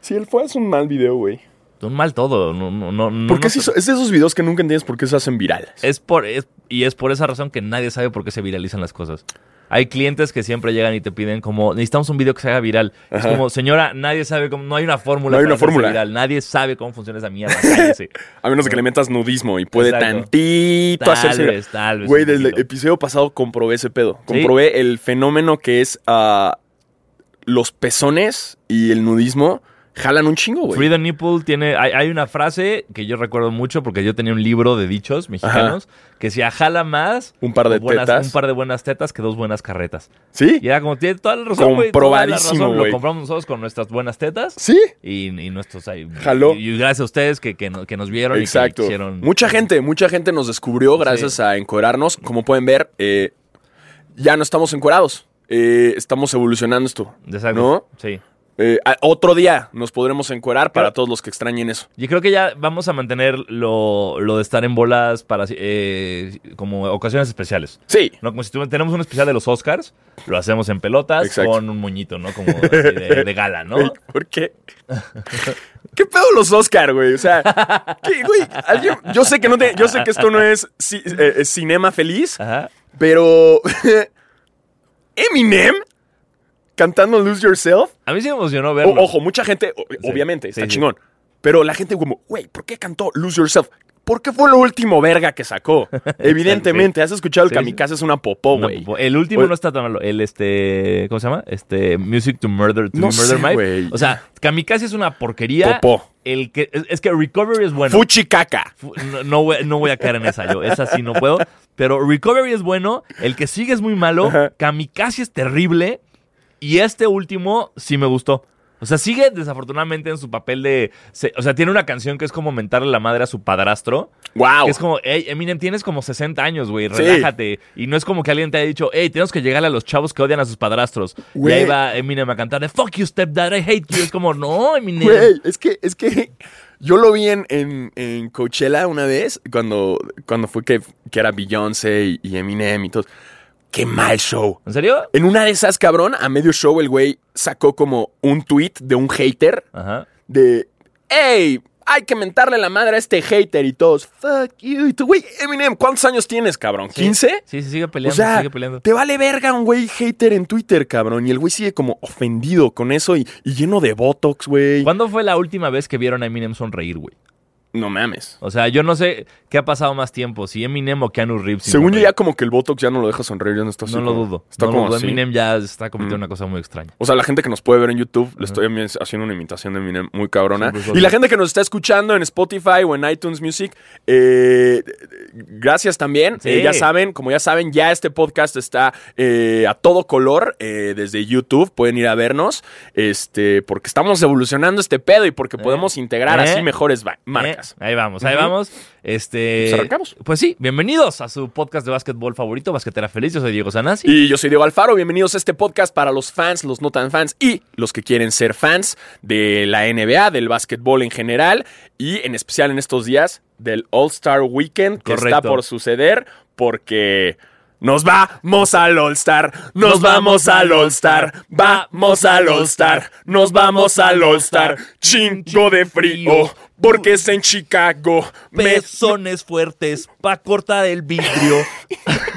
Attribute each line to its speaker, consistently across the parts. Speaker 1: Sí, el FUA es un mal video, güey.
Speaker 2: Un mal todo. No, no, no, no-
Speaker 1: Porque
Speaker 2: no-
Speaker 1: es, eso- es de esos videos que nunca entiendes por qué se hacen virales.
Speaker 2: Es por, es- y es por esa razón que nadie sabe por qué se viralizan las cosas. Hay clientes que siempre llegan y te piden como, necesitamos un video que se haga viral. Es
Speaker 1: Ajá.
Speaker 2: como, señora, nadie sabe cómo, no hay una fórmula
Speaker 1: No hay una
Speaker 2: para hacerse
Speaker 1: fórmula.
Speaker 2: viral. Nadie sabe cómo funciona esa mierda. cállese.
Speaker 1: A menos de que le metas nudismo y puede
Speaker 2: Exacto.
Speaker 1: tantito
Speaker 2: tal
Speaker 1: hacerse.
Speaker 2: vez, tal vez.
Speaker 1: Güey,
Speaker 2: un
Speaker 1: desde el
Speaker 2: poquito.
Speaker 1: episodio pasado comprobé ese pedo.
Speaker 2: Sí.
Speaker 1: Comprobé el fenómeno que es ah, los pezones y el nudismo jalan un chingo, güey.
Speaker 2: Free the nipple tiene, hay, hay una frase que yo recuerdo mucho porque yo tenía un libro de dichos mexicanos que decía, jala más
Speaker 1: Un par de
Speaker 2: buenas-
Speaker 1: tetas.
Speaker 2: un par de buenas tetas que dos buenas carretas.
Speaker 1: ¿Sí?
Speaker 2: Y era como, tiene toda la razón, güey. toda la
Speaker 1: Comprobadísimo,
Speaker 2: razón. Lo
Speaker 1: güey.
Speaker 2: compramos nosotros con nuestras buenas tetas.
Speaker 1: ¿Sí?
Speaker 2: Y, y nuestros ahí.
Speaker 1: Jaló.
Speaker 2: Y, y gracias a ustedes que, que, no- que nos vieron y que
Speaker 1: Exacto.
Speaker 2: hicieron.
Speaker 1: Mucha gente, mucha gente nos descubrió gracias a encuerarnos. Como pueden ver, eh, ya no estamos encuerados. Eh, estamos evolucionando esto.
Speaker 2: Exacto.
Speaker 1: ¿No?
Speaker 2: Sí.
Speaker 1: Eh, a- otro día nos podremos encuerar para
Speaker 2: Pero-
Speaker 1: todos los que extrañen eso.
Speaker 2: Yo creo que ya vamos a mantener lo, lo de estar en bolas para eh, como ocasiones especiales.
Speaker 1: Sí.
Speaker 2: No, como si tuvi- tenemos un especial de los Oscars, lo hacemos en pelotas
Speaker 1: Exacto.
Speaker 2: con un moñito, ¿no? Como así de, de gala, ¿no?
Speaker 1: Güey, ¿Por qué? ¿Qué pedo los Oscar, güey? O sea, ¿qué, güey? Alguien- Yo sé que no te- yo sé que esto no es ci- eh, eh, cinema feliz,
Speaker 2: Ajá.
Speaker 1: pero Eminem cantando Lose Yourself.
Speaker 2: A mí sí me emocionó
Speaker 1: O-
Speaker 2: verlo.
Speaker 1: ojo, mucha gente, o- obviamente,
Speaker 2: Sí,
Speaker 1: está
Speaker 2: sí.
Speaker 1: chingón. Pero la gente como, güey, ¿por qué cantó Lose Yourself? ¿Por qué fue lo último verga que sacó? Evidentemente, has escuchado el
Speaker 2: Sí, sí.
Speaker 1: kamikaze es una popó,
Speaker 2: No,
Speaker 1: güey.
Speaker 2: po- el último
Speaker 1: Oye.
Speaker 2: no está tan malo. El este. ¿Cómo se llama? Este. Music to Murder to
Speaker 1: No
Speaker 2: Be Murder
Speaker 1: sé,
Speaker 2: Mike.
Speaker 1: güey.
Speaker 2: O sea, Kamikaze es una porquería.
Speaker 1: Popó.
Speaker 2: El que, es, es que Recovery es bueno.
Speaker 1: Fuchi caca.
Speaker 2: Fu- No, no voy, no voy a caer en esa yo. Esa sí no puedo. Pero Recovery es bueno. El que sigue es muy malo.
Speaker 1: Ajá.
Speaker 2: Kamikaze es terrible. Y este último sí me gustó. O sea, sigue desafortunadamente en su papel de. se- o sea, tiene una canción que es como mentarle la madre a su padrastro.
Speaker 1: Wow.
Speaker 2: Que es como, hey, Eminem, tienes como 60 años, güey,
Speaker 1: Sí.
Speaker 2: relájate. Y no es como que alguien te haya dicho, hey, tenemos que llegarle a los chavos que odian a sus padrastros.
Speaker 1: Güey.
Speaker 2: Y ahí va Eminem a cantar de fuck you, stepdad, I hate you. Es como, no, Eminem.
Speaker 1: Güey, es que, es que yo lo vi en, en, en Coachella una vez, cuando, cuando fue que, que era Beyoncé y, y Eminem y todo. ¡Qué mal show!
Speaker 2: ¿En serio?
Speaker 1: En una de esas, cabrón, a medio show el güey sacó como un tweet de un hater
Speaker 2: Ajá.
Speaker 1: de ¡Ey! Hay que mentarle la madre a este hater y todos. Fuck you. Y tú, güey, Eminem, ¿cuántos años tienes, cabrón?
Speaker 2: Sí.
Speaker 1: ¿15?
Speaker 2: Sí, sí, sigue
Speaker 1: O
Speaker 2: peleando,
Speaker 1: sea,
Speaker 2: sigue peleando.
Speaker 1: te vale verga un güey hater en Twitter, cabrón. Y el güey sigue como ofendido con eso y, y lleno de botox, güey.
Speaker 2: ¿Cuándo fue la última vez que vieron a Eminem sonreír, güey?
Speaker 1: No mames.
Speaker 2: O sea, yo no sé qué ha pasado más tiempo, si Eminem o Keanu Reeves. sin
Speaker 1: Según yo, ya
Speaker 2: sonreír.
Speaker 1: como que el Botox ya no lo deja sonreír, ya no está así.
Speaker 2: No lo
Speaker 1: como-
Speaker 2: dudo.
Speaker 1: Está
Speaker 2: no
Speaker 1: como
Speaker 2: lo dudo.
Speaker 1: así. Mm.
Speaker 2: Eminem ya se está convirtiendo en una cosa muy extraña.
Speaker 1: O sea, la gente que nos puede ver en YouTube, le estoy ami- haciendo una imitación de Eminem muy cabrona.
Speaker 2: Sí, pues,
Speaker 1: y
Speaker 2: obvio.
Speaker 1: la gente que nos está escuchando en Spotify o en iTunes Music, eh, gracias también.
Speaker 2: Sí.
Speaker 1: Eh, ya saben, como ya saben, ya este podcast está eh, a todo color eh, desde YouTube. Pueden ir a vernos, este, porque estamos evolucionando este pedo y porque podemos integrar
Speaker 2: Eh.
Speaker 1: así mejores ba- marcas.
Speaker 2: Eh, ahí vamos, ahí
Speaker 1: Ujú.
Speaker 2: vamos. Este,
Speaker 1: Pues arrancamos.
Speaker 2: Pues sí, bienvenidos a su podcast de básquetbol favorito, Basquetera Feliz. Yo soy Diego Sanasi.
Speaker 1: Y yo soy Diego Alfaro, bienvenidos a este podcast para los fans, los no tan fans y los que quieren ser fans de la NBA, del básquetbol en general y en especial en estos días del All Star Weekend que está
Speaker 2: Correcto.
Speaker 1: por suceder porque nos vamos al All Star, nos, vamos al All Star, vamos al All Star, nos vamos al All Star, chingo de frío, porque es en Chicago, me
Speaker 2: Pezones fuertes para cortar el vidrio.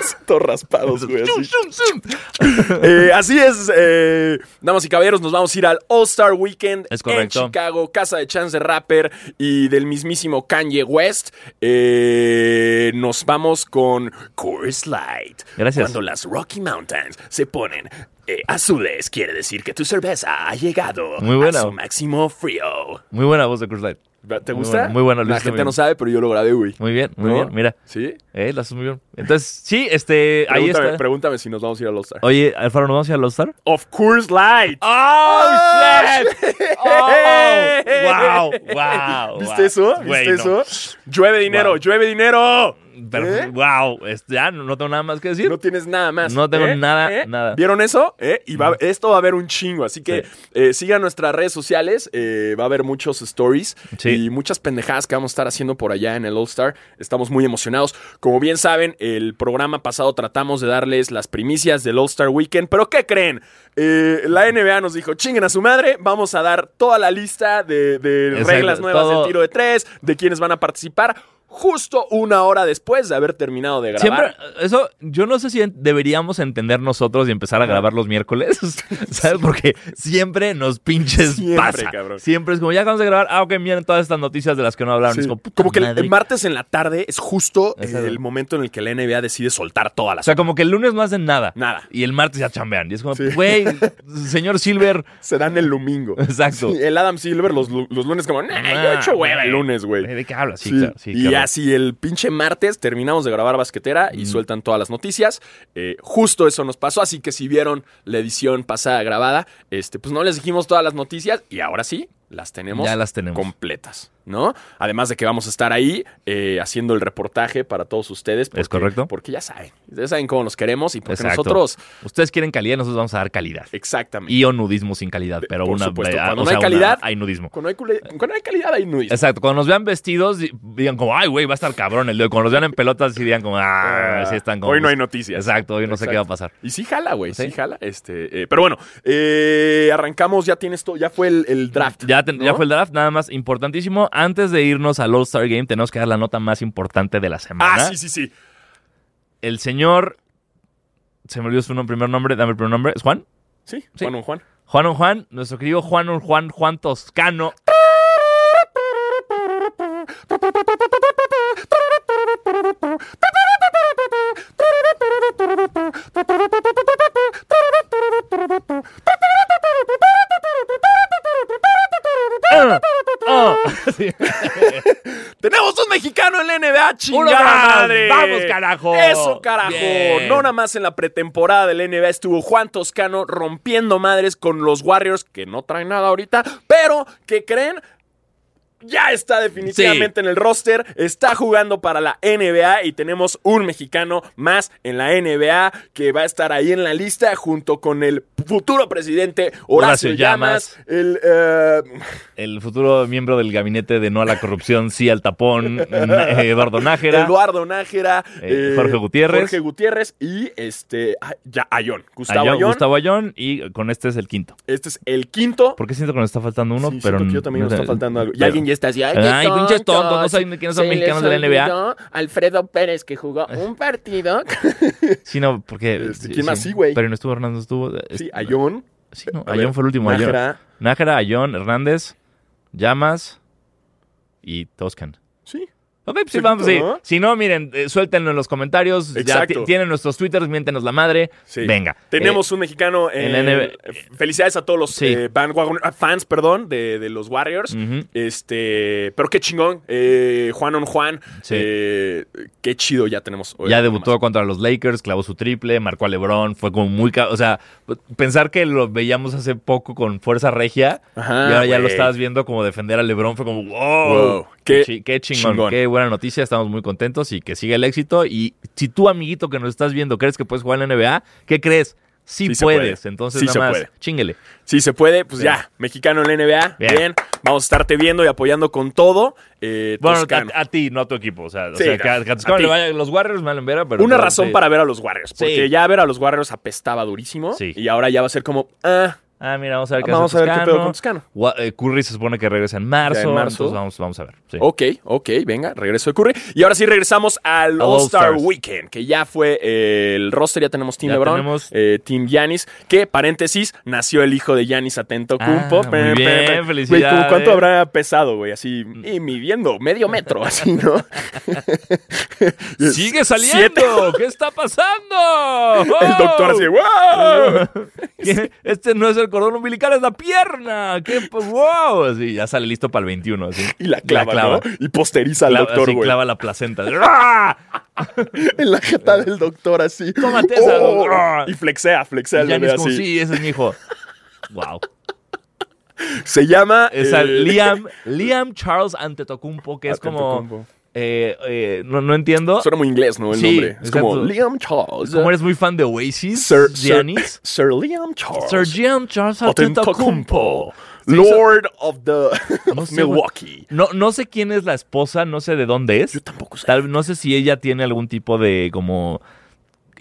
Speaker 1: siento raspados, güey.
Speaker 2: Zum,
Speaker 1: así.
Speaker 2: zum, zum.
Speaker 1: Eh, así es, eh, damas y caballeros, nos vamos a ir al All Star Weekend
Speaker 2: Es correcto.
Speaker 1: en Chicago, casa de Chance the Rapper y del mismísimo Kanye West. Eh, nos vamos con Chorus Light.
Speaker 2: Gracias.
Speaker 1: Cuando las Rocky Mountains se ponen eh, azules, quiere decir que tu cerveza ha llegado
Speaker 2: Muy buena.
Speaker 1: a su máximo frío.
Speaker 2: Muy buena voz de Cruz Light.
Speaker 1: ¿Te
Speaker 2: Muy
Speaker 1: gusta?
Speaker 2: buena, muy buena, lo
Speaker 1: La
Speaker 2: hiciste
Speaker 1: gente
Speaker 2: muy bien.
Speaker 1: no sabe, pero yo lo grabé, güey.
Speaker 2: Muy bien, muy
Speaker 1: ¿No?
Speaker 2: bien. Mira,
Speaker 1: ¿sí?
Speaker 2: eh, la haces muy bien. Entonces, sí, este, ahí
Speaker 1: Pregúntame,
Speaker 2: está. Oh.
Speaker 1: pregúntame si nos vamos a ir al All Star.
Speaker 2: Oye, Alfaro, ¿nos vamos a ir al All-Star?
Speaker 1: Of Course Light.
Speaker 2: ¡Oh, shit! Oh,
Speaker 1: ¡Oh!
Speaker 2: ¡Wow! ¡Wow!
Speaker 1: ¿Viste eso? ¿Viste
Speaker 2: Güey, no.
Speaker 1: eso? Llueve dinero,
Speaker 2: Wow.
Speaker 1: llueve dinero.
Speaker 2: Pero,
Speaker 1: ¿Eh?
Speaker 2: wow, es- ya no, no tengo nada más que decir.
Speaker 1: No tienes nada más. ¿eh?
Speaker 2: No tengo nada, nada. Mm.
Speaker 1: ¿Vieron eso? ¿Eh? Y va- esto va a haber un chingo. Así que
Speaker 2: Sí.
Speaker 1: eh, sigan nuestras redes sociales. eh, va a haber muchos stories
Speaker 2: Sí.
Speaker 1: y muchas pendejadas que vamos a estar haciendo por allá en el All Star. Estamos muy emocionados. Como bien saben, el programa pasado tratamos de darles las primicias del All Star Weekend. Pero ¿qué creen? Eh, la NBA nos dijo, chinguen a su madre. Vamos a dar toda la lista de, de
Speaker 2: Exacto,
Speaker 1: reglas nuevas
Speaker 2: todo-
Speaker 1: del tiro de tres, de quienes van a participar. Justo una hora después de haber terminado de grabar.
Speaker 2: Siempre, eso, yo no sé si en- deberíamos entender nosotros y empezar a grabar los miércoles, ¿sabes? Porque siempre nos pinches
Speaker 1: Siempre,
Speaker 2: pasa.
Speaker 1: cabrón.
Speaker 2: Siempre es como, ya acabamos de grabar, ah, ok, miren todas estas noticias de las que no hablaron.
Speaker 1: Sí.
Speaker 2: Es
Speaker 1: Como,
Speaker 2: como, puta
Speaker 1: que el-
Speaker 2: madre.
Speaker 1: el martes en la tarde es justo eh,
Speaker 2: Exacto.
Speaker 1: el momento en el que la NBA decide soltar todas
Speaker 2: O
Speaker 1: las.
Speaker 2: sea, como que el lunes no hacen nada.
Speaker 1: Nada.
Speaker 2: Y el martes ya chambean. Y es como,
Speaker 1: Sí.
Speaker 2: güey, señor Silver.
Speaker 1: Se dan el domingo.
Speaker 2: Exacto.
Speaker 1: Sí, el Adam Silver los, lu- los lunes como, nah, yo he hecho hueva el lunes, güey.
Speaker 2: ¿De qué hablas? Sí,
Speaker 1: Sí.
Speaker 2: claro, sí,
Speaker 1: y
Speaker 2: claro. Mm.
Speaker 1: así el pinche martes terminamos de grabar basquetera y sueltan todas las noticias. Eh, justo eso nos pasó, así que si vieron la edición pasada grabada, este, pues no les dijimos todas las noticias y ahora sí las tenemos
Speaker 2: Ya las tenemos.
Speaker 1: completas, ¿no? Además de que vamos a estar ahí eh, haciendo el reportaje para todos ustedes.
Speaker 2: Es correcto.
Speaker 1: Porque ya saben, ustedes saben cómo los queremos y porque
Speaker 2: Exacto.
Speaker 1: nosotros,
Speaker 2: Ustedes quieren calidad, nosotros vamos a dar calidad.
Speaker 1: exactamente.
Speaker 2: Y o nudismo sin calidad, pero
Speaker 1: por
Speaker 2: una.
Speaker 1: supuesto,
Speaker 2: eh,
Speaker 1: cuando
Speaker 2: o
Speaker 1: no hay
Speaker 2: sea, una-
Speaker 1: calidad-
Speaker 2: hay nudismo.
Speaker 1: Cuando hay, cule- cuando hay calidad hay nudismo.
Speaker 2: Exacto, cuando nos vean vestidos, di- digan como, ay, güey, va a estar cabrón el de hoy". Cuando nos vean en pelotas, sí digan como, ah,
Speaker 1: Ah,
Speaker 2: sí están como. pues,
Speaker 1: Hoy no hay noticias.
Speaker 2: Exacto, hoy no sé qué va a
Speaker 1: Exacto.
Speaker 2: pasar.
Speaker 1: Y sí jala, güey, sí,
Speaker 2: ¿Sí?
Speaker 1: jala. Este, eh, pero bueno, eh, arrancamos, ya tienes todo, ya fue el, el draft.
Speaker 2: Ya, ten-
Speaker 1: ¿no?
Speaker 2: ya fue el draft, nada más importantísimo. Antes de irnos al All-Star Game, tenemos que dar la nota más importante de la semana.
Speaker 1: Ah, sí, sí, sí.
Speaker 2: El señor. Se me olvidó su nom- primer nombre, dame el primer nombre. ¿Es Juan?
Speaker 1: Sí,
Speaker 2: Sí.
Speaker 1: Juan, Juan.
Speaker 2: Juan Don Juan, nuestro querido Juan Don Juan, Juan Toscano. Ah, ah. Sí.
Speaker 1: Tenemos un mexicano en la NBA,
Speaker 2: Uno
Speaker 1: chingada
Speaker 2: más.
Speaker 1: madre.
Speaker 2: Vamos, carajo.
Speaker 1: Eso, carajo.
Speaker 2: Bien.
Speaker 1: No nada más en la pretemporada del NBA estuvo Juan Toscano rompiendo madres con los Warriors, que no traen nada ahorita, pero que creen. Ya está definitivamente en el roster, está jugando para la NBA y tenemos un mexicano más en la NBA que va a estar ahí en la lista junto con el futuro presidente Horacio,
Speaker 2: Horacio
Speaker 1: Llamas, el eh,
Speaker 2: El futuro miembro del gabinete de No a la Corrupción, sí al tapón, eh, Eduardo Nájera.
Speaker 1: Eduardo Nájera,
Speaker 2: Eh, Jorge Gutiérrez.
Speaker 1: Jorge Gutiérrez y este ah, ya Ayón, Gustavo
Speaker 2: Ayón,
Speaker 1: Ayón.
Speaker 2: Gustavo Ayón y con este es el quinto.
Speaker 1: Este es el quinto.
Speaker 2: Porque siento que nos está faltando uno,
Speaker 1: Sí,
Speaker 2: pero
Speaker 1: siento que yo también
Speaker 2: no
Speaker 1: me
Speaker 2: sé,
Speaker 1: está faltando algo. Y
Speaker 2: pero-
Speaker 1: alguien ya está así. Ay,
Speaker 2: Ay,
Speaker 1: qué
Speaker 2: pinches tontos,
Speaker 1: tontos,
Speaker 2: no saben quiénes son
Speaker 3: Se
Speaker 2: mexicanos
Speaker 3: les
Speaker 2: de la NBA.
Speaker 3: olvidó Alfredo Pérez que jugó un partido.
Speaker 2: Sí, no, porque.
Speaker 1: Este,
Speaker 2: sí,
Speaker 1: ¿quién más?
Speaker 2: sí,
Speaker 1: Sí, güey.
Speaker 2: Pero no estuvo Hernández, estuvo. eh,
Speaker 1: Sí,
Speaker 2: este,
Speaker 1: Ayón.
Speaker 2: Sí, no,
Speaker 1: A
Speaker 2: Ayón
Speaker 1: ver,
Speaker 2: fue el último. Ayón.
Speaker 1: Nájera.
Speaker 2: Nájera, Ayón, Hernández, Llamas y Toscan.
Speaker 1: Sí.
Speaker 2: Ok, pues sí,
Speaker 1: Perfecto,
Speaker 2: vamos, sí.
Speaker 1: ¿no?
Speaker 2: Si no, miren, eh, suéltenlo en los comentarios. Ya
Speaker 1: Exacto.
Speaker 2: ti- tienen nuestros twitters, miéntenos la madre.
Speaker 1: Sí.
Speaker 2: Venga.
Speaker 1: Tenemos un mexicano.
Speaker 2: en
Speaker 1: eh,
Speaker 2: NBA.
Speaker 1: Felicidades a todos los
Speaker 2: Sí.
Speaker 1: eh, bandwagon- ah, fans perdón, de, de los Warriors.
Speaker 2: Eh, ujú.
Speaker 1: Este, pero qué chingón, eh, Juan on Juan,
Speaker 2: Sí.
Speaker 1: eh, qué chido ya tenemos. hoy.
Speaker 2: Ya debutó contra los Lakers, clavó su triple, marcó a LeBron, fue como muy... ca- O sea, p- pensar que lo veíamos hace poco con fuerza regia
Speaker 1: Ajá,
Speaker 2: y ahora ya lo
Speaker 1: Ah, güey.
Speaker 2: estabas viendo como defender a LeBron, fue como wow.
Speaker 1: Wow, qué
Speaker 2: chi- qué chingón,
Speaker 1: chingón.
Speaker 2: qué buena noticia, estamos muy contentos y que siga el éxito. Y si tú, amiguito que nos estás viendo, crees que puedes jugar en la NBA, ¿qué crees? Sí,
Speaker 1: Sí se
Speaker 2: puedes,
Speaker 1: puede.
Speaker 2: entonces
Speaker 1: Sí se
Speaker 2: nada más,
Speaker 1: puede.
Speaker 2: chinguele.
Speaker 1: Si se puede, pues
Speaker 2: Bien.
Speaker 1: ya, mexicano en la NBA. Bien.
Speaker 2: Bien.
Speaker 1: Vamos a estarte viendo y apoyando con todo. Eh,
Speaker 2: Bueno,
Speaker 1: Toscano.
Speaker 2: a, a ti, no a tu equipo. O sea, o
Speaker 1: Sí,
Speaker 2: sea, que a- que a Toscano
Speaker 1: a ti.
Speaker 2: le vaya- los Warriors me valen vera, pero...
Speaker 1: Una
Speaker 2: pero
Speaker 1: razón
Speaker 2: sí.
Speaker 1: para ver a los Warriors. Porque
Speaker 2: Sí.
Speaker 1: ya ver a los Warriors apestaba durísimo.
Speaker 2: Sí.
Speaker 1: Y ahora ya va a ser como, ah,
Speaker 2: Ah, mira, vamos a ver qué
Speaker 1: vamos a
Speaker 2: hace
Speaker 1: ver qué pedo
Speaker 2: Toscano.
Speaker 1: con Toscano.
Speaker 2: Gua- eh, Curry se supone que regresa en marzo.
Speaker 1: Ya en marzo. Oh,
Speaker 2: entonces vamos, vamos a ver. sí.
Speaker 1: Ok, ok, venga, regreso de Curry. Y ahora sí regresamos al
Speaker 2: Al
Speaker 1: All-Star
Speaker 2: All-Stars.
Speaker 1: Weekend, que ya fue eh, el roster, ya tenemos Team
Speaker 2: Ya
Speaker 1: LeBron,
Speaker 2: tenemos-
Speaker 1: eh, Team Giannis, que, paréntesis, nació el hijo de Giannis Atento Cumpo.
Speaker 2: Ah, muy bien, felicidades. Mm.
Speaker 1: ¿Cuánto habrá pesado, güey? Así, y midiendo medio metro, así, ¿no?
Speaker 2: ¡Sigue saliendo! ¿Qué está pasando?
Speaker 1: El doctor así, ¡wow!
Speaker 2: ¿Qué? Este no es el cordón umbilical, es la pierna. ¿Qué? po- ¡Wow! Así, ya sale listo para el 21. Así.
Speaker 1: Y la clava,
Speaker 2: clava.
Speaker 1: ¿no? Y posteriza al
Speaker 2: Clava-
Speaker 1: doctor,
Speaker 2: así
Speaker 1: güey.
Speaker 2: clava la placenta. ¡Ah!
Speaker 1: En la jeta del doctor, así.
Speaker 2: Tómate esa,
Speaker 1: ¡Oh!
Speaker 2: doctor.
Speaker 1: Y flexea, flexea
Speaker 2: Y
Speaker 1: el
Speaker 2: Giannis
Speaker 1: bebé
Speaker 2: como,
Speaker 1: así.
Speaker 2: sí, ese es mi hijo. ¡Wow!
Speaker 1: Se eh, llama...
Speaker 2: Es al
Speaker 1: eh,
Speaker 2: Liam, Liam Charles Antetokounmpo, que es como...
Speaker 1: Antetokounmpo.
Speaker 2: eh, eh, no, no entiendo.
Speaker 1: Ah, Suena muy inglés, ¿no? El
Speaker 2: Sí,
Speaker 1: nombre. Es
Speaker 2: exacto.
Speaker 1: como Liam Charles.
Speaker 2: ¿Cómo eres muy fan de Oasis?
Speaker 1: Sir, Sir,
Speaker 2: Giannis.
Speaker 1: Sir Liam Charles.
Speaker 2: Sir Gian Charles
Speaker 1: Antetokounmpo.
Speaker 2: Antetokounmpo.
Speaker 1: Lord of the
Speaker 2: No
Speaker 1: of
Speaker 2: sé,
Speaker 1: Milwaukee.
Speaker 2: No, no sé quién es la esposa, no sé de dónde es.
Speaker 1: Yo tampoco sé.
Speaker 2: Tal, no sé si ella tiene algún tipo de como.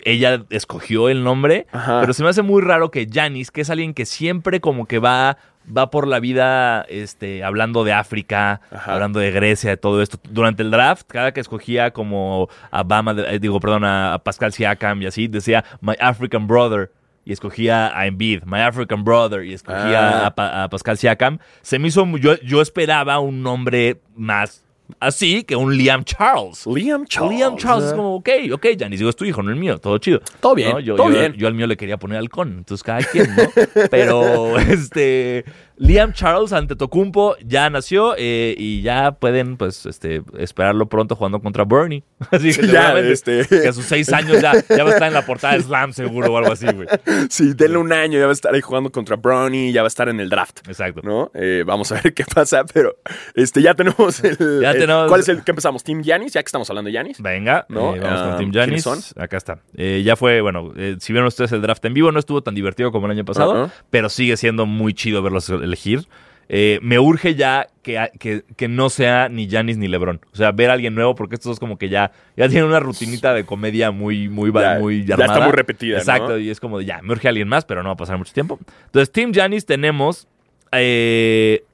Speaker 2: Ella escogió el nombre,
Speaker 1: Ajá.
Speaker 2: pero se me hace muy raro que Janis, que es alguien que siempre como que va, va por la vida este, hablando de África,
Speaker 1: Ajá.
Speaker 2: hablando de Grecia, de todo esto. Durante el draft, cada que escogía como a Bama, de- eh, digo, perdón, a, a Pascal Siakam y así, decía My African Brother. Y escogía a Embiid, My African Brother, y escogía
Speaker 1: Ah.
Speaker 2: a, Pa- a Pascal Siakam. Se me hizo, muy- yo, yo esperaba un nombre más así que un Liam Charles.
Speaker 1: Liam Charles. eh.
Speaker 2: Liam Charles es como, ok, ok, Janis, digo, es tu hijo, no el mío, todo chido.
Speaker 1: Todo bien,
Speaker 2: ¿No? Yo,
Speaker 1: todo
Speaker 2: yo-
Speaker 1: bien.
Speaker 2: yo al mío le quería poner halcón, entonces cada quien, ¿no? Pero, este, Liam Charles ante Tocumpo ya nació eh, y ya pueden, pues, este, esperarlo pronto jugando contra Bernie. Así que
Speaker 1: Sí, ya,
Speaker 2: seguramente
Speaker 1: este.
Speaker 2: que a sus seis años ya, ya va a estar en la portada de Slam seguro o algo así, güey.
Speaker 1: Sí, denle un año, ya va a estar ahí jugando contra Brownie, ya va a estar en el draft.
Speaker 2: Exacto.
Speaker 1: ¿No? Eh, vamos a ver qué pasa, pero este, ya tenemos el.
Speaker 2: Ya
Speaker 1: el-
Speaker 2: tenemos-
Speaker 1: ¿Cuál es el que empezamos? ¿Team Giannis? Ya que estamos hablando de Giannis.
Speaker 2: Venga,
Speaker 1: ¿No?
Speaker 2: eh, vamos
Speaker 1: Ah,
Speaker 2: con Team
Speaker 1: ¿quiénes son?
Speaker 2: Janis. Acá está. Eh, ya fue, bueno, eh, si vieron ustedes el draft en vivo, no estuvo tan divertido como el año pasado,
Speaker 1: Ujú.
Speaker 2: pero sigue siendo muy chido verlos elegir. Eh, me urge ya que, a- que- que no sea ni Janis ni Lebron. O sea, ver a alguien nuevo, porque estos dos como que ya, ya tienen una rutinita de comedia muy, muy, va-
Speaker 1: Ya,
Speaker 2: muy
Speaker 1: ya está
Speaker 2: armada.
Speaker 1: muy repetida, ¿no?
Speaker 2: Exacto, y es como de ya, me urge alguien más, pero no va a pasar mucho tiempo. Entonces, Team Janis tenemos. eh,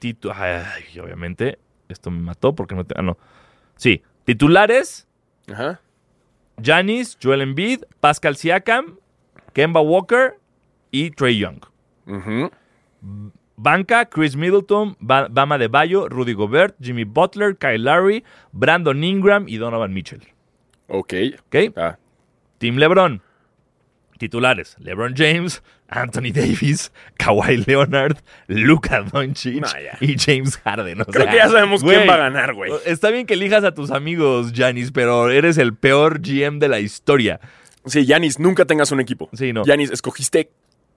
Speaker 2: titu- ay, obviamente, esto me mató porque no te- Ah, no. Sí, titulares:
Speaker 1: Ajá.
Speaker 2: Janis, Joel Embiid, Pascal Siakam, Kemba Walker y Trey Young.
Speaker 1: Ujú.
Speaker 2: Banca, Chris Middleton, Ba- Bama de Bayo, Rudy Gobert, Jimmy Butler, Kyle Lowry, Brandon Ingram y Donovan Mitchell.
Speaker 1: Ok.
Speaker 2: ¿Ok?
Speaker 1: Ah,
Speaker 2: Team LeBron. Titulares: LeBron James, Anthony Davis, Kawhi Leonard, Luka Doncic
Speaker 1: No, ya.
Speaker 2: y James Harden. O
Speaker 1: Creo
Speaker 2: sea,
Speaker 1: que ya sabemos
Speaker 2: güey,
Speaker 1: quién va a ganar, güey.
Speaker 2: Está bien que elijas a tus amigos, Janis, pero eres el peor GM de la historia.
Speaker 1: Sí, Yanis, nunca tengas un equipo.
Speaker 2: Sí, no.
Speaker 1: Yanis, escogiste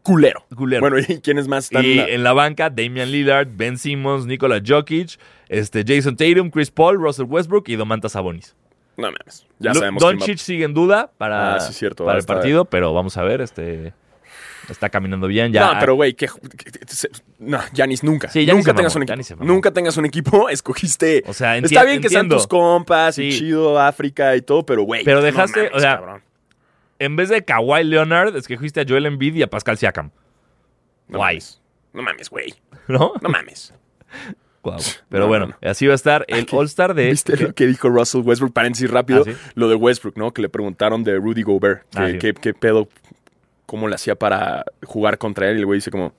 Speaker 1: culero.
Speaker 2: Culero.
Speaker 1: Bueno, ¿y quiénes más están?
Speaker 2: Y en la banca, Damian Lillard, Ben Simmons, Nikola Jokic, este, Jason Tatum, Chris Paul, Russell Westbrook y Domantas Sabonis.
Speaker 1: No mames. Ya
Speaker 2: Lu-
Speaker 1: sabemos quién va-
Speaker 2: Doncic sigue en duda para,
Speaker 1: Ah, sí, cierto,
Speaker 2: para el
Speaker 1: hasta-
Speaker 2: partido, pero vamos a ver, este está caminando bien ya.
Speaker 1: No, pero güey, que, que- que- se- no, Giannis nunca.
Speaker 2: Sí, Giannis
Speaker 1: nunca
Speaker 2: se mamó,
Speaker 1: tengas un
Speaker 2: Giannis se
Speaker 1: equipo.
Speaker 2: mamó.
Speaker 1: Nunca tengas un equipo, escogiste.
Speaker 2: O sea, enti-
Speaker 1: está bien que sean
Speaker 2: entiendo.
Speaker 1: tus compas y
Speaker 2: Sí.
Speaker 1: chido África y todo, pero güey.
Speaker 2: Pero
Speaker 1: no
Speaker 2: dejaste,
Speaker 1: mames,
Speaker 2: o sea,
Speaker 1: cabrón.
Speaker 2: En vez de Kawhi Leonard, es que fuiste a Joel Embiid y a Pascal Siakam.
Speaker 1: No
Speaker 2: guay.
Speaker 1: mames. No mames, güey.
Speaker 2: ¿No?
Speaker 1: No mames.
Speaker 2: Guau. Pero
Speaker 1: No,
Speaker 2: bueno,
Speaker 1: no,
Speaker 2: así va a estar el
Speaker 1: ¿Qué?
Speaker 2: All-Star de...
Speaker 1: ¿Viste
Speaker 2: ¿Qué?
Speaker 1: lo que dijo Russell Westbrook? Paréntesis rápido.
Speaker 2: Ah, ¿sí?
Speaker 1: Lo de Westbrook, ¿no? Que le preguntaron de Rudy Gobert. Que,
Speaker 2: Ah, sí.
Speaker 1: qué- qué pedo, cómo le hacía para jugar contra él. Y el güey dice como,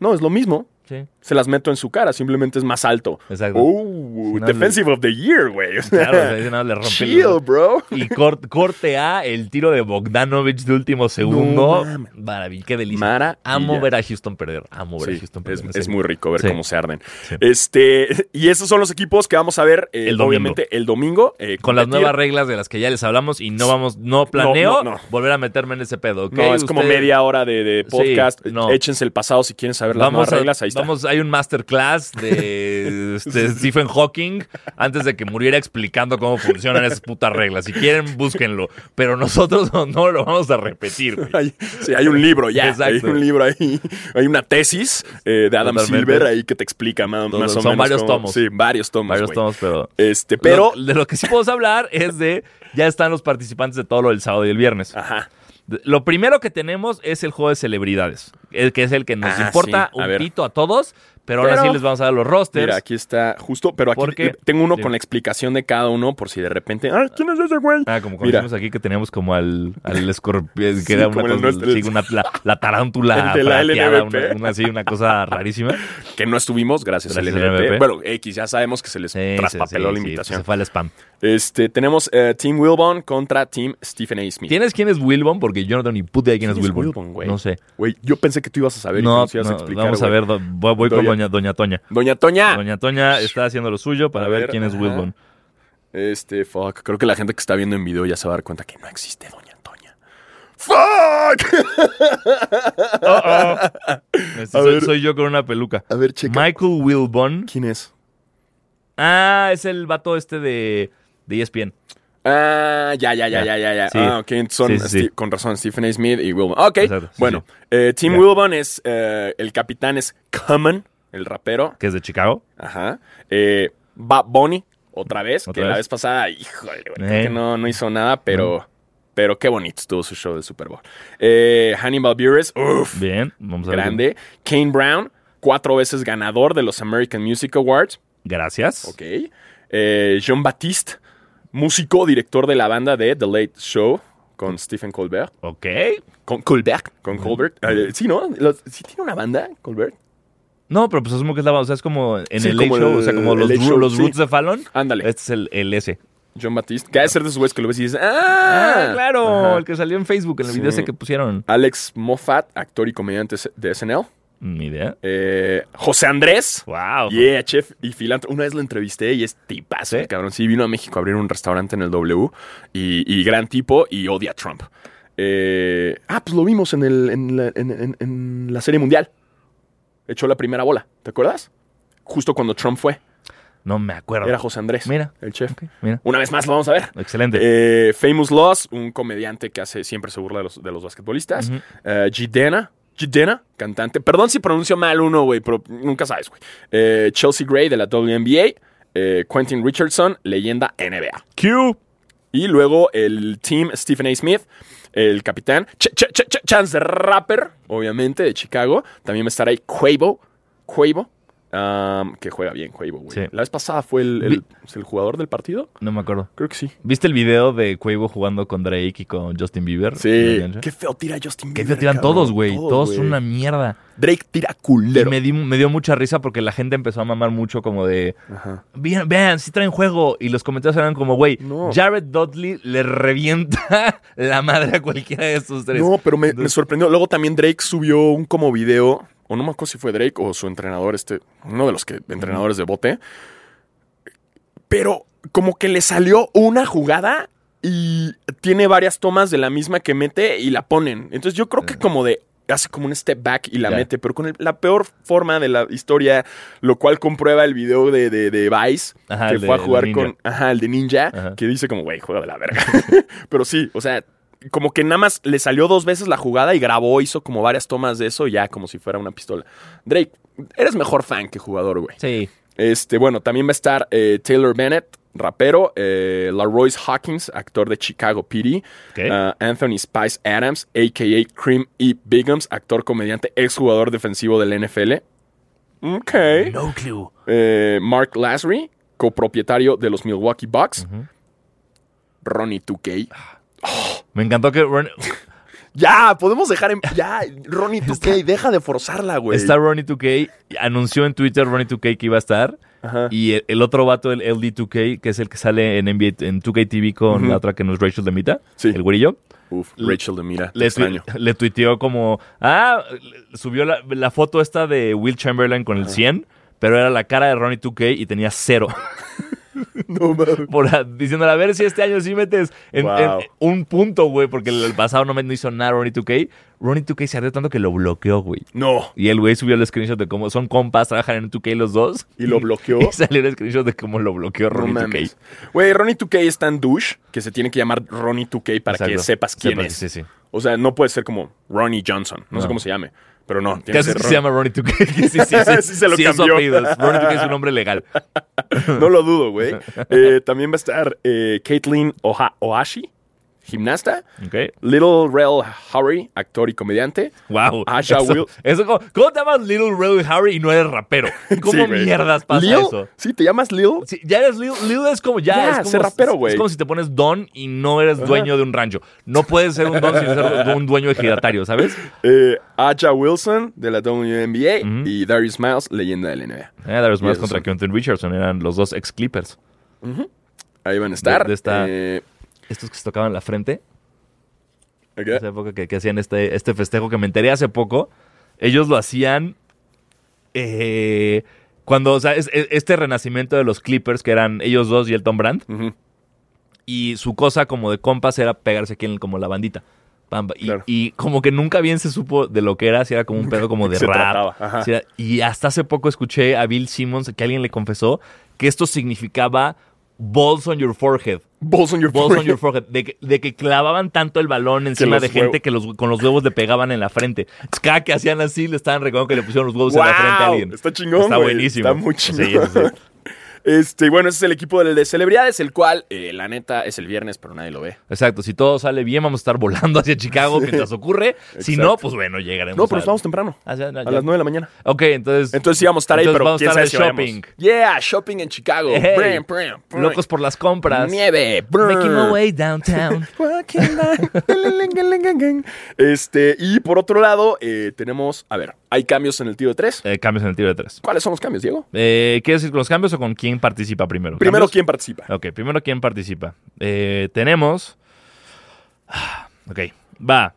Speaker 1: no, es lo mismo.
Speaker 2: Sí.
Speaker 1: Se las meto en su cara, simplemente es más alto.
Speaker 2: Exacto.
Speaker 1: Oh,
Speaker 2: Si no,
Speaker 1: defensive of the year, güey. O sea,
Speaker 2: Claro, o sea, ese nada más le rompe el-
Speaker 1: Chill, bro.
Speaker 2: Y cor- corte A, el tiro de Bogdanovich de último
Speaker 1: No
Speaker 2: segundo.
Speaker 1: mames.
Speaker 2: Maravilla, qué delicia.
Speaker 1: Maravilla.
Speaker 2: Amo ver a Houston perder. Amo ver
Speaker 1: Sí,
Speaker 2: a Houston
Speaker 1: es,
Speaker 2: perder.
Speaker 1: es muy rico ver
Speaker 2: Sí.
Speaker 1: cómo se arden.
Speaker 2: Sí.
Speaker 1: Este, y esos son los equipos que vamos a ver, eh,
Speaker 2: El domingo.
Speaker 1: obviamente, el domingo. eh,
Speaker 2: Con las
Speaker 1: competir.
Speaker 2: nuevas reglas de las que ya les hablamos y no vamos, no
Speaker 1: No,
Speaker 2: planeo
Speaker 1: no, no.
Speaker 2: volver a meterme en ese pedo. ¿ok?
Speaker 1: No, es como
Speaker 2: Ustedes-
Speaker 1: media hora de, de podcast.
Speaker 2: Sí, no.
Speaker 1: Échense el pasado si quieren saber las
Speaker 2: Vamos,
Speaker 1: nuevas
Speaker 2: a-
Speaker 1: reglas. Ahí está.
Speaker 2: vamos, hay un masterclass de, este, Stephen Hawking antes de que muriera explicando cómo funcionan esas putas reglas. Si quieren, búsquenlo. Pero nosotros no, no lo vamos a repetir. güey.
Speaker 1: Hay, sí, hay un libro ya.
Speaker 2: Exacto.
Speaker 1: Hay un libro ahí. Hay una tesis eh, de Adam
Speaker 2: Totalmente.
Speaker 1: Silver ahí que te explica ma- más,
Speaker 2: Todo-
Speaker 1: o menos.
Speaker 2: son varios
Speaker 1: cómo-
Speaker 2: tomos.
Speaker 1: Sí, varios tomos.
Speaker 2: Varios
Speaker 1: güey.
Speaker 2: tomos, pero.
Speaker 1: Este, pero.
Speaker 2: Lo- de lo que sí podemos hablar es de. Ya están los participantes de todo lo del sábado y el viernes.
Speaker 1: Ajá.
Speaker 2: De- Lo primero que tenemos es el juego de celebridades, el que es el que nos
Speaker 1: Ah,
Speaker 2: importa
Speaker 1: sí, a
Speaker 2: un
Speaker 1: ver.
Speaker 2: pito a todos, pero, ahora
Speaker 1: Pero-
Speaker 2: sí les vamos a dar los rosters.
Speaker 1: Mira, aquí está justo, pero aquí
Speaker 2: Porque-
Speaker 1: tengo uno
Speaker 2: sí.
Speaker 1: con la explicación de cada uno por si de repente. Ah, ¿quién es ese güey?
Speaker 2: Ah, como
Speaker 1: Mira.
Speaker 2: conocimos aquí que teníamos como al, al escorpión, que
Speaker 1: Sí,
Speaker 2: era una,
Speaker 1: como el
Speaker 2: cosa-
Speaker 1: nuestro.
Speaker 2: sí, una- la, la tarántula
Speaker 1: El de la
Speaker 2: plateada,
Speaker 1: LNBP.
Speaker 2: una, una- sí, una cosa rarísima.
Speaker 1: Que no estuvimos, gracias,
Speaker 2: Gracias
Speaker 1: al
Speaker 2: al
Speaker 1: NBP.
Speaker 2: NBP.
Speaker 1: Bueno, X, ya sabemos que se les
Speaker 2: Sí,
Speaker 1: traspapeló
Speaker 2: sí,
Speaker 1: la
Speaker 2: sí,
Speaker 1: invitación.
Speaker 2: Se fue al spam.
Speaker 1: Este, tenemos eh, Team Wilbon contra Team Stephen A. Smith.
Speaker 2: ¿Tienes quién es Wilbon? Porque yo no tengo ni puta idea quién, es Wilbon.
Speaker 1: güey?
Speaker 2: no sé.
Speaker 1: Güey, yo pensé que tú ibas a saber y que
Speaker 2: No,
Speaker 1: nos ibas
Speaker 2: no,
Speaker 1: a explicar.
Speaker 2: vamos a
Speaker 1: güey.
Speaker 2: ver, do- voy, voy con
Speaker 1: Doña-
Speaker 2: doña, doña Toña.
Speaker 1: Doña Toña.
Speaker 2: Doña Toña está haciendo lo suyo para
Speaker 1: A
Speaker 2: ver,
Speaker 1: ver,
Speaker 2: quién es
Speaker 1: ajá.
Speaker 2: Wilbon.
Speaker 1: Este, fuck. Creo que la gente que está viendo en video ya se va a dar cuenta que no existe Doña Toña. ¡Fuck!
Speaker 2: Este, soy,
Speaker 1: ver.
Speaker 2: soy yo con una peluca.
Speaker 1: A ver, checa.
Speaker 2: Michael Wilbon.
Speaker 1: ¿Quién es?
Speaker 2: Ah, es el vato este de, de E ESPN.
Speaker 1: Ah, ya, ya, ya,
Speaker 2: Ya.
Speaker 1: ya, ya. ya.
Speaker 2: Sí.
Speaker 1: Ah, ok. Son,
Speaker 2: Sí, sí, sí.
Speaker 1: Steve- con razón, Stephen A. Smith y Wilbon. Ok,
Speaker 2: Exacto, sí,
Speaker 1: bueno. eh, Tim
Speaker 2: Ya.
Speaker 1: Wilbon es, eh, el capitán es Common, el rapero.
Speaker 2: que es de Chicago.
Speaker 1: Ajá. Eh, Bad Bunny, otra vez,
Speaker 2: Otra
Speaker 1: que la
Speaker 2: vez.
Speaker 1: vez pasada, híjole, güey, creo
Speaker 2: Eh.
Speaker 1: que no, no hizo nada, pero, pero qué bonito estuvo su show de Super Bowl. Eh, Hannibal Buress, uff,
Speaker 2: Bien, vamos a ver.
Speaker 1: grande. Kane Brown, cuatro veces ganador de los American Music Awards.
Speaker 2: Gracias.
Speaker 1: Ok. Eh, Jean Baptiste, músico, director de la banda de The Late Show con Stephen Colbert.
Speaker 2: Ok.
Speaker 1: Con Colbert. Con Colbert. Eh, sí, ¿no? Los- ¿Sí tiene una banda, Colbert?
Speaker 2: No, pero pues asumo que es la, o sea, es como en
Speaker 1: Sí,
Speaker 2: el Late
Speaker 1: como
Speaker 2: Show,
Speaker 1: el-
Speaker 2: o sea, como
Speaker 1: el
Speaker 2: los,
Speaker 1: Late
Speaker 2: ru-
Speaker 1: Show,
Speaker 2: los
Speaker 1: sí.
Speaker 2: roots de Fallon.
Speaker 1: Ándale.
Speaker 2: Este es el, el S.
Speaker 1: John Baptiste. Que ha de ser de esos güeyes que lo ves y dices, ¡ah!
Speaker 2: Ah, claro,
Speaker 1: Ajá.
Speaker 2: el que salió en Facebook, en el
Speaker 1: Sí.
Speaker 2: video ese que pusieron.
Speaker 1: Alex Moffat, actor y comediante de SNL.
Speaker 2: Ni idea.
Speaker 1: Eh, José Andrés.
Speaker 2: Wow.
Speaker 1: Yeah, chef y filántropo. Una vez lo entrevisté y es tipazo,
Speaker 2: ¿Sí?
Speaker 1: el cabrón. Sí, vino a México a abrir un restaurante en el W y, y gran tipo y odia a Trump. Eh, ah, pues lo vimos en, el, en, la, en- en- en la Serie Mundial. Echó la primera bola, ¿te acuerdas? Justo cuando Trump fue.
Speaker 2: No me acuerdo.
Speaker 1: Era José Andrés,
Speaker 2: Mira.
Speaker 1: el chef.
Speaker 2: Ok, mira.
Speaker 1: Una vez más lo vamos a ver.
Speaker 2: Excelente.
Speaker 1: Eh, Famous Loss, un comediante que hace siempre se burla de los, de los basquetbolistas.
Speaker 2: Ujú.
Speaker 1: Eh, Jidena, Jidena, cantante. Perdón si pronuncio mal uno, güey, pero nunca sabes, güey. Eh, Chelsea Gray de la WNBA. eh, Quentin Richardson, leyenda NBA.
Speaker 2: Q.
Speaker 1: Y luego el team Stephen A. Smith, el capitán. Ch- Ch- Ch- Ch- Chance the Rapper, obviamente, de Chicago. También va a estar ahí Quavo. Quavo. um, que juega bien, Quavo, güey.
Speaker 2: Sí.
Speaker 1: La vez pasada fue el, el-
Speaker 2: Vi-
Speaker 1: el jugador del partido.
Speaker 2: No me acuerdo.
Speaker 1: Creo que sí.
Speaker 2: ¿Viste el video de Quavo jugando con Drake y con Justin Bieber?
Speaker 1: Sí.
Speaker 2: ¿De
Speaker 1: Qué feo tira Justin
Speaker 2: Que
Speaker 1: Bieber.
Speaker 2: te tiran
Speaker 1: cabrón.
Speaker 2: todos, güey. Todos son
Speaker 1: güey.
Speaker 2: una mierda.
Speaker 1: Drake tira
Speaker 2: Y
Speaker 1: culero.
Speaker 2: me, di- me dio mucha risa porque la gente empezó a mamar mucho como de...
Speaker 1: Ajá.
Speaker 2: Vean, vean, sí traen juego. Y los comentarios eran como, güey,
Speaker 1: No.
Speaker 2: Jared Dudley le revienta la madre a cualquiera de estos tres.
Speaker 1: No, pero me, me sorprendió. Luego también Drake subió un como video, o no me acuerdo si fue Drake o su entrenador, este, uno de los que, entrenadores de bote. Pero como que le salió una jugada y tiene varias tomas de la misma que mete y la ponen. Entonces yo creo que como de hace como un step back y la
Speaker 2: Ya.
Speaker 1: mete, pero con el- la peor forma de la historia, lo cual comprueba el video de, de, de Vice,
Speaker 2: Ajá,
Speaker 1: que
Speaker 2: el de-
Speaker 1: fue a
Speaker 2: el de
Speaker 1: jugar
Speaker 2: Ninja.
Speaker 1: con, ajá, el de Ninja,
Speaker 2: Ajá.
Speaker 1: que dice como, güey, juega de la verga. Pero sí, o sea, como que nada más le salió dos veces la jugada y grabó, hizo como varias tomas de eso, ya como si fuera una pistola. Drake, eres mejor fan que jugador, güey.
Speaker 2: Sí.
Speaker 1: Este, bueno, también va a estar eh, Taylor Bennett, rapero, eh, Laroyce Hawkins, actor de Chicago PD,
Speaker 2: Ok.
Speaker 1: ah, Anthony Spice Adams, a.k.a. Cream E. Biggums, actor, comediante, exjugador defensivo del NFL. Ok.
Speaker 2: No clue.
Speaker 1: Eh, Mark Lasry, copropietario de los Milwaukee Bucks.
Speaker 2: Ujú.
Speaker 1: Ronnie 2K.
Speaker 2: Me encantó que Ron-
Speaker 1: Ya, podemos dejar en. Ya, Ronnie 2K, deja de forzarla, güey.
Speaker 2: está Ronnie 2K. Anunció en Twitter Ronnie 2K que iba a estar.
Speaker 1: Ajá.
Speaker 2: Y el, el otro vato, el LD2K, que es el que sale en, NBA, en 2K TV con
Speaker 1: Ujú.
Speaker 2: la otra que no es Rachel Demita,
Speaker 1: Sí.
Speaker 2: el güerillo.
Speaker 1: Uf, Rachel de Mira.
Speaker 2: le, tui- le tuiteó como, ah, le- subió la, la foto esta de Will Chamberlain con el 100, pero era la cara de Ronnie 2K y tenía cero.
Speaker 1: No mames.
Speaker 2: Por, a- diciéndole, a ver si este año sí metes en, en-
Speaker 1: Wow.
Speaker 2: un punto, güey, porque el, el pasado no, me, no hizo nada Ronnie 2K. Ronnie 2K se ardió tanto que lo bloqueó, güey.
Speaker 1: No.
Speaker 2: Y el güey subió el screenshot de cómo son compas, trabajan en 2K los dos.
Speaker 1: Y lo bloqueó.
Speaker 2: Y salió el screenshot de cómo lo bloqueó
Speaker 1: No
Speaker 2: Ronnie 2K.
Speaker 1: mames. Güey, Ronnie 2K es tan douche que se tiene que llamar Ronnie 2K para que
Speaker 2: Exacto.
Speaker 1: sepas quién
Speaker 2: Sepas-
Speaker 1: es.
Speaker 2: Sí, sí.
Speaker 1: O sea, no puede ser como Ronnie Johnson. No, sé
Speaker 2: No.
Speaker 1: cómo se llame. Pero no,
Speaker 2: ¿Qué
Speaker 1: tiene que
Speaker 2: haces
Speaker 1: ser
Speaker 2: que se llama Ronnie 2K? sí, sí, sí,
Speaker 1: Sí, se lo
Speaker 2: sí, es su
Speaker 1: cambió.
Speaker 2: apellido. Ronnie 2K es un nombre legal.
Speaker 1: Ron- No lo dudo, güey. Eh, también va a estar eh, Caitlin Oha- Ohashi, gimnasta.
Speaker 2: Ok.
Speaker 1: Little Rel Hurry, actor y comediante.
Speaker 2: Wow.
Speaker 1: Asha
Speaker 2: eso,
Speaker 1: Will-
Speaker 2: eso como- ¿Cómo te llamas Little Ray Harry y no eres rapero? ¿Cómo
Speaker 1: Sí, güey.
Speaker 2: mierdas pasa
Speaker 1: Lil,
Speaker 2: eso?
Speaker 1: Sí, te llamas Lil.
Speaker 2: Sí, ya eres Lil, Lil es como ya.
Speaker 1: Ya,
Speaker 2: es como,
Speaker 1: ser rapero, güey.
Speaker 2: Es como si te pones don y no eres dueño de un rancho. No puedes ser un don sin ser un dueño ejidatario, ¿sabes?
Speaker 1: Eh, Aja Wilson de la WNBA
Speaker 2: Ujú.
Speaker 1: y Darius Miles, leyenda del NBA.
Speaker 2: Eh, Darius
Speaker 1: Y
Speaker 2: Miles
Speaker 1: esos
Speaker 2: contra
Speaker 1: son.
Speaker 2: Quentin Richardson eran los dos ex Clippers.
Speaker 1: Ahí van a estar.
Speaker 2: De- de esta-
Speaker 1: Eh,
Speaker 2: Estos que se tocaban la frente,
Speaker 1: ok.
Speaker 2: esa época que, que hacían este, este festejo que me enteré hace poco, ellos lo hacían eh, cuando, o sea, es- es- este renacimiento de los Clippers, que eran ellos dos y el Tom Brandt,
Speaker 1: Ujú.
Speaker 2: y su cosa como de compas era pegarse aquí en como la bandita. Pamba. Y,
Speaker 1: Claro.
Speaker 2: y como que nunca bien se supo de lo que era, si era como un pedo como de
Speaker 1: se
Speaker 2: rap.
Speaker 1: trataba, ajá.
Speaker 2: si era- y hasta hace poco escuché a Bill Simmons que alguien le confesó que esto significaba balls on your forehead.
Speaker 1: Balls on your forehead.
Speaker 2: Balls on your forehead. De que, de que clavaban tanto el balón encima
Speaker 1: los
Speaker 2: de gente
Speaker 1: huevos-
Speaker 2: que los, con los huevos le pegaban en la frente. Es que Cada que hacían así le estaban recordando que le pusieron los huevos en la
Speaker 1: ¡Guau!
Speaker 2: frente a alguien.
Speaker 1: Está chingón,
Speaker 2: Está
Speaker 1: güey.
Speaker 2: buenísimo.
Speaker 1: Está muy chingón.
Speaker 2: Sí, sí, sí.
Speaker 1: Este, bueno, ese es el equipo de, de celebridades, el cual, eh, la neta, es el viernes, pero nadie lo ve.
Speaker 2: Exacto, si todo sale bien, vamos a estar volando hacia Chicago mientras ocurre. Si
Speaker 1: Exacto.
Speaker 2: no, pues bueno, llegaremos.
Speaker 1: No, pero
Speaker 2: al-
Speaker 1: nos vamos temprano.
Speaker 2: Ah, ya, ya,
Speaker 1: A
Speaker 2: ya.
Speaker 1: las 9 de la mañana.
Speaker 2: Ok, entonces.
Speaker 1: Entonces sí vamos a estar ahí,
Speaker 2: Entonces
Speaker 1: pero
Speaker 2: vamos a
Speaker 1: quién
Speaker 2: estar
Speaker 1: sabe
Speaker 2: de
Speaker 1: si vayamos.
Speaker 2: shopping.
Speaker 1: Yeah, shopping en Chicago.
Speaker 2: Hey,
Speaker 1: Brum, brum, brum.
Speaker 2: Locos por las compras.
Speaker 3: Nieve.
Speaker 2: Making my way downtown.
Speaker 1: Walking down- Este, y por otro lado, eh, tenemos, a ver, hay cambios en el tiro de 3.
Speaker 2: Eh, cambios en el tiro de tres.
Speaker 1: ¿Cuáles son los cambios, Diego?
Speaker 2: Eh, ¿Quieres ir con los cambios o con quién participa primero?
Speaker 1: Primero,
Speaker 2: ¿Cambios?
Speaker 1: ¿quién participa?
Speaker 2: Ok, primero quién participa. Eh, tenemos. Ah, Ok, va.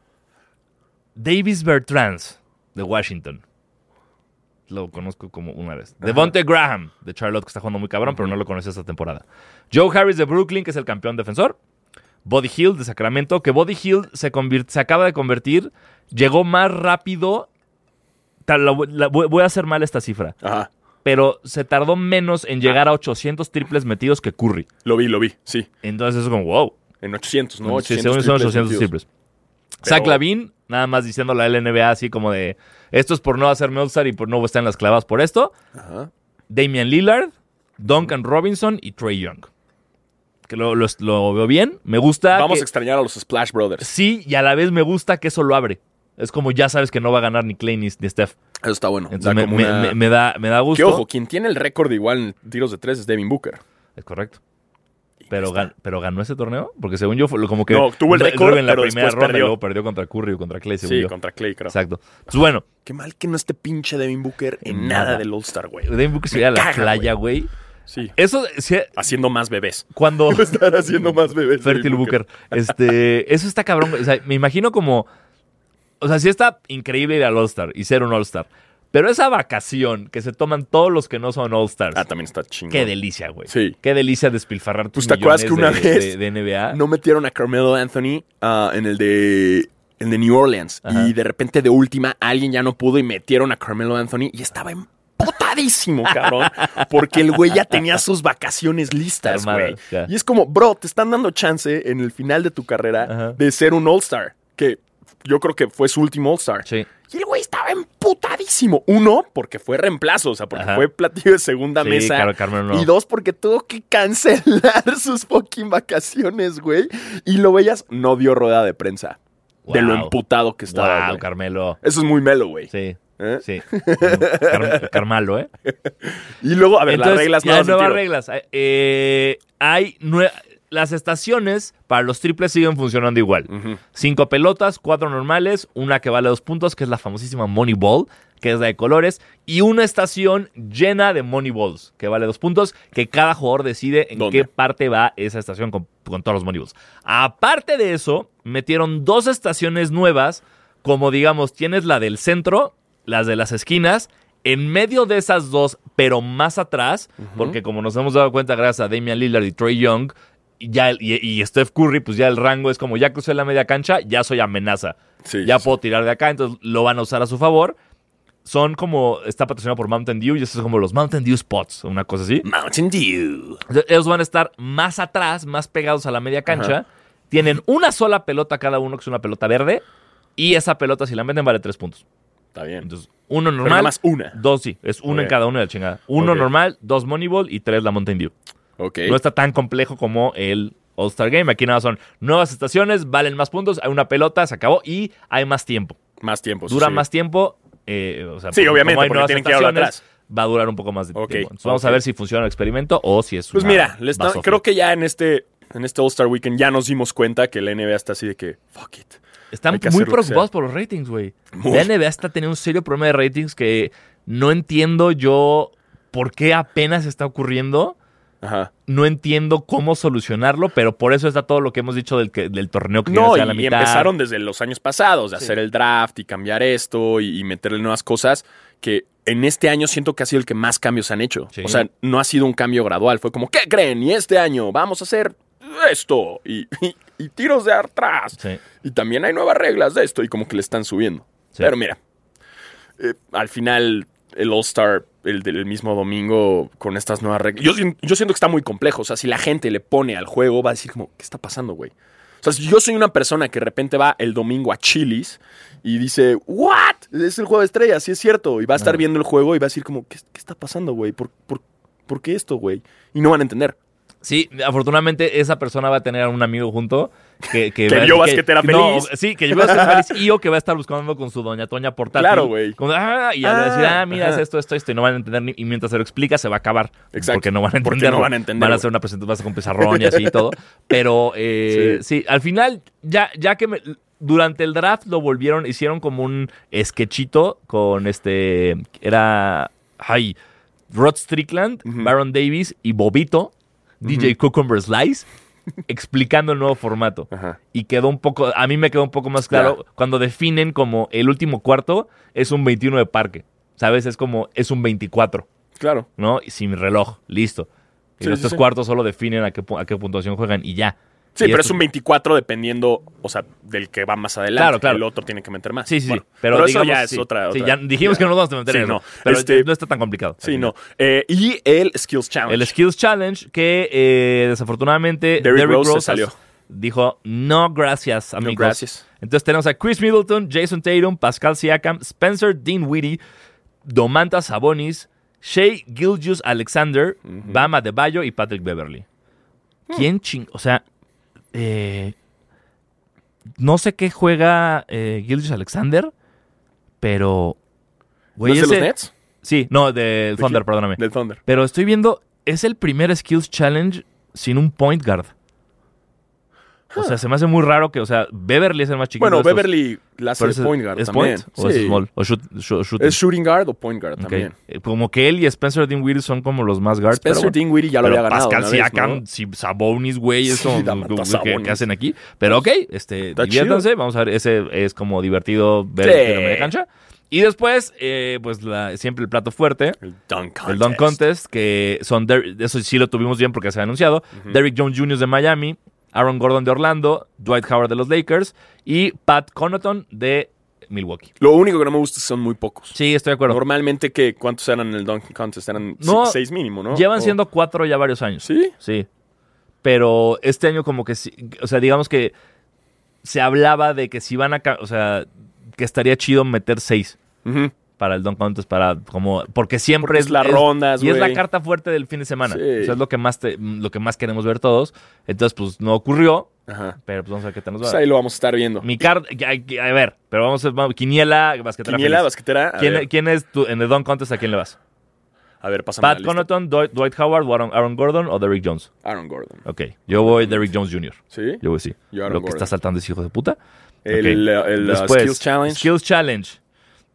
Speaker 2: Davis Bertrands, de Washington. Lo conozco como una vez. Devonte Graham, de Charlotte, que está jugando muy cabrón, pero no lo conocí esta temporada. Joe Harris, de Brooklyn, que es el campeón defensor. Body Hill, de Sacramento, que Body Hill se, convir- se acaba de convertir. Llegó más rápido. tal- la- la- voy voy a hacer mal esta cifra.
Speaker 1: Ajá,
Speaker 2: Pero se tardó menos en llegar a 800 triples metidos que Curry.
Speaker 1: lo vi, lo vi, sí.
Speaker 2: Entonces eso como, wow.
Speaker 1: En 800, ¿no?
Speaker 2: Sí, según son 800 triples.
Speaker 1: Pero-
Speaker 2: Zach Lavin, nada más diciéndole a la NBA así como de, esto es por no hacerme All-Star y por no estar en las clavas por esto.
Speaker 1: Ajá.
Speaker 2: Damian Lillard, Duncan Robinson y Trey Young. Que lo, lo- lo veo bien, me gusta.
Speaker 1: Vamos
Speaker 2: Ah, que-
Speaker 1: a extrañar a los Splash Brothers.
Speaker 2: sí, y a la vez me gusta que eso lo abre. Es como ya sabes que no va a ganar ni Clay ni, ni Steph.
Speaker 1: Eso está bueno.
Speaker 2: Entonces
Speaker 1: Da
Speaker 2: me,
Speaker 1: como
Speaker 2: me-
Speaker 1: una-
Speaker 2: me- me da, me da gusto.
Speaker 1: Que ojo, quien tiene el récord igual en tiros de 3 es Devin Booker.
Speaker 2: Es correcto. Pero, gan- pero ganó ese torneo, porque según yo fue lo- como que
Speaker 1: No, tuvo el
Speaker 2: creo que
Speaker 1: récord,
Speaker 2: en la
Speaker 1: pero
Speaker 2: primera
Speaker 1: después
Speaker 2: ronda
Speaker 1: perdió.
Speaker 2: y luego perdió contra Curry o contra Clay, según
Speaker 1: Sí,
Speaker 2: yo.
Speaker 1: contra Clay, creo.
Speaker 2: Exacto. Pues bueno,
Speaker 1: Qué mal que no esté pinche Devin Booker en
Speaker 2: Nada.
Speaker 1: nada, del All-Star, güey.
Speaker 2: Devin Booker se iba a la
Speaker 1: caga,
Speaker 2: playa, güey.
Speaker 1: Sí.
Speaker 2: Eso, sí,
Speaker 1: Haciendo más bebés.
Speaker 2: cuando.
Speaker 1: Iba a estar haciendo más bebés.
Speaker 2: Fertil
Speaker 1: Devin
Speaker 2: Booker. Este, eso está cabrón. güey. O sea, me imagino como. O sea, sí está increíble ir al All-Star y ser un All-Star. Pero esa vacación que se toman todos los que no son All-Stars.
Speaker 1: Ah, también está chingón.
Speaker 2: qué delicia, güey.
Speaker 1: Sí.
Speaker 2: Qué delicia despilfarrar tus
Speaker 1: Pues, ¿te acuerdas
Speaker 2: millones
Speaker 1: que una
Speaker 2: de,
Speaker 1: vez
Speaker 2: de- de NBA.
Speaker 1: No metieron a Carmelo Anthony ah, en el de en de New Orleans
Speaker 2: Ajá.
Speaker 1: y de repente de última alguien ya no pudo y metieron a Carmelo Anthony y estaba empotadísimo, cabrón, porque el güey ya tenía sus vacaciones listas, güey.
Speaker 2: Armadas, ya.
Speaker 1: Y es como, bro, te están dando chance en el final de tu carrera
Speaker 2: Ajá.
Speaker 1: de ser un All-Star, que yo creo que fue su último All-Star.
Speaker 2: Sí.
Speaker 1: Y el güey estaba emputadísimo. Uno, porque fue reemplazo, o sea, porque
Speaker 2: Ajá.
Speaker 1: fue platillo de segunda
Speaker 2: Sí,
Speaker 1: mesa.
Speaker 2: claro, Carmen, no.
Speaker 1: Y dos, porque tuvo que cancelar sus fucking vacaciones, güey. Y lo veías, no dio rueda de prensa. De lo
Speaker 2: Wow.
Speaker 1: emputado que estaba.
Speaker 2: Wow,
Speaker 1: güey.
Speaker 2: Carmelo.
Speaker 1: Eso es muy melo, güey.
Speaker 2: Sí.
Speaker 1: ¿Eh?
Speaker 2: Sí. Car- Carmalo, ¿eh?
Speaker 1: Y luego, a ver, las
Speaker 2: Entonces,
Speaker 1: reglas
Speaker 2: ya,
Speaker 1: nuevas. del
Speaker 2: nuevas
Speaker 1: tiro.
Speaker 2: reglas. Eh, hay nue- las estaciones para los triples siguen funcionando igual.
Speaker 1: Ujú.
Speaker 2: Cinco pelotas, cuatro normales, una que vale dos puntos, que es la famosísima Moneyball, que es la de colores, y una estación llena de Moneyballs, que vale dos puntos, que cada jugador decide en
Speaker 1: ¿Dónde?
Speaker 2: qué parte va esa estación con, con todos los Moneyballs. Aparte de eso, metieron dos estaciones nuevas, como digamos, tienes la del centro, las de las esquinas, en medio de esas dos, pero más atrás, porque como nos hemos dado cuenta gracias a Damian Lillard y Trey Young, y ya, el- y, y Steph Curry, pues ya el rango es como ya crucé la media cancha, ya soy amenaza.
Speaker 1: Sí,
Speaker 2: ya
Speaker 1: sí,
Speaker 2: puedo tirar de acá, entonces lo van a usar a su favor. Son como, está patrocinado por Mountain Dew y eso es como los Mountain Dew Spots, una cosa así.
Speaker 1: Mountain Dew.
Speaker 2: Entonces, ellos van a estar más atrás, más pegados a la media cancha. Tienen una sola pelota cada uno, que es una pelota verde. Y esa pelota, si la meten, vale tres puntos.
Speaker 1: Está bien.
Speaker 2: Entonces, uno
Speaker 1: Pero nada
Speaker 2: normal,
Speaker 1: más una.
Speaker 2: dos sí. Es uno
Speaker 1: Ok.
Speaker 2: en cada una de la chingada. Uno
Speaker 1: Ok.
Speaker 2: normal, dos Moneyball y tres la Mountain Dew.
Speaker 1: Ok.
Speaker 2: No está tan complejo como el All-Star Game. Aquí nada más son nuevas estaciones, valen más puntos, hay una pelota, se acabó y hay más tiempo.
Speaker 1: Más tiempo.
Speaker 2: Dura
Speaker 1: Pues sí.
Speaker 2: más tiempo. eh, o sea,
Speaker 1: Sí,
Speaker 2: como
Speaker 1: obviamente,
Speaker 2: hay
Speaker 1: porque
Speaker 2: nuevas
Speaker 1: tienen que ir a lo
Speaker 2: estaciones,
Speaker 1: atrás.
Speaker 2: Va a durar un poco más de
Speaker 1: Ok,
Speaker 2: tiempo. Entonces, vamos a
Speaker 1: ok.
Speaker 2: ver si funciona el experimento o si es
Speaker 1: Pues
Speaker 2: una
Speaker 1: mira, le está-
Speaker 2: basofia.
Speaker 1: creo que ya en este, en este All-Star Weekend ya nos dimos cuenta que la NBA está así de que, fuck it.
Speaker 2: Están
Speaker 1: Hay que
Speaker 2: muy
Speaker 1: hacer lo que
Speaker 2: preocupados por los ratings, güey.
Speaker 1: Muy.
Speaker 2: La NBA está teniendo un serio problema de ratings que no entiendo yo por qué apenas está ocurriendo.
Speaker 1: Ajá.
Speaker 2: No entiendo cómo solucionarlo, pero por eso está todo lo que hemos dicho del, que- del torneo que viene
Speaker 1: No,
Speaker 2: hacia
Speaker 1: y,
Speaker 2: la
Speaker 1: y
Speaker 2: mitad.
Speaker 1: empezaron desde los años pasados, de hacer el draft y cambiar esto y, y meterle nuevas cosas que en este año siento que ha sido el que más cambios han hecho.
Speaker 2: Sí.
Speaker 1: O sea, no ha sido un cambio gradual, fue como, ¿qué creen? Y este año vamos a hacer esto. Y, y y tiros de atrás.
Speaker 2: Sí.
Speaker 1: Y también hay nuevas reglas de esto y como que le están subiendo.
Speaker 2: Sí.
Speaker 1: Pero mira, eh, al final el All-Star, el del mismo domingo, con estas nuevas reglas, yo, sien- yo siento que está muy complejo. O sea, si la gente le pone al juego, va a decir como, ¿qué está pasando, güey? O sea, si yo soy una persona que de repente va el domingo a Chili's y dice, ¿what? Es el juego de estrellas, sí es cierto. Y va a estar
Speaker 2: Ajá.
Speaker 1: viendo el juego y va a decir como, ¿qué, qué está pasando, güey? ¿Por, por, por qué esto, güey? Y no van a entender.
Speaker 2: Sí, afortunadamente esa persona va a tener a un amigo junto que, que,
Speaker 1: Que
Speaker 2: va-
Speaker 1: vio basquetera
Speaker 2: no,
Speaker 1: feliz.
Speaker 2: sí, que vio basquetera feliz y o que va a estar buscando con su doña Toña portátil.
Speaker 1: Claro, güey.
Speaker 2: Como, ah, y a
Speaker 1: Ah,
Speaker 2: decir, ah, mira,
Speaker 1: ajá.
Speaker 2: es esto, esto, esto, y no van a entender. ni- Y mientras se lo explica, se va a acabar.
Speaker 1: Exacto.
Speaker 2: Porque no van a
Speaker 1: Porque
Speaker 2: entender.
Speaker 1: no van a entender,
Speaker 2: a hacer una presentación, vas a con pizarrón y así y todo. Pero eh, sí. al final, ya, ya que me- durante el draft lo volvieron, hicieron como un sketchito con este. Era. Ay. Rod Strickland,
Speaker 1: Ujú.
Speaker 2: Baron Davis y Bobito, DJ Cucumber Slice, explicando el nuevo formato.
Speaker 1: Ajá.
Speaker 2: Y quedó un poco, a mí me quedó un poco más claro cuando definen como el último cuarto es un 21 de parque, ¿sabes? Es como, es un 24,
Speaker 1: Claro.
Speaker 2: ¿no? Y sin reloj, listo. Y
Speaker 1: Sí,
Speaker 2: los
Speaker 1: sí,
Speaker 2: tres
Speaker 1: sí.
Speaker 2: cuartos solo definen a qué, pu- a qué puntuación juegan y ya.
Speaker 1: Sí,
Speaker 2: Y
Speaker 1: pero es
Speaker 2: esto-
Speaker 1: un 24 dependiendo, o sea, del que va más adelante.
Speaker 2: Claro, claro.
Speaker 1: El otro tiene que meter más.
Speaker 2: Sí, sí,
Speaker 1: Bueno,
Speaker 2: sí. Pero, digamos,
Speaker 1: eso ya es
Speaker 2: sí.
Speaker 1: otra,
Speaker 2: Sí,
Speaker 1: otra-
Speaker 2: ya dijimos
Speaker 1: ya.
Speaker 2: que no nos vamos a meter
Speaker 1: Sí,
Speaker 2: en eso.
Speaker 1: no.
Speaker 2: Pero
Speaker 1: Este-
Speaker 2: no está tan complicado.
Speaker 1: Sí, no. Eh, y el Skills Challenge.
Speaker 2: El Skills Challenge que eh, desafortunadamente
Speaker 1: Derrick Rose se
Speaker 2: as-
Speaker 1: salió.
Speaker 2: dijo no gracias amigos.
Speaker 1: gracias.
Speaker 2: Entonces tenemos a Chris Middleton, Jason Tatum, Pascal Siakam, Spencer Dinwiddie, Domantas Sabonis, Shea Gilgius Alexander, Bama de Bayo y Patrick Beverly.
Speaker 1: Hmm.
Speaker 2: ¿Quién ching? O sea, eh, no sé qué juega eh, Gilgius Alexander, pero
Speaker 1: ¿No
Speaker 2: güey,
Speaker 1: es de los
Speaker 2: ese-
Speaker 1: Nets?
Speaker 2: Sí, no,
Speaker 1: ¿De
Speaker 2: del Thunder,
Speaker 1: quién?
Speaker 2: perdóname.
Speaker 1: Del Thunder.
Speaker 2: Pero estoy viendo, es el primer Skills Challenge sin un point guard. O sea, se me hace muy raro que, o sea, Beverly es el más chiquito.
Speaker 1: Bueno,
Speaker 2: de estos,
Speaker 1: Beverly la hace de
Speaker 2: pero ese-
Speaker 1: point guard
Speaker 2: ¿Es
Speaker 1: también.
Speaker 2: point o es
Speaker 1: Sí.
Speaker 2: small? O shoot, sho- shooting.
Speaker 1: ¿Es shooting guard o point guard
Speaker 2: Ok.
Speaker 1: también?
Speaker 2: Eh, Como que él y Spencer Dinwiddie son como los más guards. pero
Speaker 1: Spencer
Speaker 2: bueno.
Speaker 1: Dinwiddie ya lo
Speaker 2: Pero
Speaker 1: había ganado.
Speaker 2: Pascal
Speaker 1: una vez,
Speaker 2: Siakam,
Speaker 1: ¿no?
Speaker 2: si- Sabonis, güey,
Speaker 1: Sí,
Speaker 2: eso
Speaker 1: Domantas
Speaker 2: que- que-
Speaker 1: Sabonis.
Speaker 2: que hacen aquí. Pero ok, este,
Speaker 1: Está
Speaker 2: diviértanse, vamos a ver, ese es como divertido ver
Speaker 1: Sí.
Speaker 2: el tiro de media cancha. Y después, eh, pues la- siempre el plato fuerte.
Speaker 1: El Dunk Contest.
Speaker 2: El Don Contest, que son. Der- eso sí lo tuvimos bien porque se ha anunciado. Derrick Jones Jr. de Miami, Aaron Gordon de Orlando, Dwight Howard de los Lakers y Pat Connaughton de Milwaukee.
Speaker 1: Lo único que no me gusta es que son muy pocos.
Speaker 2: Sí, estoy de acuerdo.
Speaker 1: Normalmente, ¿qué? ¿cuántos eran en el Dunk Contest? Eran
Speaker 2: No,
Speaker 1: si- seis mínimo, ¿no?
Speaker 2: Llevan
Speaker 1: O-
Speaker 2: siendo cuatro ya varios años.
Speaker 1: ¿Sí?
Speaker 2: Sí. Pero este año, como que sí. O sea, digamos que se hablaba de que si van a. ca- O sea, que estaría chido meter seis.
Speaker 1: Ujú.
Speaker 2: para el Don Contest, para como porque siempre
Speaker 1: Porque es las rondas,
Speaker 2: y es la
Speaker 1: güey.
Speaker 2: carta fuerte del fin de semana.
Speaker 1: Sí.
Speaker 2: O sea, es lo que más te- lo que más queremos ver todos. Entonces, pues no ocurrió,
Speaker 1: Ajá.
Speaker 2: pero pues vamos a ver qué tal nos va.
Speaker 1: Pues ahí lo vamos a estar viendo.
Speaker 2: Mi carta a, a ver, pero vamos a vamos- quiniela basquetera.
Speaker 1: Quiniela,
Speaker 2: feliz.
Speaker 1: basquetera. A
Speaker 2: ¿Quién,
Speaker 1: ver,
Speaker 2: quién es tu, en el Don Contest a quién le vas?
Speaker 1: a ver, pásame
Speaker 2: Pat
Speaker 1: la lista.
Speaker 2: Connaughton, Dw- Dwight Howard, Aaron, Aaron Gordon o Derrick Jones.
Speaker 1: Aaron Gordon.
Speaker 2: Ok, yo voy Derrick Jones Jr.
Speaker 1: ¿Sí?
Speaker 2: Yo voy sí.
Speaker 1: Yo
Speaker 2: Lo
Speaker 1: Aaron
Speaker 2: que
Speaker 1: Gordon.
Speaker 2: está saltando es hijo de puta.
Speaker 1: El,
Speaker 2: Ok.
Speaker 1: el, uh,
Speaker 2: Después,
Speaker 1: Skills Challenge.
Speaker 2: Skills Challenge.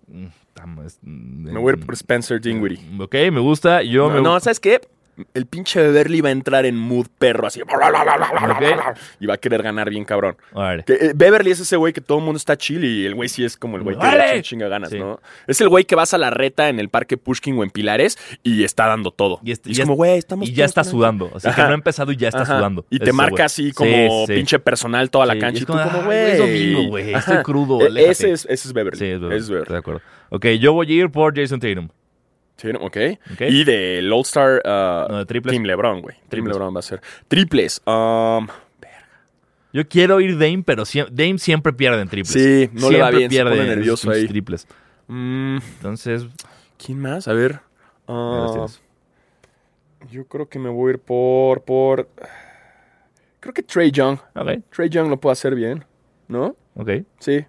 Speaker 2: Mm, tam- es- mm,
Speaker 1: Me voy a ir por Spencer Dinwiddie.
Speaker 2: Ok, me gusta. Yo me
Speaker 1: No, no, ¿sabes qué? El pinche Beverly va a entrar en mood perro, así. bla, bla, bla, bla, bla, bla, bla, Y va a querer ganar bien cabrón.
Speaker 2: Órale.
Speaker 1: Que, eh, Beverly es ese güey que todo el mundo está chill y el güey sí es como el güey que
Speaker 2: ¡Órale!
Speaker 1: le echa un chinga ganas,
Speaker 2: Sí.
Speaker 1: ¿no? Es el güey que vas a la reta en el parque Pushkin o en Pilares y está dando todo.
Speaker 2: Y este-
Speaker 1: es
Speaker 2: ya-
Speaker 1: como, güey, estamos
Speaker 2: Y ya
Speaker 1: todos
Speaker 2: está
Speaker 1: con-
Speaker 2: sudando. Así que
Speaker 1: Ajá.
Speaker 2: no ha empezado y ya está
Speaker 1: Ajá.
Speaker 2: sudando.
Speaker 1: Y te
Speaker 2: Ese
Speaker 1: marca
Speaker 2: güey.
Speaker 1: así
Speaker 2: Sí,
Speaker 1: como
Speaker 2: sí.
Speaker 1: pinche personal toda la
Speaker 2: Sí, y
Speaker 1: cancha.
Speaker 2: es
Speaker 1: Y tú
Speaker 2: como,
Speaker 1: como,
Speaker 2: "Ay,
Speaker 1: güey.
Speaker 2: es domingo, güey, estoy
Speaker 1: Ajá.
Speaker 2: crudo,
Speaker 1: E-
Speaker 2: aléjate".
Speaker 1: Ese es, ese es Beverly.
Speaker 2: Sí, es verdad.
Speaker 1: Ese es
Speaker 2: Estoy
Speaker 1: Beverly.
Speaker 2: de acuerdo. Ok, yo voy a ir por Jason Tatum.
Speaker 1: Sí, ¿no? ok.
Speaker 2: Ok.
Speaker 1: Y del All-Star uh,
Speaker 2: No, de triples.
Speaker 1: Team LeBron, güey. Team
Speaker 2: Triples.
Speaker 1: LeBron va a ser. Triples. um,
Speaker 2: Yo quiero ir Dame, pero sie- Dame siempre pierde en triples.
Speaker 1: Sí, no le va
Speaker 2: Siempre
Speaker 1: bien, se
Speaker 2: pierde
Speaker 1: pone
Speaker 2: en
Speaker 1: nervioso
Speaker 2: sus
Speaker 1: ahí.
Speaker 2: triples.
Speaker 1: mm,
Speaker 2: Entonces, ahí
Speaker 1: ¿Quién más? A ver.
Speaker 2: los
Speaker 1: uh,
Speaker 2: tienes.
Speaker 1: yo creo que me voy a ir por, por... Creo que Trey Young.
Speaker 2: ok,
Speaker 1: Trey Young lo puede hacer bien, ¿no?
Speaker 2: ok.
Speaker 1: Sí,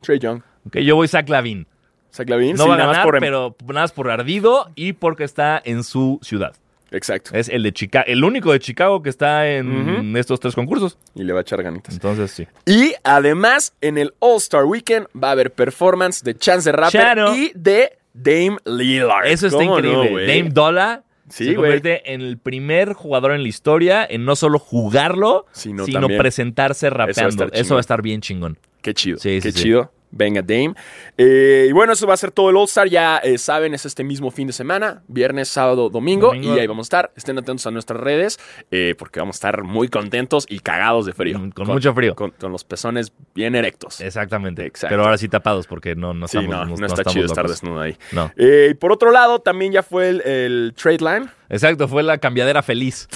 Speaker 1: Trey Young.
Speaker 2: Ok, yo voy Zach Lavin.
Speaker 1: Zach Lavin.
Speaker 2: No
Speaker 1: sí,
Speaker 2: va a
Speaker 1: nada más
Speaker 2: ganar,
Speaker 1: por em-
Speaker 2: pero nada más por ardido y porque está en su ciudad.
Speaker 1: Exacto.
Speaker 2: Es el de Chicago, el único de Chicago que está en estos tres concursos.
Speaker 1: Y le va a echar ganitas.
Speaker 2: Entonces, sí.
Speaker 1: Y además, en el All-Star Weekend va a haber performance de Chance the Rapper
Speaker 2: Chano.
Speaker 1: y de Dame Lillard.
Speaker 2: Eso está
Speaker 1: ¿Cómo no,
Speaker 2: increíble.
Speaker 1: güey?
Speaker 2: Dame Dolla
Speaker 1: Sí,
Speaker 2: se convierte en el primer jugador en la historia en no solo jugarlo,
Speaker 1: Sino
Speaker 2: sino
Speaker 1: también.
Speaker 2: presentarse
Speaker 1: a estar
Speaker 2: rapeando. Eso va a estar,
Speaker 1: chingón.
Speaker 2: bien chingón.
Speaker 1: Qué chido.
Speaker 2: Sí, sí,
Speaker 1: qué
Speaker 2: sí.
Speaker 1: chido. Venga, Dame. Eh, y bueno, eso va a ser todo el All-Star. Ya eh, saben, es este mismo fin de semana, viernes, sábado, domingo,
Speaker 2: Domingo.
Speaker 1: Y ahí vamos a estar. Estén atentos a nuestras redes eh, porque vamos a estar muy contentos y cagados de frío.
Speaker 2: Mm, Con, mucho frío.
Speaker 1: Con, con los pezones bien erectos.
Speaker 2: Exactamente.
Speaker 1: Exacto.
Speaker 2: Pero ahora sí tapados porque no, no
Speaker 1: sí,
Speaker 2: estamos
Speaker 1: no, no, está
Speaker 2: estamos
Speaker 1: chido estar
Speaker 2: locos.
Speaker 1: desnudo ahí.
Speaker 2: No.
Speaker 1: Eh, y por otro lado, también ya fue el, el trade line.
Speaker 2: Exacto, fue la cambiadera feliz.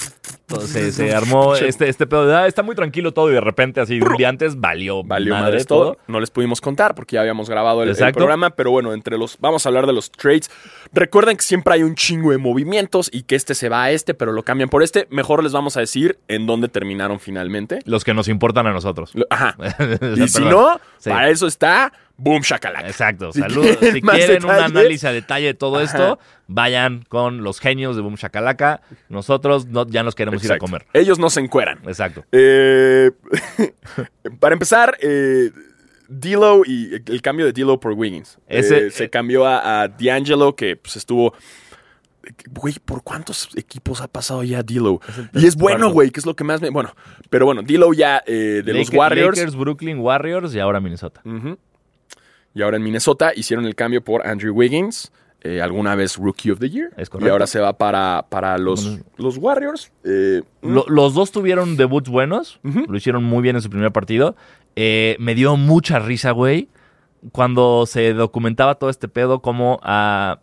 Speaker 2: Entonces se armó este, este pedo de, "Ah, está muy tranquilo todo y de repente así un día antes valió,
Speaker 1: Valió madre todo. No les pudimos contar porque ya habíamos grabado el, el
Speaker 2: Exacto.
Speaker 1: programa, pero bueno, entre los vamos a hablar de los trades. Recuerden que siempre hay un chingo de movimientos y que este se va a este, pero lo cambian por este. Mejor les vamos a decir en dónde terminaron finalmente.
Speaker 2: Los que nos importan a nosotros.
Speaker 1: Lo- Ajá. y
Speaker 2: Perdón.
Speaker 1: si no,
Speaker 2: Sí.
Speaker 1: para eso está Boom Shakalaka.
Speaker 2: Exacto,
Speaker 1: Si
Speaker 2: saludos.
Speaker 1: quieren
Speaker 2: Si
Speaker 1: más
Speaker 2: quieren un
Speaker 1: detalles.
Speaker 2: análisis a detalle de todo
Speaker 1: Ajá.
Speaker 2: esto, vayan con los genios de Boom Shakalaka. Nosotros no- ya nos queremos ir a
Speaker 1: Exacto.
Speaker 2: comer.
Speaker 1: Ellos no se encueran.
Speaker 2: Exacto.
Speaker 1: Eh, para empezar, eh, D'Lo y el cambio de D'Lo por Wiggins.
Speaker 2: Ese-
Speaker 1: Eh, se cambió a, a D'Angelo, que pues, estuvo... Güey, ¿por cuántos equipos ha pasado ya D'Lo? Y es bueno, güey, que es lo que más me... Bueno, pero bueno, D'Lo ya eh, de los
Speaker 2: Laker-
Speaker 1: Warriors.
Speaker 2: Lakers, Brooklyn Warriors y ahora Minnesota.
Speaker 1: Ujú. Y ahora en Minnesota hicieron el cambio por Andrew Wiggins, eh, alguna vez Rookie of the Year.
Speaker 2: Es
Speaker 1: Y
Speaker 2: correcto.
Speaker 1: ahora se va para, para los,
Speaker 2: Bueno.
Speaker 1: los Warriors. Eh,
Speaker 2: Lo- los dos tuvieron debuts buenos,
Speaker 1: Ujú.
Speaker 2: lo hicieron muy bien en su primer partido. Eh, me dio mucha risa, güey, cuando se documentaba todo este pedo, como a,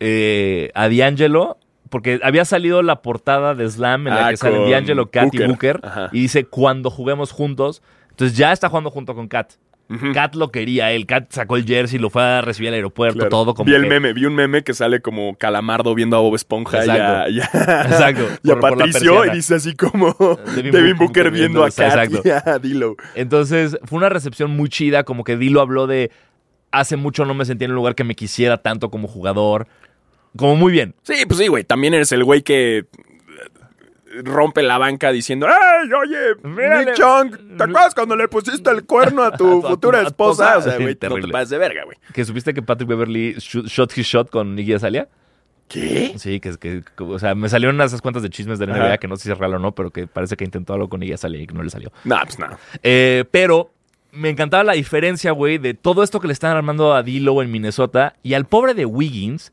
Speaker 2: eh, a D'Angelo, porque había salido la portada de Slam en la
Speaker 1: Ah,
Speaker 2: que salen
Speaker 1: con
Speaker 2: D'Angelo, Kat
Speaker 1: Booker.
Speaker 2: y Booker,
Speaker 1: Ajá.
Speaker 2: y dice, cuando juguemos juntos, entonces ya está jugando junto con Kat.
Speaker 1: ujú.
Speaker 2: Kat lo quería, él, Kat sacó el jersey, lo fue a recibir al aeropuerto,
Speaker 1: Claro.
Speaker 2: todo como...
Speaker 1: vi el
Speaker 2: que-
Speaker 1: meme, vi un meme que sale como Calamardo viendo a Bob Esponja y a,
Speaker 2: Exacto.
Speaker 1: y a-
Speaker 2: Exacto,
Speaker 1: y a
Speaker 2: por- por la
Speaker 1: Patricio y
Speaker 2: persiana.
Speaker 1: dice así como
Speaker 2: Devin
Speaker 1: Devin,
Speaker 2: Booker
Speaker 1: Booker viendo a
Speaker 2: viendo-
Speaker 1: Kat y a Dilo.
Speaker 2: Entonces, fue una recepción muy chida, como que Dilo habló de hace mucho no me sentí en un lugar que me quisiera tanto como jugador. Como muy bien.
Speaker 1: Sí, pues sí, güey, también eres el güey que eh, rompe la banca diciendo, ¡Ey, oye,
Speaker 2: Mírale.
Speaker 1: Nick Chong, ¿te acuerdas cuando le pusiste el cuerno a tu
Speaker 2: A tu-
Speaker 1: futura
Speaker 2: a tu
Speaker 1: esposa?
Speaker 2: esposa.
Speaker 1: O sea, güey, no te
Speaker 2: Terrible.
Speaker 1: pases de verga, güey.
Speaker 2: ¿Que supiste que Patrick Beverly shoot, shot his shot con Iggy Azalea?
Speaker 1: ¿Qué?
Speaker 2: Sí, que, que o sea, me salieron esas cuantas de chismes de la NBA
Speaker 1: Ajá.
Speaker 2: que no sé si es real o no, pero que parece que intentó algo con Iggy Azalea y que no le salió.
Speaker 1: Nah, pues nada.
Speaker 2: Eh, pero me encantaba la diferencia, güey, de todo esto que le están armando a Dilo en Minnesota y al pobre de Wiggins,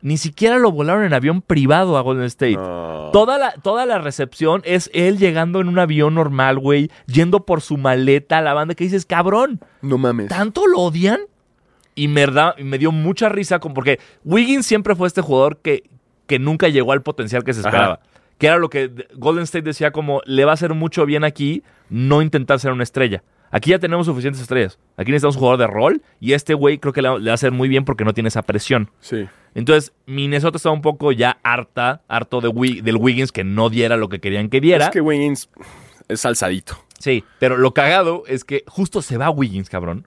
Speaker 2: ni siquiera lo volaron en avión privado a Golden State.
Speaker 1: No.
Speaker 2: Toda la, toda la recepción es él llegando en un avión normal, güey, yendo por su maleta, la banda que dices, cabrón,
Speaker 1: No mames.
Speaker 2: ¿tanto lo odian? Y me, da- y me dio mucha risa con- porque Wiggins siempre fue este jugador que, que nunca llegó al potencial que se
Speaker 1: Ajá.
Speaker 2: esperaba. Que era lo que Golden State decía como, le va a hacer mucho bien aquí no intentar ser una estrella. Aquí ya tenemos suficientes estrellas. Aquí necesitamos un jugador de rol y este güey creo que le va- le va a hacer muy bien porque no tiene esa presión.
Speaker 1: Sí.
Speaker 2: Entonces, Minnesota estaba un poco ya harta, harto de Wi- del Wiggins que no diera lo que querían que diera.
Speaker 1: Es que Wiggins es alzadito.
Speaker 2: Sí, pero lo cagado es que justo se va Wiggins, cabrón.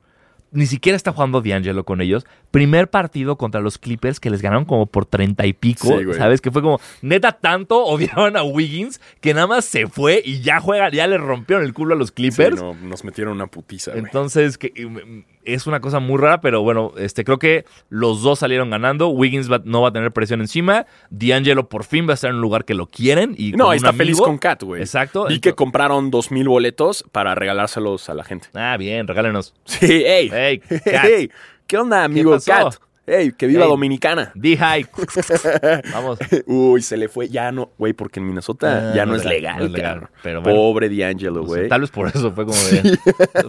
Speaker 2: Ni siquiera está jugando D'Angelo con ellos. Primer partido contra los Clippers que les ganaron como por treinta y pico.
Speaker 1: Sí, güey.
Speaker 2: ¿Sabes? Que fue como, neta, tanto odiaban a Wiggins que nada más se fue y ya juega, ya le rompieron el culo a los
Speaker 1: Sí,
Speaker 2: Clippers.
Speaker 1: no, nos metieron una putiza, güey.
Speaker 2: Entonces, que, mm, es una cosa muy rara, pero bueno, este, creo que los dos salieron ganando. Wiggins va- no va a tener presión encima. D'Angelo por fin va a estar en un lugar que lo quieren. Y
Speaker 1: No,
Speaker 2: con un
Speaker 1: está feliz
Speaker 2: amigo.
Speaker 1: con Kat, güey.
Speaker 2: Exacto.
Speaker 1: Vi
Speaker 2: Ento-
Speaker 1: que compraron 2.000 boletos para regalárselos a la gente.
Speaker 2: Ah, bien, regálenos.
Speaker 1: Sí, ey.
Speaker 2: Hey, Kat,
Speaker 1: Hey, ¿Qué onda, amigo
Speaker 2: pasó?
Speaker 1: Cat? Hey, que viva
Speaker 2: Ey.
Speaker 1: Dominicana.
Speaker 2: D-High. Vamos.
Speaker 1: Uy, se le fue. Ya no, güey, porque en Minnesota
Speaker 2: Ah,
Speaker 1: ya
Speaker 2: no
Speaker 1: no,
Speaker 2: es
Speaker 1: es legal.
Speaker 2: legal, no es legal,
Speaker 1: cabrón.
Speaker 2: pero bueno. pues,
Speaker 1: Pobre D'Angelo, güey.
Speaker 2: Tal vez por eso fue como de-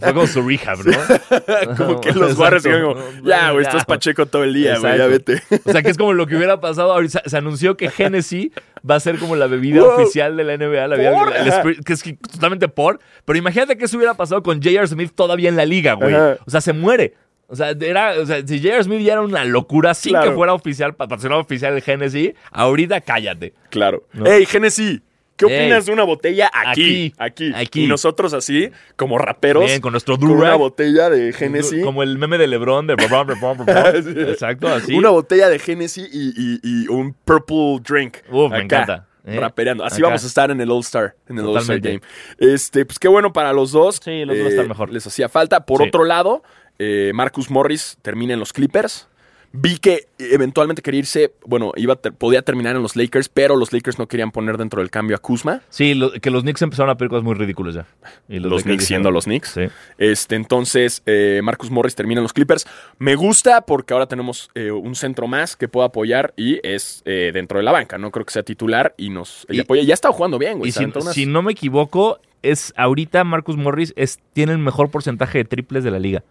Speaker 2: fue como su rehab, ¿no?
Speaker 1: como que los
Speaker 2: Exacto.
Speaker 1: guardas como, ya, güey, estás pacheco todo el día, güey, ya
Speaker 2: Exacto.
Speaker 1: vete.
Speaker 2: O sea, que es como lo que hubiera pasado. Ahorita se- se anunció que Genesis va a ser como la bebida
Speaker 1: Wow.
Speaker 2: oficial de la NBA, la bebida,
Speaker 1: Por,
Speaker 2: el
Speaker 1: ajá.
Speaker 2: spirit- que es que totalmente por. Pero imagínate que eso hubiera pasado con J.R. Smith todavía en la liga, güey.
Speaker 1: Ajá.
Speaker 2: O sea, se muere. O sea, era, o sea, si J.R. Smith ya era una locura sin
Speaker 1: Claro.
Speaker 2: que fuera oficial, patrocinado oficial de Genesis, ahorita cállate.
Speaker 1: Claro.
Speaker 2: No.
Speaker 1: Hey, Genesis, ¿qué
Speaker 2: Ey.
Speaker 1: opinas de una botella aquí?
Speaker 2: Aquí,
Speaker 1: Aquí.
Speaker 2: aquí.
Speaker 1: Y nosotros así, como raperos,
Speaker 2: Bien, con nuestro
Speaker 1: con una
Speaker 2: durag.
Speaker 1: botella de Genesis.
Speaker 2: Como el meme de LeBron de... brum, brum, brum, brum, brum.
Speaker 1: Sí.
Speaker 2: Exacto, así.
Speaker 1: Una botella de Genesis y, y- y un purple drink.
Speaker 2: Uf, me encanta. Eh,
Speaker 1: Rapereando. Así
Speaker 2: acá.
Speaker 1: vamos a estar en el All-Star. En el All-Star Game.
Speaker 2: Totalmente.
Speaker 1: Este, pues qué bueno para los dos.
Speaker 2: Sí, los dos están mejor.
Speaker 1: Les hacía falta. Por
Speaker 2: Sí.
Speaker 1: otro lado, eh, Marcus Morris termina en los Clippers. Vi que eventualmente quería irse, bueno, iba a ter- podía terminar en los Lakers, pero los Lakers no querían poner dentro del cambio a Kuzma.
Speaker 2: Sí, lo- que los Knicks empezaron a pedir cosas muy ridículas ya. Y
Speaker 1: Los,
Speaker 2: Lakers
Speaker 1: Knicks siendo
Speaker 2: dijeron-
Speaker 1: los Knicks.
Speaker 2: Sí.
Speaker 1: Este, entonces, eh, Marcus Morris termina en los Clippers. Me gusta porque ahora tenemos eh, un centro más que pueda apoyar y es eh, dentro de la banca. No creo que sea titular y nos y
Speaker 2: Y-
Speaker 1: apoya. Ya está jugando bien, güey.
Speaker 2: Y
Speaker 1: Se
Speaker 2: si,
Speaker 1: aventó unas-
Speaker 2: si no me equivoco, es ahorita Marcus Morris es, tiene el mejor porcentaje de triples de la liga.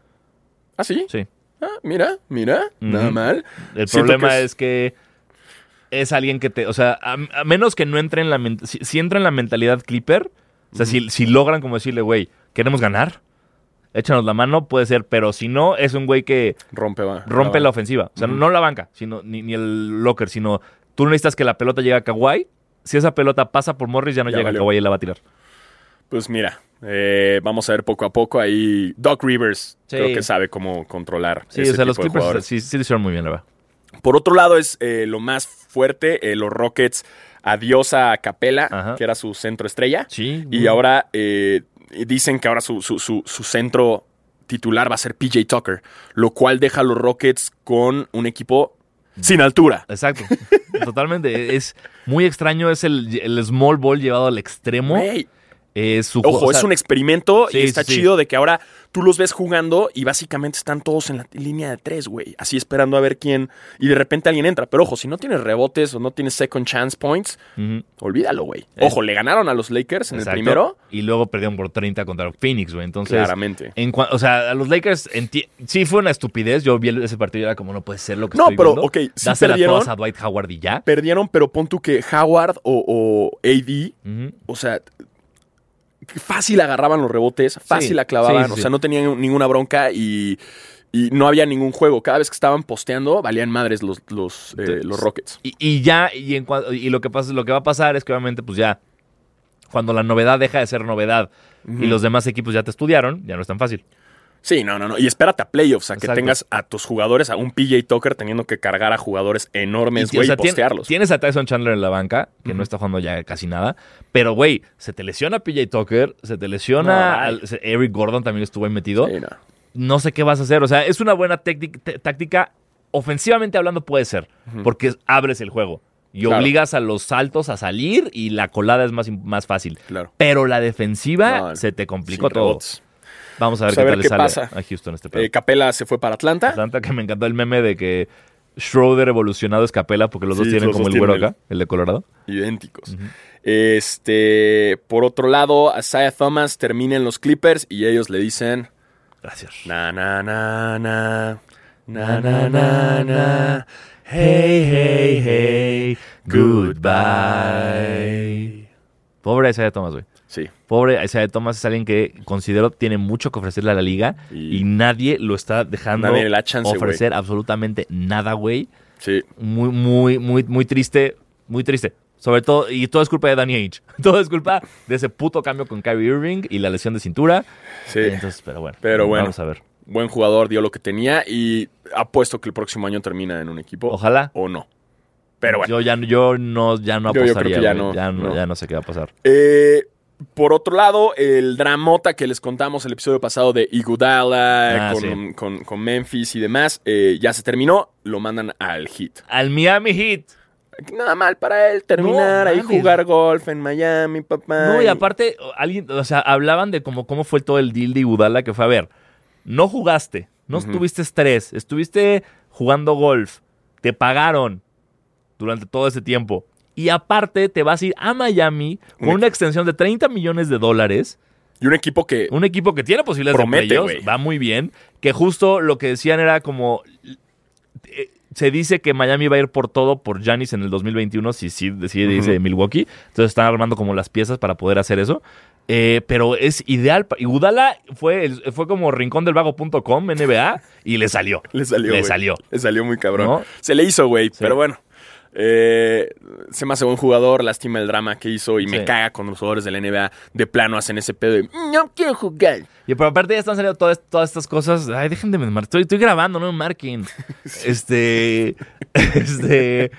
Speaker 1: ¿Ah, sí?
Speaker 2: Sí.
Speaker 1: Ah, mira, mira. Nada
Speaker 2: Ujú.
Speaker 1: mal.
Speaker 2: El
Speaker 1: Siento
Speaker 2: problema
Speaker 1: que es-
Speaker 2: es... que es alguien que te. O sea, a, a menos que no entre en la. men- Si, si entra en la mentalidad Clipper, o sea, si, si logran como decirle, güey, queremos ganar, échanos la mano, puede ser, pero si no, es un güey que
Speaker 1: Rompe, va.
Speaker 2: rompe
Speaker 1: va.
Speaker 2: la ofensiva. O sea,
Speaker 1: Ujú.
Speaker 2: no la banca, sino ni, ni el locker, sino tú necesitas que la pelota llegue a Kawhi. Si esa pelota pasa por Morris, ya no
Speaker 1: Ya
Speaker 2: llega
Speaker 1: valió.
Speaker 2: a Kawhi y la va a tirar.
Speaker 1: Pues mira, eh, vamos a ver poco a poco. Ahí Doc Rivers
Speaker 2: Sí.
Speaker 1: creo que sabe cómo controlar.
Speaker 2: Sí,
Speaker 1: ese
Speaker 2: o sea, los
Speaker 1: tipo de
Speaker 2: Clippers
Speaker 1: jugadores.
Speaker 2: sí, sí lo hicieron muy bien, la verdad.
Speaker 1: Por otro lado, es eh, lo más fuerte. eh, los Rockets, adiós a Capela,
Speaker 2: Ajá.
Speaker 1: que era su centro estrella.
Speaker 2: Sí.
Speaker 1: Y ahora eh, dicen que ahora su, su- su- su centro titular va a ser PJ Tucker, lo cual deja a los Rockets con un equipo sin altura.
Speaker 2: Exacto. Totalmente. E-, Es muy extraño. Es el, el small ball llevado al extremo.
Speaker 1: Güey,
Speaker 2: Es su
Speaker 1: Ojo,
Speaker 2: o sea,
Speaker 1: es un experimento
Speaker 2: sí,
Speaker 1: y está
Speaker 2: sí, sí.
Speaker 1: chido de que ahora tú los ves jugando y básicamente están todos en la línea de tres, güey. Así esperando a ver quién. Y de repente alguien entra. Pero ojo, si no tienes rebotes o no tienes second chance points,
Speaker 2: ujú,
Speaker 1: olvídalo, güey. Ojo, le ganaron a los Lakers en
Speaker 2: Eh. exacto.
Speaker 1: el primero.
Speaker 2: Y luego perdieron por 30 contra Phoenix, güey. Entonces.
Speaker 1: Claramente.
Speaker 2: En cua- o sea, a los Lakers enti- sí fue una estupidez. Yo vi el- ese partido y era como, no puede ser lo que
Speaker 1: No,
Speaker 2: estoy
Speaker 1: pero,
Speaker 2: viendo.
Speaker 1: ok, sí
Speaker 2: Dásela
Speaker 1: perdieron.
Speaker 2: todas a Dwight Howard y ya.
Speaker 1: Perdieron, pero pon tú que Howard o, o AD
Speaker 2: Ujú.
Speaker 1: O sea, fácil agarraban los rebotes, fácil
Speaker 2: Sí,
Speaker 1: la clavaban,
Speaker 2: sí, sí,
Speaker 1: o
Speaker 2: sí.
Speaker 1: sea, no tenían ninguna bronca y, y no había ningún juego. Cada vez que estaban posteando, valían madres los, los, eh,
Speaker 2: Sí.
Speaker 1: los Rockets.
Speaker 2: Y, y ya, y, en cua- y lo que pasa, lo que va a pasar es que obviamente, pues ya, cuando la novedad deja de ser novedad y los demás equipos ya te estudiaron, ya no es tan fácil.
Speaker 1: Sí, no, no, no. Y espérate a playoffs, a que
Speaker 2: Exacto.
Speaker 1: tengas a tus jugadores, a un PJ Tucker teniendo que cargar a jugadores enormes,
Speaker 2: Y,
Speaker 1: güey,
Speaker 2: o sea,
Speaker 1: y
Speaker 2: tien-
Speaker 1: postearlos.
Speaker 2: Tienes a Tyson Chandler en la banca, que no está jugando ya casi nada. Pero, güey, se te lesiona PJ Tucker, se te lesiona.
Speaker 1: No,
Speaker 2: al- se- Eric Gordon también estuvo ahí metido.
Speaker 1: Sí, no.
Speaker 2: No sé qué vas a hacer. O sea, es una buena técnic- t- táctica. Ofensivamente hablando, puede ser. Porque abres el juego y
Speaker 1: Claro.
Speaker 2: obligas a los saltos a salir y la colada es más, im- más fácil.
Speaker 1: Claro.
Speaker 2: Pero la defensiva
Speaker 1: No,
Speaker 2: se te complicó
Speaker 1: Sin
Speaker 2: todo.
Speaker 1: rebotes.
Speaker 2: Vamos a ver
Speaker 1: Pues a
Speaker 2: qué
Speaker 1: ver
Speaker 2: tal
Speaker 1: qué
Speaker 2: le sale
Speaker 1: pasa.
Speaker 2: a Houston este pedo.
Speaker 1: Eh, Capela se fue para Atlanta.
Speaker 2: Tanto que me encantó el meme de que Schroeder evolucionado es Capela porque los dos
Speaker 1: Sí,
Speaker 2: tienen
Speaker 1: los
Speaker 2: como
Speaker 1: dos
Speaker 2: el güero
Speaker 1: tienen el-
Speaker 2: acá, el de Colorado.
Speaker 1: Idénticos. Este, por otro lado, Isaiah Thomas termina en los Clippers y ellos le dicen,
Speaker 2: Gracias.
Speaker 1: Na na na na na na na na. Hey hey hey. goodbye.
Speaker 2: Pobre Isaiah Thomas, güey.
Speaker 1: Sí,
Speaker 2: Pobre Isaiah Thomas es alguien que considero tiene mucho que ofrecerle a la liga
Speaker 1: Y-
Speaker 2: y, nadie lo está dejando
Speaker 1: Nadie le da chance, güey.
Speaker 2: ofrecer absolutamente nada, güey.
Speaker 1: sí.
Speaker 2: Muy, muy, muy, muy triste, muy triste. Sobre todo, y todo es culpa de Danny H. Todo es culpa de ese puto cambio con Kyrie Irving y la lesión de cintura.
Speaker 1: Sí.
Speaker 2: Entonces, pero bueno.
Speaker 1: Pero bueno.
Speaker 2: Vamos a ver.
Speaker 1: Buen jugador, dio lo que tenía y apuesto que el próximo año termina en un equipo.
Speaker 2: Ojalá.
Speaker 1: O no. Oh, Pero bueno.
Speaker 2: Yo ya, yo no, ya no
Speaker 1: Yo- yo creo
Speaker 2: apostaría,
Speaker 1: que ya
Speaker 2: güey.
Speaker 1: no,
Speaker 2: Ya no,
Speaker 1: no.
Speaker 2: ya no sé qué va a pasar.
Speaker 1: Eh, por otro lado, el dramota que les contamos el episodio pasado de Igudala
Speaker 2: Ah,
Speaker 1: con,
Speaker 2: sí.
Speaker 1: con- con Memphis y demás, eh, ya se terminó. Lo mandan al hit.
Speaker 2: Al Miami Heat.
Speaker 1: Nada mal para él terminar
Speaker 2: No,
Speaker 1: ahí
Speaker 2: mames.
Speaker 1: jugar golf en Miami, papá.
Speaker 2: No, y aparte, o- alguien, o sea, hablaban de cómo, cómo fue todo el deal de Iguodala, que fue, a ver, no jugaste, no
Speaker 1: Ujú.
Speaker 2: estuviste estrés, estuviste jugando golf, te pagaron durante todo ese tiempo. Y aparte te vas a ir a Miami con
Speaker 1: Un
Speaker 2: una extensión de 30 millones de dólares.
Speaker 1: Y un equipo que
Speaker 2: Un equipo que tiene posibilidades
Speaker 1: Promete,
Speaker 2: de playoffs,
Speaker 1: güey.
Speaker 2: va muy bien. Que justo lo que decían era como... eh, Se dice que Miami va a ir por todo por Giannis en el 2021 si sí decide irse
Speaker 1: Ujú.
Speaker 2: de Milwaukee. Entonces están armando como las piezas para poder hacer eso. Eh, pero es ideal. pa- Y Udala fue, el- fue como rincón del vago.com, NBA, y le salió.
Speaker 1: Le salió.
Speaker 2: Le
Speaker 1: güey.
Speaker 2: salió.
Speaker 1: Le salió muy cabrón.
Speaker 2: ¿No?
Speaker 1: Se le hizo, güey.
Speaker 2: Sí.
Speaker 1: Pero bueno. Eh, se me hace buen jugador, lástima el drama que hizo y me
Speaker 2: Sí.
Speaker 1: caga cuando los jugadores de la NBA de "Mm, plano hacen ese pedo. y,
Speaker 3: No quiero jugar.
Speaker 2: Y pero aparte ya están saliendo todas, todas estas cosas. Ay, déjenme de marcar. Estoy, estoy grabando, no me marquen. Este. Este.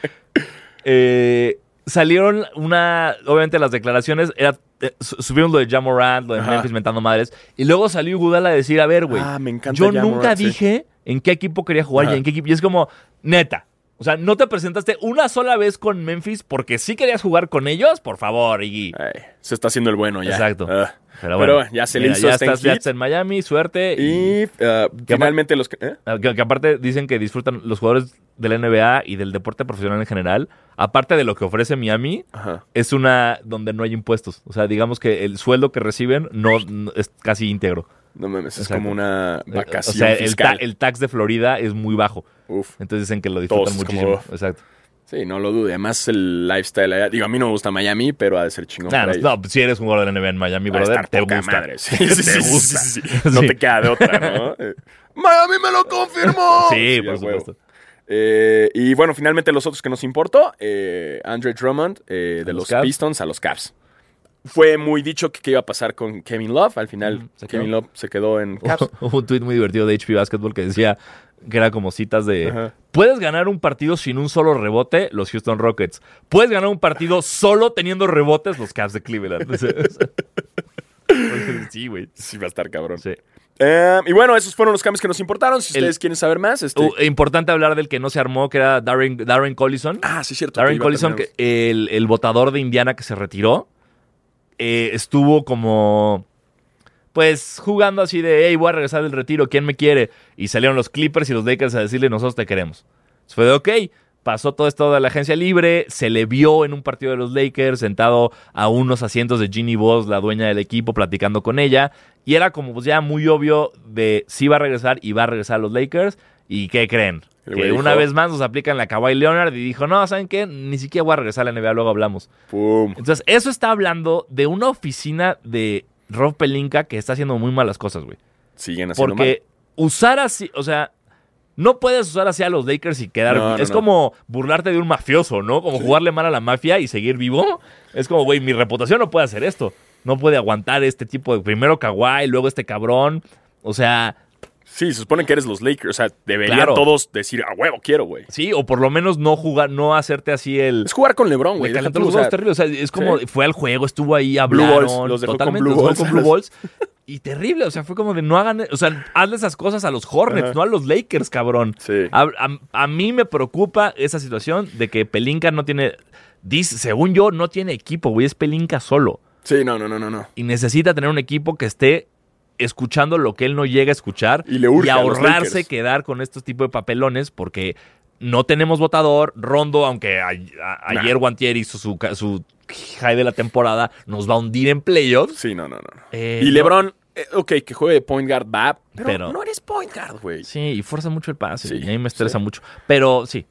Speaker 2: eh, salieron una. Obviamente, las declaraciones. Era, eh, su- subieron lo de Jamorant, lo de
Speaker 1: Ajá.
Speaker 2: Memphis mentando madres. Y luego salió Gudala a decir: A ver, güey.
Speaker 1: Ah, me encanta
Speaker 2: Yo
Speaker 1: Ja
Speaker 2: nunca
Speaker 1: Morant, sí.
Speaker 2: dije en qué equipo quería jugar y
Speaker 1: Ajá.
Speaker 2: en qué equipo. Y es como, neta. O sea, no te presentaste una sola vez con Memphis porque sí querías jugar con ellos, por favor, Iggy.
Speaker 1: Ay, se está haciendo el bueno ya.
Speaker 2: Exacto.
Speaker 1: Ah.
Speaker 2: Pero
Speaker 1: Pero
Speaker 2: bueno,
Speaker 1: ya se le hizo,
Speaker 2: Ya
Speaker 1: está en
Speaker 2: estás, ya
Speaker 1: Heat.
Speaker 2: estás en Miami, suerte. Y,
Speaker 1: Y ah, finalmente los... que- ¿eh?
Speaker 2: Ah, que, que aparte dicen que disfrutan los jugadores de la NBA y del deporte profesional en general. Aparte de lo que ofrece Miami,
Speaker 1: Ajá.
Speaker 2: es una donde no hay impuestos. O sea, digamos que el sueldo que reciben no, no- es casi íntegro.
Speaker 1: No mames, es
Speaker 2: Exacto.
Speaker 1: como una
Speaker 2: Eh,
Speaker 1: vacación
Speaker 2: o sea, el, ta-
Speaker 1: fiscal.
Speaker 2: el tax de Florida es muy bajo.
Speaker 1: Uf.
Speaker 2: Entonces dicen que lo disfrutan
Speaker 1: Todos es como,
Speaker 2: muchísimo.
Speaker 1: "Uf".
Speaker 2: Exacto.
Speaker 1: Sí, no lo dude. Además, el lifestyle allá. Digo, a mí no me gusta Miami, pero ha de ser chingón.
Speaker 2: Nah,
Speaker 1: para
Speaker 2: no,
Speaker 1: ellos.
Speaker 2: no, pues, si eres un jugador de la NBA en Miami,
Speaker 1: Va a
Speaker 2: brother,
Speaker 1: Ah, estar
Speaker 2: te
Speaker 1: poca
Speaker 2: gusta.
Speaker 1: madre. Sí, sí, sí,
Speaker 2: te
Speaker 1: sí,
Speaker 2: gusta.
Speaker 1: sí, sí. No
Speaker 2: Sí.
Speaker 1: te queda de otra, ¿no? Eh, Miami me lo confirmó. a
Speaker 2: Sí, por
Speaker 1: huevo.
Speaker 2: supuesto.
Speaker 1: Eh, y bueno, finalmente los otros que nos importó, eh, Andre Drummond eh, de
Speaker 2: los
Speaker 1: los,
Speaker 2: Cavs.
Speaker 1: Pistons a los Cavs. Fue muy dicho que qué iba a pasar con Kevin Love. Al final,
Speaker 2: Mm, se
Speaker 1: Kevin
Speaker 2: quedó. Oh,
Speaker 1: Love se quedó en Cavs.
Speaker 2: Hubo un tweet muy divertido de HP Basketball que decía que era como citas de.
Speaker 1: Ajá.
Speaker 2: Puedes ganar un partido sin un solo rebote, los Houston Rockets. Puedes ganar un partido solo teniendo rebotes, los Cavs de Cleveland. O sea, o sea, sí, güey.
Speaker 1: Sí, va a estar cabrón.
Speaker 2: Sí.
Speaker 1: Eh, y bueno, esos fueron los cambios que nos importaron. Si
Speaker 2: El-
Speaker 1: ustedes quieren saber más, este.
Speaker 2: Uh, importante hablar del que no se armó, que era Darren, Darren Collison.
Speaker 1: ah, sí, cierto. que
Speaker 2: Darren
Speaker 1: iba a
Speaker 2: Collison,
Speaker 1: terminar-
Speaker 2: que- el, el votador de Indiana que se retiró, eh, estuvo como, pues, jugando así de, hey, voy a regresar del retiro, ¿quién me quiere? Y salieron los Clippers y los Lakers a decirle, nosotros te queremos. Entonces fue de, ok, pasó todo esto de la agencia libre, se le vio en un partido de los Lakers, sentado a unos asientos de Ginny Boss, la dueña del equipo, platicando con ella. Y era como, pues, ya muy obvio de si va a regresar y va a regresar a los Lakers. ¿Y qué creen?
Speaker 1: El
Speaker 2: Que
Speaker 1: güey
Speaker 2: una
Speaker 1: dijo-
Speaker 2: vez más nos aplican la Kawhi Leonard y dijo, no, ¿saben qué? Ni siquiera voy a regresar a la NBA, luego hablamos.
Speaker 1: Pum.
Speaker 2: Entonces, eso está hablando de una oficina de Rob Pelinka que está haciendo muy malas cosas, güey.
Speaker 1: Siguen haciendo
Speaker 2: Porque usar así, o sea, no puedes usar así a los Lakers y quedar...
Speaker 1: No, no,
Speaker 2: es
Speaker 1: no.
Speaker 2: como burlarte de un mafioso, ¿no? Como jugarle mal a la mafia y seguir vivo. Es como, güey, mi reputación no puede hacer esto. No puede aguantar este tipo de... Primero Kawhi, luego este cabrón. O sea,
Speaker 1: Sí, se supone que eres los Lakers. O sea, deberían
Speaker 2: Claro.
Speaker 1: todos decir, a huevo, quiero, güey.
Speaker 2: sí, o por lo menos no jugar, no hacerte así el...
Speaker 1: Es jugar con LeBron, güey.
Speaker 2: Le calentó
Speaker 1: deja
Speaker 2: los
Speaker 1: tú, o sea,
Speaker 2: huevos terrible. O sea, es como
Speaker 1: sí.
Speaker 2: fue al juego, estuvo ahí,
Speaker 1: Blue
Speaker 2: hablaron.
Speaker 1: Balls, los dejó con
Speaker 2: totalmente,
Speaker 1: Blue
Speaker 2: los dejó
Speaker 1: Balls.
Speaker 2: con Blue Balls. Y terrible, o sea, fue como de no hagan, o sea, hazle esas cosas a los Hornets,
Speaker 1: Ajá.
Speaker 2: no a los Lakers, cabrón.
Speaker 1: Sí.
Speaker 2: A, a- a mí me preocupa esa situación de que Pelinka no tiene, dice, según yo, no tiene equipo, güey, es Pelinka solo.
Speaker 1: Sí, no, no, no, no, no.
Speaker 2: Y necesita tener un equipo que esté escuchando lo que él no llega a escuchar
Speaker 1: Y le urge a los
Speaker 2: ahorrarse
Speaker 1: Lakers.
Speaker 2: quedar con estos tipos de papelones porque no tenemos votador. Rondo, aunque a- a- ayer Guantier hizo su, ca- su high de la temporada, nos va a hundir en playoffs.
Speaker 1: Sí, no, no, no, no.
Speaker 2: Eh,
Speaker 1: y
Speaker 2: no-
Speaker 1: LeBron, eh, ok, que juegue de point guard, va. Pero,
Speaker 2: Pero-
Speaker 1: no eres point guard, güey.
Speaker 2: Sí, y fuerza mucho el pase.
Speaker 1: Sí,
Speaker 2: y a mí me estresa
Speaker 1: sí.
Speaker 2: mucho. Pero sí,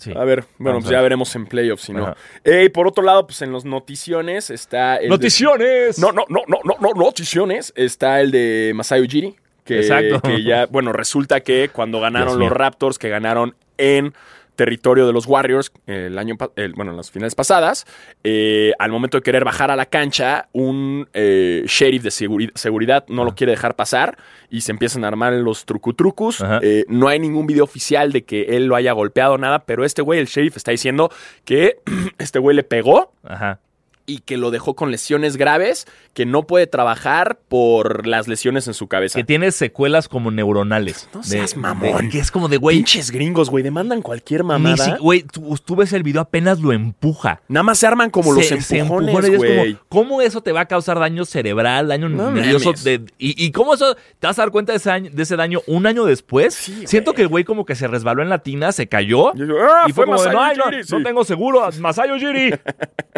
Speaker 2: sí.
Speaker 1: A ver, bueno,
Speaker 2: Vamos
Speaker 1: pues
Speaker 2: a
Speaker 1: ya
Speaker 2: ver.
Speaker 1: veremos en playoffs si no.
Speaker 2: Ajá.
Speaker 1: Eh, y por otro lado, pues en los noticiones está. el de-
Speaker 2: ¡Noticiones!
Speaker 1: No, no, no, no, no, no, noticiones. Está el de Masai Ujiri. Que,
Speaker 2: Exacto.
Speaker 1: que ya, bueno, resulta que cuando
Speaker 2: Dios
Speaker 1: ganaron
Speaker 2: mío.
Speaker 1: los Raptors, que ganaron en territorio de los Warriors el año pa- el- bueno en las finales pasadas eh, al momento de querer bajar a la cancha un eh, sheriff de seguri- seguridad no
Speaker 2: Ah.
Speaker 1: lo quiere dejar pasar y se empiezan a armar los trucutrucus
Speaker 2: Ajá.
Speaker 1: Eh, no hay ningún video oficial de que él lo haya golpeado nada pero este güey el sheriff está diciendo que este güey le pegó
Speaker 2: Ajá.
Speaker 1: y que lo dejó con lesiones graves, que no puede trabajar por las lesiones en su cabeza.
Speaker 2: Que tiene secuelas como neuronales.
Speaker 1: No seas
Speaker 2: De-
Speaker 1: mamón.
Speaker 2: de- que es como de, güey,
Speaker 1: Pinches gringos, güey, demandan cualquier
Speaker 2: ni
Speaker 1: mamada.
Speaker 2: si- güey, tú, tú ves el video, apenas lo empuja.
Speaker 1: Nada más se arman como
Speaker 2: se-
Speaker 1: los
Speaker 2: se
Speaker 1: empujones,
Speaker 2: y es
Speaker 1: güey.
Speaker 2: como, ¿Cómo eso te va a causar daño cerebral, daño
Speaker 1: No
Speaker 2: nervioso?
Speaker 1: mames.
Speaker 2: de- y, y cómo eso te vas a dar cuenta de ese, año- de ese daño un año después?
Speaker 1: Sí,
Speaker 2: Siento
Speaker 1: güey.
Speaker 2: que el güey como que se resbaló en la tina, se cayó.
Speaker 1: Yo digo, ah,
Speaker 2: y fue, como de,
Speaker 1: Masai
Speaker 2: no, ay, no,
Speaker 1: Ujiri,
Speaker 2: no
Speaker 1: sí.
Speaker 2: tengo seguro, Masayo Jiri.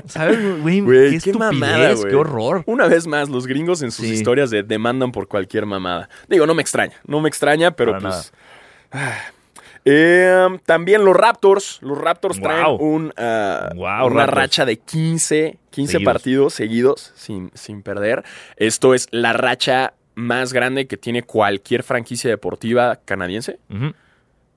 Speaker 2: ¿Sabes, güey?
Speaker 1: Güey,
Speaker 2: qué
Speaker 1: qué
Speaker 2: estupidez,
Speaker 1: mamada, güey.
Speaker 2: qué horror.
Speaker 1: Una vez más, los gringos en sus
Speaker 2: Sí.
Speaker 1: historias de demandan por cualquier mamada. Digo, no me extraña, no me extraña, pero
Speaker 2: Para
Speaker 1: pues. ah. Eh, también los Raptors. Los Raptors traen
Speaker 2: Guau.
Speaker 1: un, ah,
Speaker 2: Guau,
Speaker 1: una
Speaker 2: Raptors.
Speaker 1: racha de 15, 15
Speaker 2: Seguidos.
Speaker 1: partidos seguidos sin, sin perder. Esto es la racha más grande que tiene cualquier franquicia deportiva canadiense.
Speaker 2: Ujú.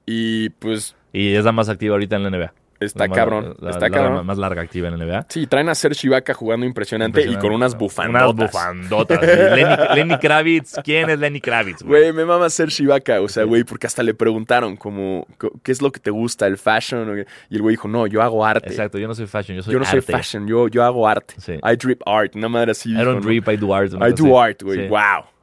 Speaker 1: Y pues
Speaker 2: Y es la más activa ahorita en la NBA. La
Speaker 1: Está
Speaker 2: más-
Speaker 1: cabrón.
Speaker 2: la-
Speaker 1: está
Speaker 2: la
Speaker 1: cabrón.
Speaker 2: más larga activa en la NBA.
Speaker 1: Sí, traen a Serge Ibaka jugando impresionante, y con unas bufandotas.
Speaker 2: Unas bufandotas. sí. Lenny, Lenny Kravitz. ¿Quién es Lenny Kravitz? güey?
Speaker 1: Güey, me mama Serge Ibaka, o sea, güey, porque hasta le preguntaron como, co- ¿qué es lo que te gusta, el fashion? o qué? Y el güey dijo, no, yo hago arte.
Speaker 2: Exacto, yo no soy fashion, yo soy
Speaker 1: yo no soy
Speaker 2: arte.
Speaker 1: fashion, yo, yo hago arte.
Speaker 2: Sí.
Speaker 1: I drip art, una madre así.
Speaker 2: I
Speaker 1: dijo,
Speaker 2: don't
Speaker 1: ¿no?
Speaker 2: drip, I do art. una
Speaker 1: I
Speaker 2: cosa
Speaker 1: do
Speaker 2: así.
Speaker 1: art, güey,
Speaker 2: Sí.
Speaker 1: wow.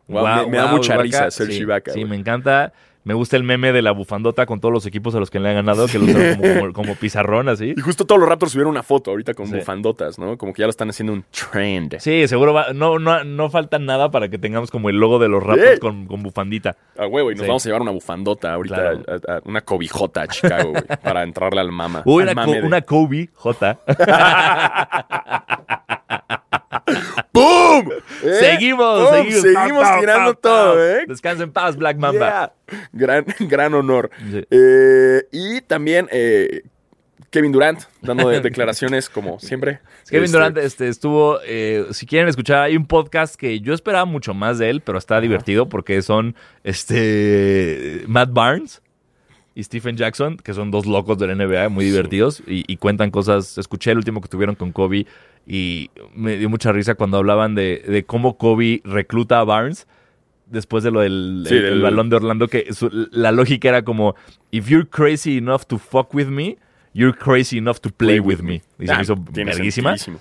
Speaker 1: Wow,
Speaker 2: Guau,
Speaker 1: me, me da
Speaker 2: guau,
Speaker 1: mucha
Speaker 2: Ibaka,
Speaker 1: risa Serge
Speaker 2: sí,
Speaker 1: Ibaka,
Speaker 2: Sí,
Speaker 1: güey.
Speaker 2: me encanta. Me gusta el meme de la bufandota con todos los equipos a los que le han ganado, que lo usan como, como, como pizarrón así.
Speaker 1: Y justo todos los Raptors subieron una foto ahorita con
Speaker 2: Sí.
Speaker 1: bufandotas, ¿no? Como que ya lo están haciendo un trend.
Speaker 2: Sí, seguro va- no, no, no falta nada para que tengamos como el logo de los Raptors
Speaker 1: Sí.
Speaker 2: con, con bufandita.
Speaker 1: Ah, güey, güey, nos
Speaker 2: Sí.
Speaker 1: vamos a llevar una bufandota ahorita,
Speaker 2: Claro.
Speaker 1: a- a- una cobijota a Chicago, güey, para entrarle al mama.
Speaker 2: O
Speaker 1: al
Speaker 2: una,
Speaker 1: mame
Speaker 2: co-
Speaker 1: de- ¿Eh?
Speaker 2: una Kobe J.
Speaker 1: ¡Boom! ¿Eh?
Speaker 2: Seguimos,
Speaker 1: ¡Boom!
Speaker 2: seguimos.
Speaker 1: Seguimos
Speaker 2: Pa, pa,
Speaker 1: tirando
Speaker 2: pa,
Speaker 1: todo,
Speaker 2: pa.
Speaker 1: ¿eh?
Speaker 2: Descansa en paz, Black Mamba.
Speaker 1: Yeah. Gran, gran honor.
Speaker 2: Sí.
Speaker 1: Eh, y también eh, Kevin Durant, dando de- declaraciones como siempre.
Speaker 2: Kevin
Speaker 1: Este,
Speaker 2: Durant este, estuvo, eh, si quieren escuchar, hay un podcast que yo esperaba mucho más de él, pero está divertido porque son este Matt Barnes y Stephen Jackson, que son dos locos del NBA, muy divertidos, y, y cuentan cosas. Escuché el último que tuvieron con Kobe y me dio mucha risa cuando hablaban de, de cómo Kobe recluta a Barnes. Después de lo del
Speaker 1: Sí,
Speaker 2: el-
Speaker 1: del-
Speaker 2: el balón de Orlando, que su- la lógica era como: If you're crazy enough to fuck with me, you're crazy enough to play, with me. Y se
Speaker 1: ah,
Speaker 2: me hizo
Speaker 1: tiene
Speaker 2: verguísima.
Speaker 1: sentidísimo.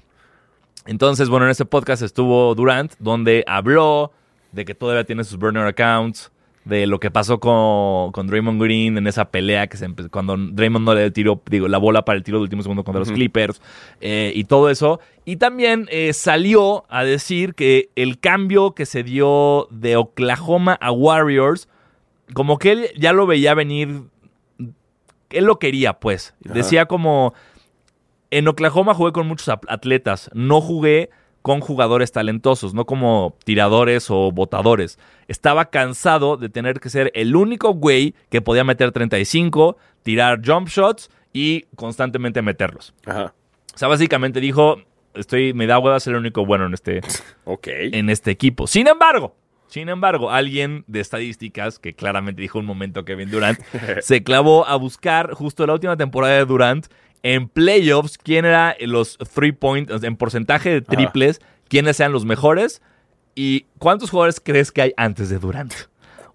Speaker 2: Entonces, bueno, en este podcast estuvo Durant, donde habló de que todavía tiene sus burner accounts, de lo que pasó con, con Draymond Green en esa pelea que se empe- cuando Draymond no le tiró, digo, la bola para el tiro del último segundo contra los
Speaker 1: Ujú.
Speaker 2: Clippers eh, y todo eso. Y también eh, salió a decir que el cambio que se dio de Oklahoma a Warriors, como que él ya lo veía venir, él lo quería, pues.
Speaker 1: Ajá.
Speaker 2: Decía como, en Oklahoma jugué con muchos ap- atletas, no jugué con jugadores talentosos, no como tiradores o botadores. Estaba cansado de tener que ser el único güey que podía meter 35, tirar jump shots y constantemente meterlos.
Speaker 1: Ajá.
Speaker 2: O sea, básicamente dijo, estoy, me da hueva ser el único bueno en este,
Speaker 1: Ok.
Speaker 2: en este equipo. Sin embargo, sin embargo, alguien de estadísticas, que claramente dijo un momento Kevin Durant, se clavó a buscar justo la última temporada de Durant en playoffs, quién era los three point, en porcentaje de triples, quiénes sean los mejores y cuántos jugadores crees que hay antes de Durant.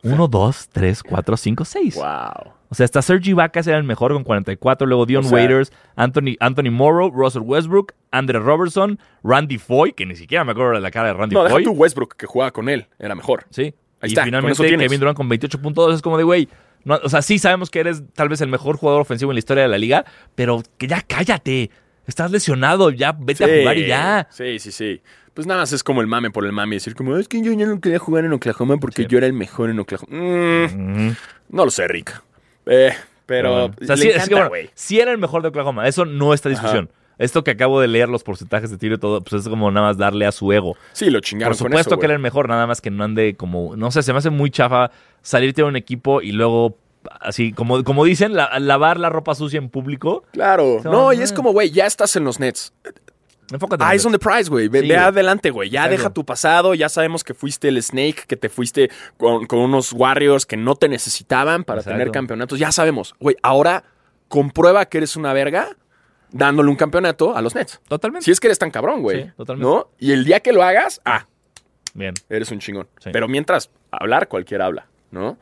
Speaker 2: Uno, dos, tres, cuatro, cinco, seis.
Speaker 1: Wow.
Speaker 2: O sea, hasta Serge Ibaka era el mejor con 44, luego Dion
Speaker 1: O sea-
Speaker 2: Waiters, Anthony, Anthony Morrow, Russell Westbrook, Andre Robertson, Randy Foy, que ni siquiera me acuerdo de la cara de Randy
Speaker 1: No, deja
Speaker 2: Foy.
Speaker 1: tu Westbrook que jugaba con él, era mejor.
Speaker 2: Sí.
Speaker 1: Ahí
Speaker 2: y
Speaker 1: está, con eso
Speaker 2: finalmente
Speaker 1: tienes.
Speaker 2: Kevin Durant con 28.2 es como de, güey, no, o sea, sí sabemos que eres tal vez el mejor jugador ofensivo en la historia de la liga, pero que ya cállate. Estás lesionado, ya vete a jugar y ya.
Speaker 1: Sí, sí, sí. Pues nada más es como el mame por el mame. Decir como, es que yo ya no quería jugar en Oklahoma porque
Speaker 2: Sí.
Speaker 1: yo era el mejor en Oklahoma. Mm,
Speaker 2: Ujú.
Speaker 1: no lo sé, Rick. Eh, pero
Speaker 2: bueno. O sea,
Speaker 1: le
Speaker 2: sí, es que,
Speaker 1: encanta,
Speaker 2: bueno,
Speaker 1: güey.
Speaker 2: sí era el mejor de Oklahoma, eso no está discusión. Esto que acabo de leer, los porcentajes de tiro y todo, pues es como nada más darle a su ego.
Speaker 1: sí, lo chingaron
Speaker 2: Por supuesto
Speaker 1: con eso,
Speaker 2: que
Speaker 1: güey.
Speaker 2: él es mejor, nada más que no ande como. No sé, se me hace muy chafa salirte de un equipo y luego, así, como, como dicen, la- lavar la ropa sucia en público.
Speaker 1: Claro.
Speaker 2: No,
Speaker 1: No, y es
Speaker 2: no.
Speaker 1: como, güey, ya estás en los Nets.
Speaker 2: Enfócate. en
Speaker 1: Eyes
Speaker 2: eso.
Speaker 1: on the prize, güey. Ve,
Speaker 2: Sí,
Speaker 1: ve
Speaker 2: güey.
Speaker 1: adelante, güey. Ya
Speaker 2: Exacto.
Speaker 1: deja tu pasado. Ya sabemos que fuiste el Snake, que te fuiste con, con unos Warriors que no te necesitaban para
Speaker 2: Exacto.
Speaker 1: tener campeonatos. Ya sabemos, güey. Ahora comprueba que eres una verga dándole un campeonato a los Nets.
Speaker 2: Totalmente.
Speaker 1: Si es que eres tan cabrón, güey.
Speaker 2: Sí, totalmente.
Speaker 1: ¿No? Y el día que lo hagas, ah,
Speaker 2: Bien.
Speaker 1: eres un chingón.
Speaker 2: Sí.
Speaker 1: Pero mientras hablar, cualquier habla, ¿no?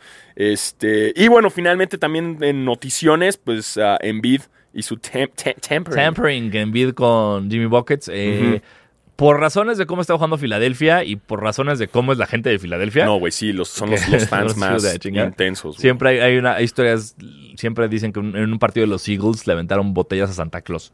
Speaker 1: Este. Y bueno, finalmente también en noticiones, pues ah, Embiid y su tem- tem- tempering.
Speaker 2: Tampering Embiid con Jimmy Buckets. eh, Por razones de cómo está jugando Filadelfia y por razones de cómo es la gente de Filadelfia.
Speaker 1: No, güey, sí, los, son los, los fans
Speaker 2: Los hijos
Speaker 1: más
Speaker 2: de la chingada.
Speaker 1: intensos. güey.
Speaker 2: Siempre hay, hay una hay historias, siempre dicen que un- en un partido de los Eagles le aventaron botellas a Santa Claus.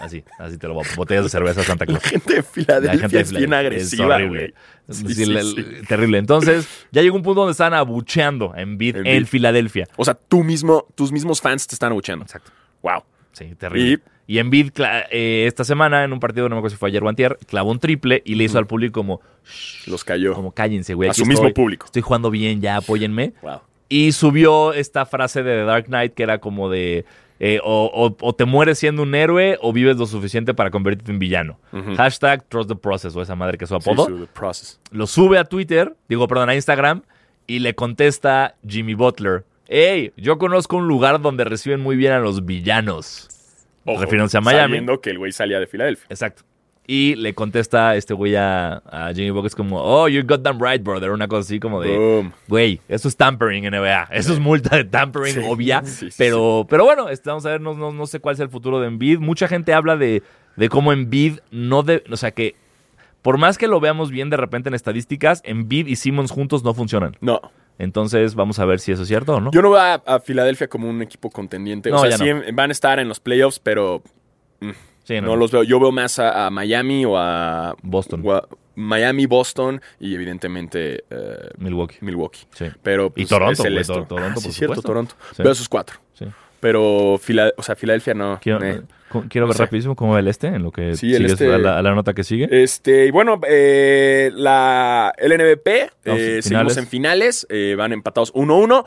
Speaker 2: Así, así te lo voy a- botellas de cerveza a Santa
Speaker 1: La
Speaker 2: Claus.
Speaker 1: gente de
Speaker 2: La
Speaker 1: Filadelfia
Speaker 2: gente
Speaker 1: es
Speaker 2: de
Speaker 1: bien
Speaker 2: Fla-
Speaker 1: agresiva,
Speaker 2: horrible.
Speaker 1: güey. Sí,
Speaker 2: Sí,
Speaker 1: sí,
Speaker 2: la-
Speaker 1: sí.
Speaker 2: Terrible. Entonces, ya llegó un punto donde estaban abucheando a Embiid
Speaker 1: Embiid.
Speaker 2: en Filadelfia.
Speaker 1: O sea, tú mismo, tus mismos fans te están abucheando.
Speaker 2: Exacto.
Speaker 1: Wow.
Speaker 2: Sí, terrible. Y, Embiid, cla- eh, esta semana, en un partido, no me acuerdo si fue ayer o antier, clavó un triple y le hizo al público como,
Speaker 1: Los cayó.
Speaker 2: como cállense, güey.
Speaker 1: a
Speaker 2: aquí
Speaker 1: su mismo
Speaker 2: estoy,
Speaker 1: público.
Speaker 2: Estoy jugando bien, ya apóyenme.
Speaker 1: Wow.
Speaker 2: Y subió esta frase de The Dark Knight que era como de eh, o, o- o te mueres siendo un héroe o vives lo suficiente para convertirte en villano.
Speaker 1: Ujú.
Speaker 2: Hashtag Trust the Process o esa madre que es su apodo.
Speaker 1: Sí, su- the process.
Speaker 2: Lo sube a Twitter, digo, perdón, a Instagram y le contesta Jimmy Butler. Ey, yo conozco un lugar donde reciben muy bien a los villanos. refiriéndose a Miami.
Speaker 1: Sabiendo que el güey salía de Filadelfia.
Speaker 2: Exacto. Y le contesta este güey a, a Jimmy Buckets como, oh, you got them right, brother. Una cosa así como de,
Speaker 1: Boom.
Speaker 2: güey, eso es tampering NBA. Eso es multa de tampering,
Speaker 1: Sí.
Speaker 2: obvia.
Speaker 1: Sí, sí,
Speaker 2: pero, pero bueno, este, vamos a ver, no, no, no sé cuál es el futuro de Embiid. Mucha gente habla de, de cómo Embiid no de, o sea que por más que lo veamos bien de repente en estadísticas, Embiid y Simmons juntos no funcionan.
Speaker 1: No.
Speaker 2: Entonces vamos a ver si eso es cierto o no.
Speaker 1: Yo no veo a, a Filadelfia como un equipo contendiente.
Speaker 2: No,
Speaker 1: o sea,
Speaker 2: ya
Speaker 1: sí en- van a estar en los playoffs, pero
Speaker 2: Sí,
Speaker 1: no los veo. Yo veo más a, a Miami o a,
Speaker 2: Boston,
Speaker 1: o a Miami, Boston y evidentemente eh,
Speaker 2: Milwaukee.
Speaker 1: Milwaukee.
Speaker 2: Sí.
Speaker 1: Pero pues,
Speaker 2: Toronto,
Speaker 1: es el
Speaker 2: güey,
Speaker 1: esto.
Speaker 2: Tor- Toronto,
Speaker 1: Ah, sí,
Speaker 2: por
Speaker 1: cierto,
Speaker 2: supuesto.
Speaker 1: Toronto.
Speaker 2: Sí.
Speaker 1: Veo esos cuatro.
Speaker 2: Sí.
Speaker 1: Pero Fila- o sea, Filadelfia no.
Speaker 2: Quiero,
Speaker 1: eh.
Speaker 2: cu- quiero ver
Speaker 1: sé.
Speaker 2: rapidísimo cómo va el este, en lo que
Speaker 1: Sí, el
Speaker 2: sigues
Speaker 1: este-
Speaker 2: a la, a la nota que sigue.
Speaker 1: Este, y bueno, eh, la LNBP,
Speaker 2: Vamos,
Speaker 1: eh,
Speaker 2: finales.
Speaker 1: seguimos en finales, eh, van empatados 1-1.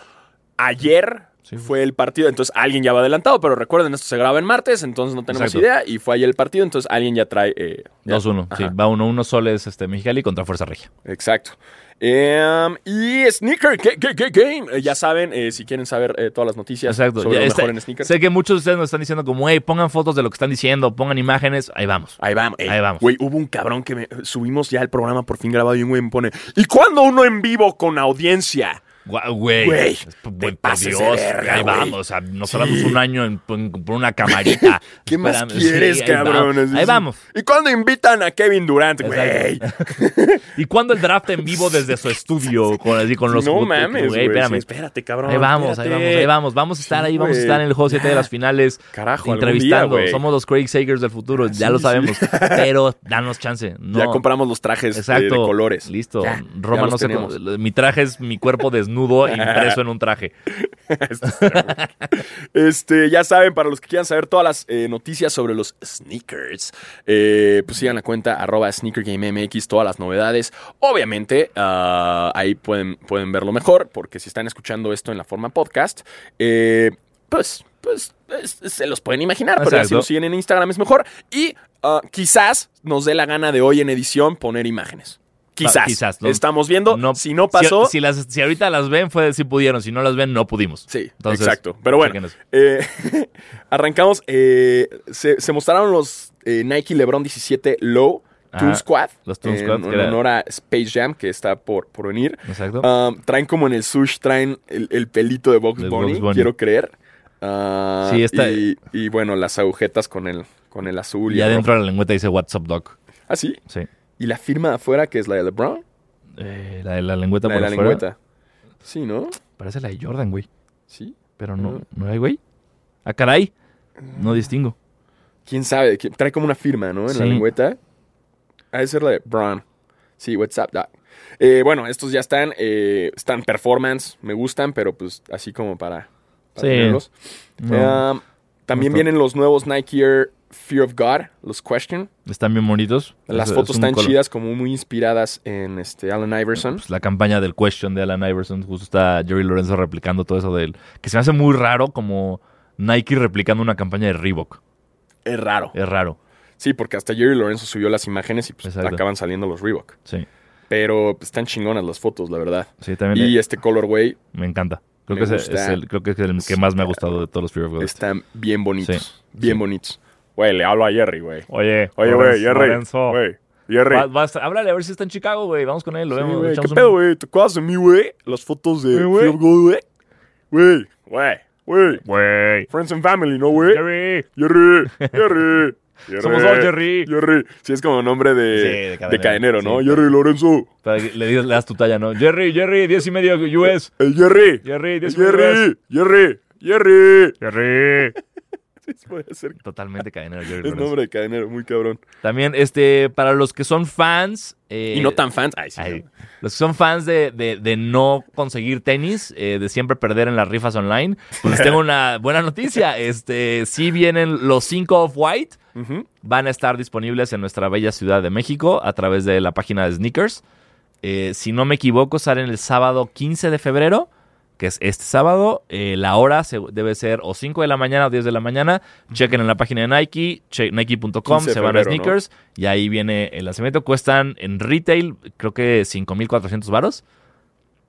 Speaker 1: Ayer
Speaker 2: Sí.
Speaker 1: fue el partido, entonces alguien ya va adelantado, pero recuerden, esto se graba en martes, entonces no tenemos
Speaker 2: Exacto.
Speaker 1: idea, y fue ayer el partido, entonces alguien ya trae... eh, ya.
Speaker 2: 2-1. Sí,
Speaker 1: Ajá,
Speaker 2: va 1-1 soles este, Mexicali contra Fuerza Regia.
Speaker 1: Exacto. Em, y Sneaker Ga- Ga- Ga- Game, Eh, ya saben, eh, si quieren saber eh, todas las noticias
Speaker 2: Exacto.
Speaker 1: sobre
Speaker 2: Ya
Speaker 1: lo
Speaker 2: está-
Speaker 1: mejor en Sneaker.
Speaker 2: Sé que muchos de ustedes nos están diciendo como, hey, pongan fotos de lo que están diciendo, pongan imágenes. Ahí vamos.
Speaker 1: Ahí vamos. eh.
Speaker 2: Ahí vamos.
Speaker 1: Güey, hubo un cabrón que me- subimos ya el programa por fin grabado y un güey me pone, ¿y cuándo uno en vivo con audiencia?
Speaker 2: Guau, Güey.
Speaker 1: Güey,
Speaker 2: Es-
Speaker 1: te
Speaker 2: güey, por
Speaker 1: pases de verga,
Speaker 2: ahí
Speaker 1: güey.
Speaker 2: vamos. O sea, nos hablamos un año en- en- por una camarita.
Speaker 1: ¿Qué más
Speaker 2: Espérame,
Speaker 1: quieres,
Speaker 2: sí, ahí
Speaker 1: cabrón?
Speaker 2: vamos.
Speaker 1: Así,
Speaker 2: Ahí
Speaker 1: sí.
Speaker 2: vamos.
Speaker 1: ¿Y cuándo invitan a Kevin Durant, güey?
Speaker 2: Exacto. ¿Y cuándo el draft en vivo desde su estudio? Con, así, con los
Speaker 1: no
Speaker 2: putos,
Speaker 1: mames, güey.
Speaker 2: espérame.
Speaker 1: sí, espérate, cabrón.
Speaker 2: Ahí vamos, ahí
Speaker 1: espérate.
Speaker 2: vamos, ahí vamos. Vamos a estar
Speaker 1: Sí,
Speaker 2: ahí, vamos a
Speaker 1: güey.
Speaker 2: estar en el juego 7 de las finales.
Speaker 1: Carajo, algún
Speaker 2: entrevistando.
Speaker 1: día, güey.
Speaker 2: Somos los Craig Sagers del futuro, ya lo
Speaker 1: sí.
Speaker 2: sabemos. Pero danos chance. No.
Speaker 1: Ya compramos los trajes eh, de,
Speaker 2: Exacto.
Speaker 1: colores.
Speaker 2: Listo.
Speaker 1: Ya,
Speaker 2: Roma
Speaker 1: ya
Speaker 2: no
Speaker 1: los
Speaker 2: sé cómo.
Speaker 1: tenemos.
Speaker 2: Mi traje es mi cuerpo desnudo impreso en un traje.
Speaker 1: Este, ya saben, para los que quieran saber todas las eh, noticias sobre los sneakers, eh, pues sigan la cuenta arroba sneakergamemx, todas las novedades. Obviamente, ah, ahí pueden, pueden verlo mejor, porque si están escuchando esto en la forma podcast, eh, pues, pues es- se los pueden imaginar, pero ya si
Speaker 2: Exacto.
Speaker 1: lo siguen en Instagram es mejor. Y ah, quizás nos dé la gana de hoy en edición poner imágenes. Quizás.
Speaker 2: quizás, no.
Speaker 1: Estamos viendo. si no pasó.
Speaker 2: Si, las, si ahorita las ven, fue si pudieron. Si no las ven, no pudimos.
Speaker 1: Sí,
Speaker 2: Entonces,
Speaker 1: exacto. Pero bueno,
Speaker 2: chequen eso.
Speaker 1: eh, arrancamos. eh, se, se mostraron los eh, Nike LeBron 17 Low Toon
Speaker 2: Ajá,
Speaker 1: Squad.
Speaker 2: los Toon
Speaker 1: en-
Speaker 2: Squad,
Speaker 1: En,
Speaker 2: que era-
Speaker 1: honor a Space Jam, que está por, por venir.
Speaker 2: Exacto.
Speaker 1: Um, traen como en el sush, traen el, el pelito de Box
Speaker 2: De
Speaker 1: Bunny,
Speaker 2: Bugs Bunny.
Speaker 1: quiero creer. Ah,
Speaker 2: Sí, está-
Speaker 1: y, y bueno, las agujetas con el, con el azul.
Speaker 2: y
Speaker 1: el
Speaker 2: adentro de la lengüeta dice WhatsApp Doc.
Speaker 1: rojo. Ah, sí.
Speaker 2: Sí.
Speaker 1: Y la firma de afuera, que es la de LeBron.
Speaker 2: Eh, la de la lengüeta
Speaker 1: La de
Speaker 2: por
Speaker 1: la
Speaker 2: afuera.
Speaker 1: lengüeta. Sí, ¿no?
Speaker 2: Parece la de Jordan, güey.
Speaker 1: Sí.
Speaker 2: Pero no,
Speaker 1: Ujú. Mm.
Speaker 2: no hay, güey. Ah, caray. No distingo.
Speaker 1: quién sabe, que trae como una firma, ¿no? En la
Speaker 2: Sí.
Speaker 1: lengüeta. Ha de ser la de Braun. Sí, what's up, doc? Eh, bueno, estos ya están, eh, están performance, me gustan, pero pues así como para, para
Speaker 2: Sí.
Speaker 1: tenerlos.
Speaker 2: No.
Speaker 1: Um, también
Speaker 2: No está-
Speaker 1: vienen los nuevos Nike Air Fear of God, los Question.
Speaker 2: Están bien bonitos.
Speaker 1: Las
Speaker 2: Es- es
Speaker 1: fotos
Speaker 2: un
Speaker 1: están
Speaker 2: color-
Speaker 1: chidas, como muy inspiradas en este Allen Iverson.
Speaker 2: Pues, la campaña del question de Alan Iverson, justo está Jerry Lorenzo replicando todo eso del... Que se me hace muy raro como Nike replicando una campaña de Reebok.
Speaker 1: Es raro.
Speaker 2: Es raro,
Speaker 1: Eh, Sí, porque hasta Jerry Lorenzo subió las imágenes y pues
Speaker 2: Exacto.
Speaker 1: acaban saliendo los Reebok.
Speaker 2: sí.
Speaker 1: Pero pues, están chingonas las fotos, la verdad.
Speaker 2: Sí, también
Speaker 1: Y
Speaker 2: le-
Speaker 1: este colorway
Speaker 2: me encanta. Creo,
Speaker 1: me
Speaker 2: que ese
Speaker 1: gusta.
Speaker 2: es el, creo que es el que más me ha gustado de todos los Fear of God.
Speaker 1: Están bien bonitos.
Speaker 2: Sí,
Speaker 1: bien
Speaker 2: sí.
Speaker 1: bonitos. Güey, le hablo a Jerry, güey.
Speaker 2: Oye,
Speaker 1: Oye,
Speaker 2: Lorenzo-
Speaker 1: güey, Jerry.
Speaker 2: Lorenzo.
Speaker 1: Güey, Jerry.
Speaker 2: Va- vas- háblale a ver si está en Chicago, güey. Vamos con él, lo
Speaker 1: Sí,
Speaker 2: vemos.
Speaker 1: güey,
Speaker 2: echamos
Speaker 1: ¿Qué
Speaker 2: un-
Speaker 1: pedo, güey? ¿Te acuerdas de mí, güey? Las fotos de
Speaker 2: Sí, güey.
Speaker 1: Fear of God, güey. Güey, güey, güey.
Speaker 2: Güey.
Speaker 1: Friends and family, ¿no, güey?
Speaker 2: Jerry.
Speaker 1: Jerry, Jerry. Jerry,
Speaker 2: Somos dos, Jerry.
Speaker 1: Jerry. Sí, es como nombre de,
Speaker 2: Sí,
Speaker 1: de
Speaker 2: de
Speaker 1: cadenero,
Speaker 2: cadenero.
Speaker 1: ¿no?
Speaker 2: Sí.
Speaker 1: Jerry Lorenzo.
Speaker 2: Para que le, digas- le das tu talla, ¿no? Jerry, Jerry, 10 y medio US.
Speaker 1: El Jerry.
Speaker 2: Jerry,
Speaker 1: El
Speaker 2: 10 y medio US.
Speaker 1: Jerry. Jerry. Jerry.
Speaker 2: Jerry.
Speaker 1: Sí, se puede hacer.
Speaker 2: Totalmente cadenero, Jerry
Speaker 1: Es
Speaker 2: Lorenzo.
Speaker 1: nombre de cadenero, muy cabrón.
Speaker 2: También, este, para los que son fans. eh,
Speaker 1: y no tan fans. Ay, sí.
Speaker 2: ay,
Speaker 1: no.
Speaker 2: los que son fans de, de- de no conseguir tenis, eh, de siempre perder en las rifas online, pues les tengo una buena noticia. Este, sí vienen los 5 of White.
Speaker 1: Ujú.
Speaker 2: Van a estar disponibles en nuestra bella ciudad de México a través de la página de Sneakers. Eh, si no me equivoco, salen el sábado 15 de febrero, que es este sábado. Eh, la hora se- debe ser o 5 de la mañana o 10 de la mañana. Chequen en la página de Nike, che- nike.com,
Speaker 1: 15 de
Speaker 2: se van a
Speaker 1: febrero, ¿no?
Speaker 2: Sneakers y ahí viene el lanzamiento. Cuestan en retail, creo que 5.400 varos.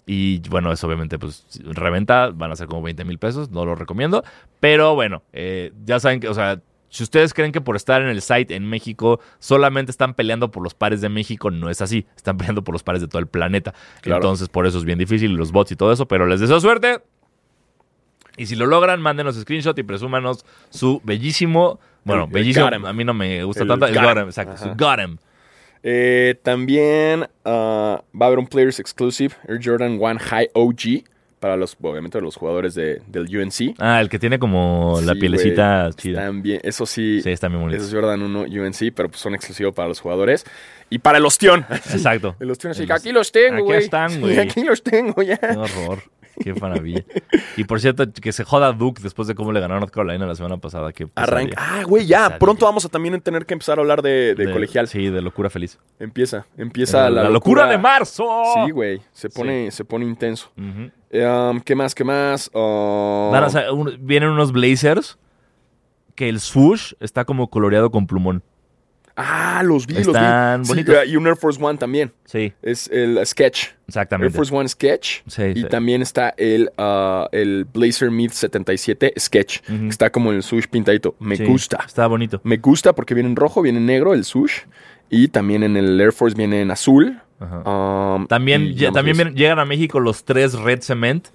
Speaker 2: Y bueno, eso obviamente pues reventa, van a ser como 20 mil pesos, no lo recomiendo. Pero bueno, eh, ya saben que, o sea, si ustedes creen que por estar en el site en México solamente están peleando por los pares de México, no es así, están peleando por los pares de todo el planeta.
Speaker 1: Claro.
Speaker 2: Entonces por eso es bien difícil, los bots y todo eso, pero les deseo suerte. Y si lo logran, mándenos screenshot y presúmanos su bellísimo, bueno,
Speaker 1: El- el
Speaker 2: bellísimo,
Speaker 1: Garem.
Speaker 2: a mí no me gusta
Speaker 1: El
Speaker 2: tanto, el
Speaker 1: Garem.
Speaker 2: Garem, exacto, su
Speaker 1: Ajá.
Speaker 2: Garem.
Speaker 1: Eh, también ah, va a haber un Players Exclusive Air Jordan 1 High OG para los, obviamente, los jugadores de- del UNC.
Speaker 2: Ah, el que tiene como la
Speaker 1: Sí,
Speaker 2: pielecita chida.
Speaker 1: También, eso sí,
Speaker 2: Sí, está bien bonito.
Speaker 1: esos Jordan 1 UNC, pero pues son exclusivos para los jugadores. Y para el ostión.
Speaker 2: Exacto.
Speaker 1: El ostión así,
Speaker 2: El
Speaker 1: que
Speaker 2: os-
Speaker 1: aquí los tengo,
Speaker 2: aquí
Speaker 1: güey.
Speaker 2: están,
Speaker 1: Sí,
Speaker 2: güey.
Speaker 1: Aquí los tengo ya.
Speaker 2: Qué horror. Qué maravilla. Y por cierto, que se joda Duke después de cómo le ganó a North Carolina la semana pasada. Qué
Speaker 1: Arranca.
Speaker 2: pesadilla.
Speaker 1: Ah, güey, ya.
Speaker 2: Pesadilla.
Speaker 1: Pronto vamos a también tener que empezar a hablar de, de colegial.
Speaker 2: Sí, de locura feliz.
Speaker 1: Empieza, empieza
Speaker 2: Eh,
Speaker 1: la,
Speaker 2: locura, de marzo.
Speaker 1: Sí, güey. Se pone, se pone intenso.
Speaker 2: Ujú.
Speaker 1: Eh, um, ¿Qué más? ¿Qué más? Ah,
Speaker 2: Van a sa- un- vienen unos blazers que el swoosh está como coloreado con plumón.
Speaker 1: Ah, los vi,
Speaker 2: Están
Speaker 1: los vi. Sí,
Speaker 2: bonitos.
Speaker 1: ah, y un Air Force One también.
Speaker 2: Sí,
Speaker 1: Es el uh, Sketch. Air
Speaker 2: exactamente.
Speaker 1: Force One Sketch.
Speaker 2: Ah, Sí,
Speaker 1: y
Speaker 2: sí.
Speaker 1: también está el, ah, el Blazer Mid 77 Sketch. que
Speaker 2: Ujú.
Speaker 1: Está como el sush pintadito. Me
Speaker 2: Sí,
Speaker 1: gusta.
Speaker 2: Está bonito.
Speaker 1: Me gusta porque viene en rojo, viene en negro el sush. Y también en el Air Force viene en azul.
Speaker 2: Ajá.
Speaker 1: Um, y
Speaker 2: También, ya-
Speaker 1: digamos
Speaker 2: también
Speaker 1: que
Speaker 2: vienen- llegan a México los tres Red Cement,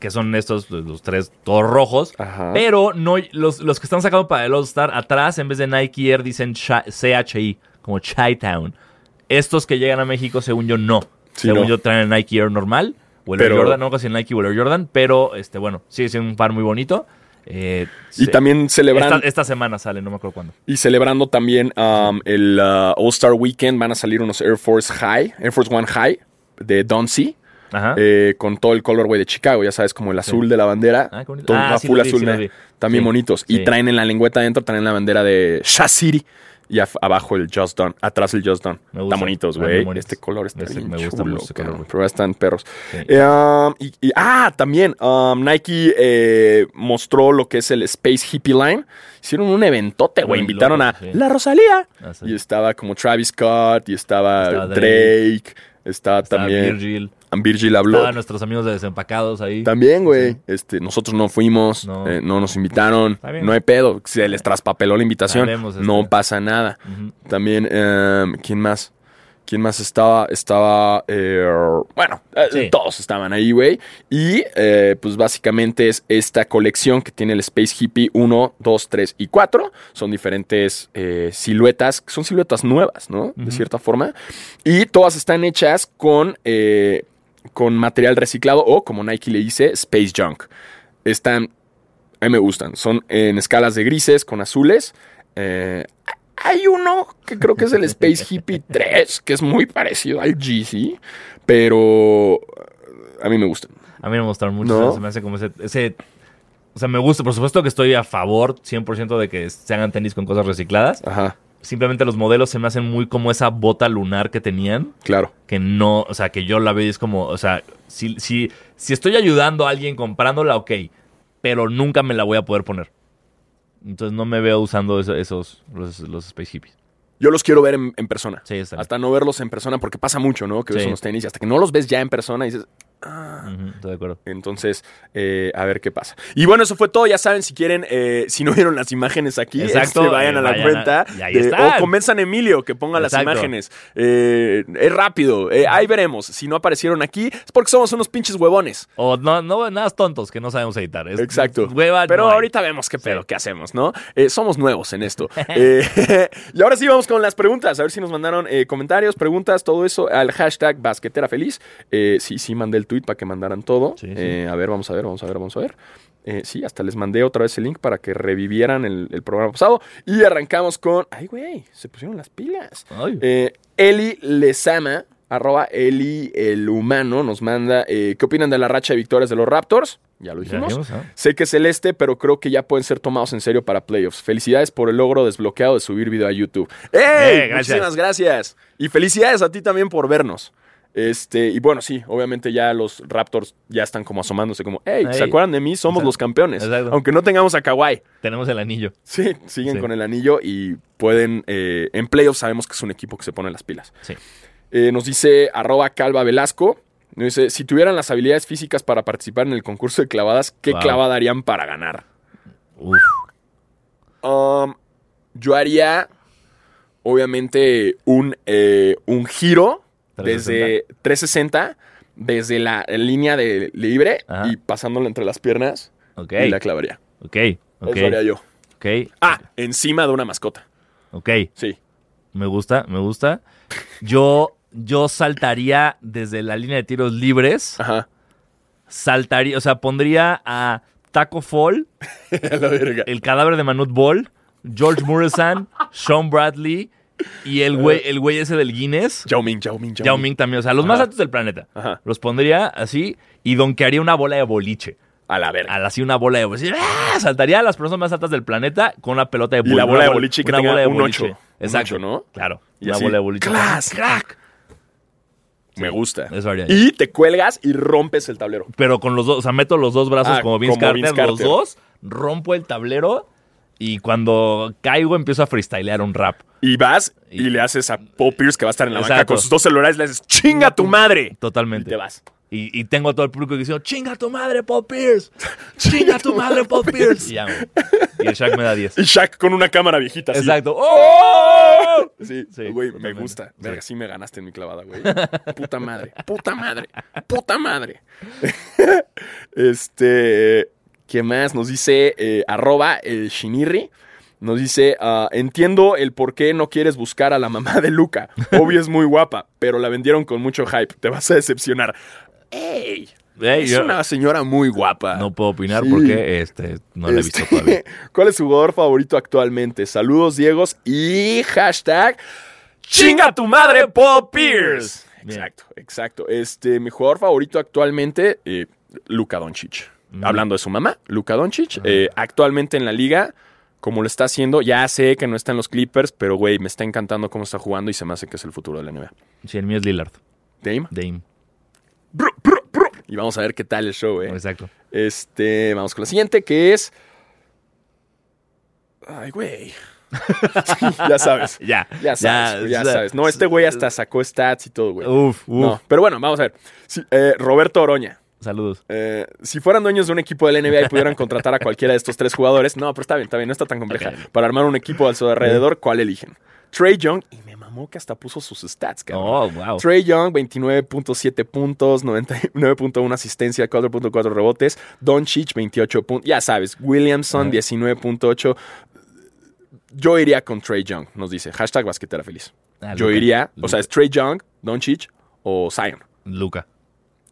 Speaker 2: que son estos, los tres todos rojos.
Speaker 1: es- Ajá.
Speaker 2: Pero no, los, los que están sacando para el All-Star atrás, en vez de Nike Air, dicen Chi- CHI, como Chi-Town. Estos que llegan a México, según yo, no.
Speaker 1: Sí,
Speaker 2: según
Speaker 1: no.
Speaker 2: yo, traen el Nike Air normal. O el Air
Speaker 1: Pero-
Speaker 2: Jordan, no casi el Nike o el Air Jordan. Pero, este, bueno, sigue siendo un par muy bonito. Eh,
Speaker 1: Y
Speaker 2: se-
Speaker 1: también
Speaker 2: esta,
Speaker 1: celebran,
Speaker 2: esta semana sale, no me acuerdo cuándo.
Speaker 1: y celebrando también um, el ah, All-Star Weekend van a salir unos Air Force High, Air Force One High de Don C.
Speaker 2: Ajá.
Speaker 1: eh, con todo el colorway de Chicago, ya sabes, como el azul de la bandera,
Speaker 2: Ah, qué bonito.
Speaker 1: todo
Speaker 2: Ah, sí
Speaker 1: azul,
Speaker 2: los vi,
Speaker 1: azul,
Speaker 2: sí los
Speaker 1: ne-
Speaker 2: vi.
Speaker 1: también
Speaker 2: Sí,
Speaker 1: bonitos.
Speaker 2: sí.
Speaker 1: Y traen en la lengüeta adentro, traen la bandera de Shah City y af- abajo el Just Done, atrás el Just Done.
Speaker 2: Me
Speaker 1: Están
Speaker 2: gusta.
Speaker 1: bonitos,
Speaker 2: Ah, muy
Speaker 1: güey.
Speaker 2: bonitos.
Speaker 1: este color está
Speaker 2: Ese-
Speaker 1: bien
Speaker 2: me gusta
Speaker 1: chulo,
Speaker 2: mucho ese color,
Speaker 1: cabrón,
Speaker 2: güey.
Speaker 1: pero están perros.
Speaker 2: Sí.
Speaker 1: Eh, um, y, y- ah, también um, Nike eh, mostró lo que es el Space Hippie Line. Hicieron un eventote, güey.
Speaker 2: Muy
Speaker 1: Invitaron
Speaker 2: loco,
Speaker 1: a
Speaker 2: sí.
Speaker 1: La Rosalía.
Speaker 2: Ah, sí.
Speaker 1: Y estaba como Travis Scott, y estaba,
Speaker 2: Estaba
Speaker 1: Drake, estaba,
Speaker 2: Está
Speaker 1: también
Speaker 2: Virgil.
Speaker 1: Virgil habló.
Speaker 2: Estaban nuestros amigos de Desempacados ahí.
Speaker 1: También, güey. Este, nosotros no fuimos, eh,
Speaker 2: No.
Speaker 1: no, nos invitaron,
Speaker 2: Está bien.
Speaker 1: no hay pedo, se les traspapeló la invitación,
Speaker 2: Sabemos, este.
Speaker 1: no pasa nada.
Speaker 2: Ujú.
Speaker 1: También, em, ¿quién más? ¿Quién más estaba? Estaba, eh, bueno, eh,
Speaker 2: Sí.
Speaker 1: todos estaban ahí, güey. Y eh, pues básicamente es esta colección que tiene el Space Hippie 1, 2, 3 y 4. Son diferentes eh, siluetas, que son siluetas nuevas, ¿no? De
Speaker 2: Ujú.
Speaker 1: cierta forma. Y todas están hechas con, eh, con material reciclado o, como Nike le dice, Space Junk. Están, a mí me gustan, son en escalas de grises con azules. Eh, hay uno que creo que es el Space Hippie 3, que es muy parecido al GC, pero eh, a mí me gustan.
Speaker 2: A mí no me gustaron mucho.
Speaker 1: ¿No?
Speaker 2: Se me hace como ese, ese- O sea, me gusta. Por supuesto que estoy a favor 100% de que se hagan tenis con cosas recicladas.
Speaker 1: Ajá,
Speaker 2: Simplemente los modelos se me hacen muy como esa bota lunar que tenían.
Speaker 1: claro.
Speaker 2: Que no. O sea, que yo la veo y es como. O sea, si, si, si estoy ayudando a alguien comprándola, ok. Pero nunca me la voy a poder poner. Entonces no me veo usando eso- esos. Los, los Space Hippies.
Speaker 1: Yo los quiero ver en, en persona.
Speaker 2: Sí, está bien.
Speaker 1: Hasta no verlos en persona, porque pasa mucho, ¿no? Que ves
Speaker 2: Sí.
Speaker 1: unos tenis y hasta que no los ves ya en persona dices,
Speaker 2: Ujú, estoy de acuerdo.
Speaker 1: Entonces, eh, a ver qué pasa. Y bueno, eso fue todo. Ya saben, si quieren, eh, si no vieron las imágenes aquí,
Speaker 2: Exacto,
Speaker 1: este, vayan
Speaker 2: eh,
Speaker 1: a la
Speaker 2: vayan a-
Speaker 1: cuenta.
Speaker 2: y ahí
Speaker 1: de-
Speaker 2: están.
Speaker 1: o comienzan Emilio, que ponga
Speaker 2: Exacto.
Speaker 1: las imágenes. Eh, es rápido. eh, ahí veremos. Si no aparecieron aquí, es porque somos unos pinches huevones.
Speaker 2: O no, no, nada tontos que no sabemos editar. Es-
Speaker 1: Exacto.
Speaker 2: hueva,
Speaker 1: Pero
Speaker 2: no hay.
Speaker 1: ahorita vemos qué pedo,
Speaker 2: Sí.
Speaker 1: qué hacemos, ¿no? Eh, somos nuevos en esto. Eh, y ahora sí vamos con las preguntas. A ver si nos mandaron eh, comentarios, preguntas, todo eso al hashtag basquetera feliz. Eh, sí, sí, mandé el tweet para que mandaran todo.
Speaker 2: Sí, sí.
Speaker 1: Eh, a ver, vamos a ver, vamos a ver, vamos a ver. Eh, sí, hasta les mandé otra vez el link para que revivieran el, el programa pasado. Y arrancamos con. ¡Ay, güey! Se pusieron las pilas.
Speaker 2: Ay.
Speaker 1: Eh, Eli Lezama, arroba Eli el humano, nos manda. eh, ¿Qué opinan de la racha de victorias de los Raptors? Ya lo
Speaker 2: Ya
Speaker 1: dijimos.
Speaker 2: dijimos, ¿no?
Speaker 1: Sé que es el este, pero creo que ya pueden ser tomados en serio para playoffs. Felicidades por el logro desbloqueado de subir video a YouTube. ¡Ey!
Speaker 2: Eh, gracias.
Speaker 1: Muchísimas gracias. Y felicidades a ti también por vernos. Este, y bueno, sí, obviamente ya los Raptors ya están como asomándose, como, hey, ¿se
Speaker 2: Ey.
Speaker 1: acuerdan de mí? Somos
Speaker 2: Exacto.
Speaker 1: los campeones.
Speaker 2: Exacto.
Speaker 1: Aunque no tengamos a Kawhi.
Speaker 2: Tenemos el anillo.
Speaker 1: Sí, siguen
Speaker 2: Sí.
Speaker 1: con el anillo y pueden. eh, en playoffs sabemos que es un equipo que se pone las pilas.
Speaker 2: Sí.
Speaker 1: Eh, nos dice arroba calva velasco. Dice, si tuvieran las habilidades físicas para participar en el concurso de clavadas, ¿qué
Speaker 2: Wow.
Speaker 1: clavada harían para ganar?
Speaker 2: Uf.
Speaker 1: Um, yo haría, obviamente, un, eh, un giro
Speaker 2: 360.
Speaker 1: desde 360, desde la línea de libre
Speaker 2: Ajá.
Speaker 1: y pasándola entre las piernas
Speaker 2: Ok.
Speaker 1: y la clavaría.
Speaker 2: Ok. Ok.
Speaker 1: Eso haría yo.
Speaker 2: Ok.
Speaker 1: Ah, encima de una mascota.
Speaker 2: Ok.
Speaker 1: Sí.
Speaker 2: Me gusta, me gusta. Yo, yo saltaría desde la línea de tiros libres.
Speaker 1: Ajá.
Speaker 2: Saltaría, o sea, pondría a Taco Fall,
Speaker 1: la verga.
Speaker 2: el cadáver de Manute Ball, George Morrison, Sean Bradley y el güey, el güey ese del Guinness.
Speaker 1: Yao Ming, Yao Ming, Yao,
Speaker 2: Yao
Speaker 1: Ming.
Speaker 2: Ming también. O sea, los más
Speaker 1: Ajá.
Speaker 2: altos del planeta.
Speaker 1: Ajá.
Speaker 2: Los pondría así y donkearía una bola de boliche.
Speaker 1: A la verga.
Speaker 2: Al así una bola de boliche. ¡Ah! Saltaría a las personas más altas del planeta con una pelota de
Speaker 1: Y
Speaker 2: boliche.
Speaker 1: la bola
Speaker 2: Una
Speaker 1: de boliche que
Speaker 2: una
Speaker 1: tenga
Speaker 2: bola de
Speaker 1: un
Speaker 2: boliche.
Speaker 1: ocho. Un
Speaker 2: Exacto.
Speaker 1: ocho, ¿no?
Speaker 2: Claro.
Speaker 1: Y
Speaker 2: una
Speaker 1: así,
Speaker 2: bola de boliche.
Speaker 1: ¡clas!
Speaker 2: ¡Crack!
Speaker 1: Me gusta.
Speaker 2: Eso haría yo.
Speaker 1: Y te cuelgas y rompes el tablero.
Speaker 2: Pero con los dos, o sea, meto los dos brazos
Speaker 1: Ah,
Speaker 2: como, Vince,
Speaker 1: como
Speaker 2: Carter,
Speaker 1: Vince
Speaker 2: los
Speaker 1: Carter.
Speaker 2: dos, rompo el tablero y cuando caigo empiezo a freestylear un rap.
Speaker 1: Y vas y,
Speaker 2: Y-
Speaker 1: le haces a Paul Pierce que va a estar en la banca
Speaker 2: Exacto.
Speaker 1: con sus dos celulares, le haces chinga tu madre. Y
Speaker 2: Totalmente.
Speaker 1: te vas.
Speaker 2: Y, y tengo a todo el público diciendo, chinga tu madre, Paul Pierce. Chinga tu madre, Paul Pierce. Y, ya, güey. y el Shaq me da 10.
Speaker 1: Y Shaq con una cámara viejita. así.
Speaker 2: Exacto. ¡Oh!
Speaker 1: Sí,
Speaker 2: Sí,
Speaker 1: güey, me
Speaker 2: totalmente.
Speaker 1: gusta.
Speaker 2: Sí.
Speaker 1: Verga, sí me ganaste en mi clavada, güey. Puta madre, puta madre, puta madre. este, ¿qué más? Nos dice eh, arroba el Shinirri. Nos dice, ah, entiendo el por qué no quieres buscar a la mamá de Luca. Obvio es muy guapa, pero la vendieron con mucho hype. Te vas a decepcionar. ¡Ey!
Speaker 2: Ey,
Speaker 1: Es
Speaker 2: yo
Speaker 1: una señora muy guapa.
Speaker 2: No puedo opinar
Speaker 1: Sí.
Speaker 2: porque este, no la he visto
Speaker 1: Este,
Speaker 2: todavía.
Speaker 1: ¿Cuál es su jugador favorito actualmente? Saludos, Diegos. Y hashtag ¡Chinga tu madre, Paul Pierce!
Speaker 2: Bien.
Speaker 1: Exacto, exacto. Este, mi jugador favorito actualmente, eh, Luka Doncic.
Speaker 2: Mm. Ah.
Speaker 1: Hablando de su mamá, Luka Doncic. eh, actualmente en la liga, como lo está haciendo, ya sé que no está en los Clippers, pero güey, me está encantando cómo está jugando y se me hace que es el futuro de la NBA.
Speaker 2: Sí, el mío es Lillard.
Speaker 1: Dame.
Speaker 2: Dame.
Speaker 1: Bru, bru, bru. Y vamos a ver qué tal el show, eh.
Speaker 2: Exacto.
Speaker 1: Este, vamos con la siguiente, que es. Ay, güey. ya sabes.
Speaker 2: Ya.
Speaker 1: Ya sabes, güey, ya, sabes. No, este güey hasta sacó stats y todo, güey.
Speaker 2: Uf, uf.
Speaker 1: No, pero bueno, vamos a ver. Sí, eh, Roberto Oroña.
Speaker 2: Saludos.
Speaker 1: Eh, si fueran dueños de un equipo del NBA y pudieran contratar a cualquiera de estos tres jugadores, no, pero está bien, está bien, no está tan compleja. Para armar un equipo a su alrededor, ¿cuál eligen? Trey Young, y me mamó que hasta puso sus stats, cabrón.
Speaker 2: Oh, wow.
Speaker 1: Trey Young, 29.7 puntos, 99.1 asistencia, 4.4 rebotes. Doncic, 28 puntos. Ya sabes, Williamson,
Speaker 2: Ajá.
Speaker 1: 19.8. Yo iría con Trey Young, nos dice. Hashtag basquetera feliz.
Speaker 2: Ah,
Speaker 1: yo
Speaker 2: Luka,
Speaker 1: iría, o
Speaker 2: Luka,
Speaker 1: sea, es Trey Young, Doncic o Zion.
Speaker 2: Luca.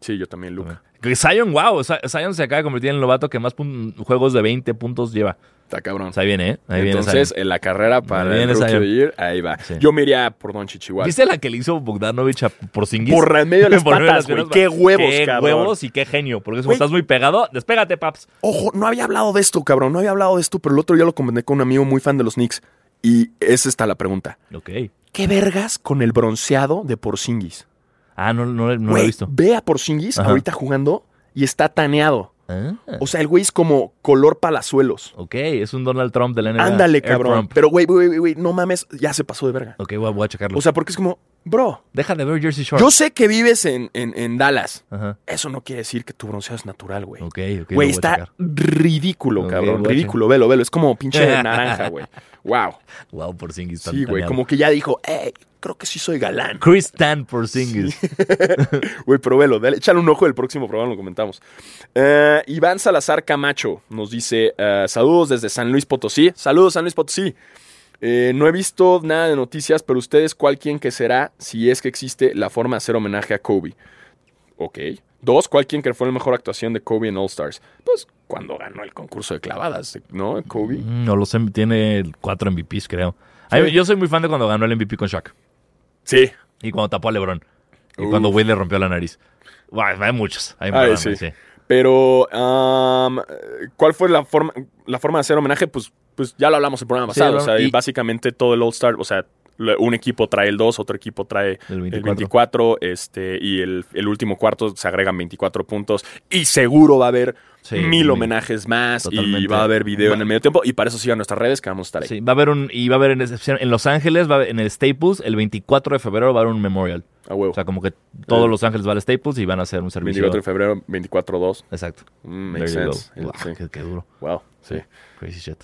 Speaker 1: Sí, yo también, Luca.
Speaker 2: Que Zion, wow. Zi- Zion se acaba de convertir en el novato que más pun- juegos de 20 puntos lleva.
Speaker 1: Está cabrón.
Speaker 2: O sea, ahí viene, ¿eh? Ahí viene
Speaker 1: Entonces,
Speaker 2: Zion.
Speaker 1: en la carrera para el
Speaker 2: viene
Speaker 1: rookie
Speaker 2: Zion.
Speaker 1: de year, ahí va.
Speaker 2: Sí.
Speaker 1: Yo me iría por Doncic igual.
Speaker 2: ¿Viste la que le hizo Bogdanovich a Porzingis?
Speaker 1: Por en medio de las
Speaker 2: Por medio de las
Speaker 1: patas, güey.
Speaker 2: piernas,
Speaker 1: Qué huevos,
Speaker 2: Qué
Speaker 1: cabrón.
Speaker 2: huevos y qué genio. Porque si
Speaker 1: Güey.
Speaker 2: estás muy pegado, despégate, paps.
Speaker 1: Ojo, no había hablado de esto, cabrón. No había hablado de esto, pero el otro día lo comenté con un amigo muy fan de los Knicks. Y es esta la pregunta.
Speaker 2: Ok.
Speaker 1: ¿Qué vergas con el bronceado de Porzingis?
Speaker 2: Ah, no, no, no lo
Speaker 1: Güey,
Speaker 2: he visto.
Speaker 1: Ve a Porzingis
Speaker 2: Ajá.
Speaker 1: ahorita jugando y está taneado.
Speaker 2: Ah,
Speaker 1: O sea, el güey es como color palazuelos.
Speaker 2: ok, es un Donald Trump del NBA.
Speaker 1: Ándale,
Speaker 2: Air
Speaker 1: cabrón.
Speaker 2: Trump.
Speaker 1: Pero güey, güey, güey, güey, no mames, ya se pasó de verga.
Speaker 2: Ok, voy a, voy a checarlo.
Speaker 1: O sea, porque es como, bro,
Speaker 2: Deja de ver Jersey Shore.
Speaker 1: yo sé que vives en, en- en Dallas.
Speaker 2: Ajá.
Speaker 1: Eso no quiere decir que tu bronceado es natural, güey.
Speaker 2: Ok, ok. lo voy
Speaker 1: Güey,
Speaker 2: a
Speaker 1: está
Speaker 2: checar.
Speaker 1: ridículo,
Speaker 2: Ok,
Speaker 1: cabrón.
Speaker 2: voy a
Speaker 1: ridículo, velo, velo. Es como pinche naranja, güey. Wow.
Speaker 2: Wow, Porzingis. tan
Speaker 1: Sí, güey.
Speaker 2: taneado.
Speaker 1: Como que ya dijo, hey, creo que sí soy galán.
Speaker 2: Chris Tan Porzingis.
Speaker 1: Güey, pero velo, dale, échale un ojo el próximo programa, lo comentamos. Eh, Iván Salazar Camacho nos dice: eh, Saludos desde San Luis Potosí. Saludos, San Luis Potosí. Eh, no he visto nada de noticias, pero ustedes, ¿cuál quién que será si es que existe la forma de hacer homenaje a Kobe? Ok. Dos, ¿cuál quién que fue la mejor actuación de Kobe en All Stars? Pues cuando ganó el concurso de clavadas, ¿no? Kobe.
Speaker 2: Mm, No lo sé, tiene cuatro MVPs, creo. A mí-
Speaker 1: Sí.
Speaker 2: Yo soy muy fan de cuando ganó el MVP con Shaq.
Speaker 1: Sí.
Speaker 2: Y cuando tapó a LeBron. Y
Speaker 1: Uf.
Speaker 2: cuando Wade le rompió la nariz. Guau, hay muchos. Hay
Speaker 1: Ay,
Speaker 2: muchos.
Speaker 1: sí.
Speaker 2: sí.
Speaker 1: Pero, am, ¿cuál fue la forma, la forma de hacer homenaje? Pues, pues ya lo hablamos el programa
Speaker 2: Sí,
Speaker 1: pasado.
Speaker 2: lo-
Speaker 1: o sea, y
Speaker 2: y-
Speaker 1: básicamente todo el All-Star, o sea, lo- un equipo trae el 2, otro equipo trae
Speaker 2: El
Speaker 1: el 24,
Speaker 2: 24.
Speaker 1: este, y el, el último cuarto se agregan 24 puntos. Y seguro va a haber
Speaker 2: Sí,
Speaker 1: mil
Speaker 2: sí.
Speaker 1: homenajes más y
Speaker 2: Totalmente.
Speaker 1: va a haber video
Speaker 2: Va-
Speaker 1: en el medio tiempo. Y para eso sigan nuestras redes que vamos a estar ahí.
Speaker 2: Sí, va a haber un. Y va a haber en, en Los Ángeles, va a haber- en el Staples, el 24 de febrero va a haber un memorial.
Speaker 1: A huevo.
Speaker 2: O sea, como que todos
Speaker 1: Eh.
Speaker 2: Los Ángeles va al Staples y van a hacer un servicio.
Speaker 1: 24 de febrero, 24-2.
Speaker 2: Exacto.
Speaker 1: Mm,
Speaker 2: There
Speaker 1: makes
Speaker 2: you go.
Speaker 1: sense. Eh,
Speaker 2: Guau,
Speaker 1: sí.
Speaker 2: qué, qué duro.
Speaker 1: Wow, sí.
Speaker 2: Crazy shit.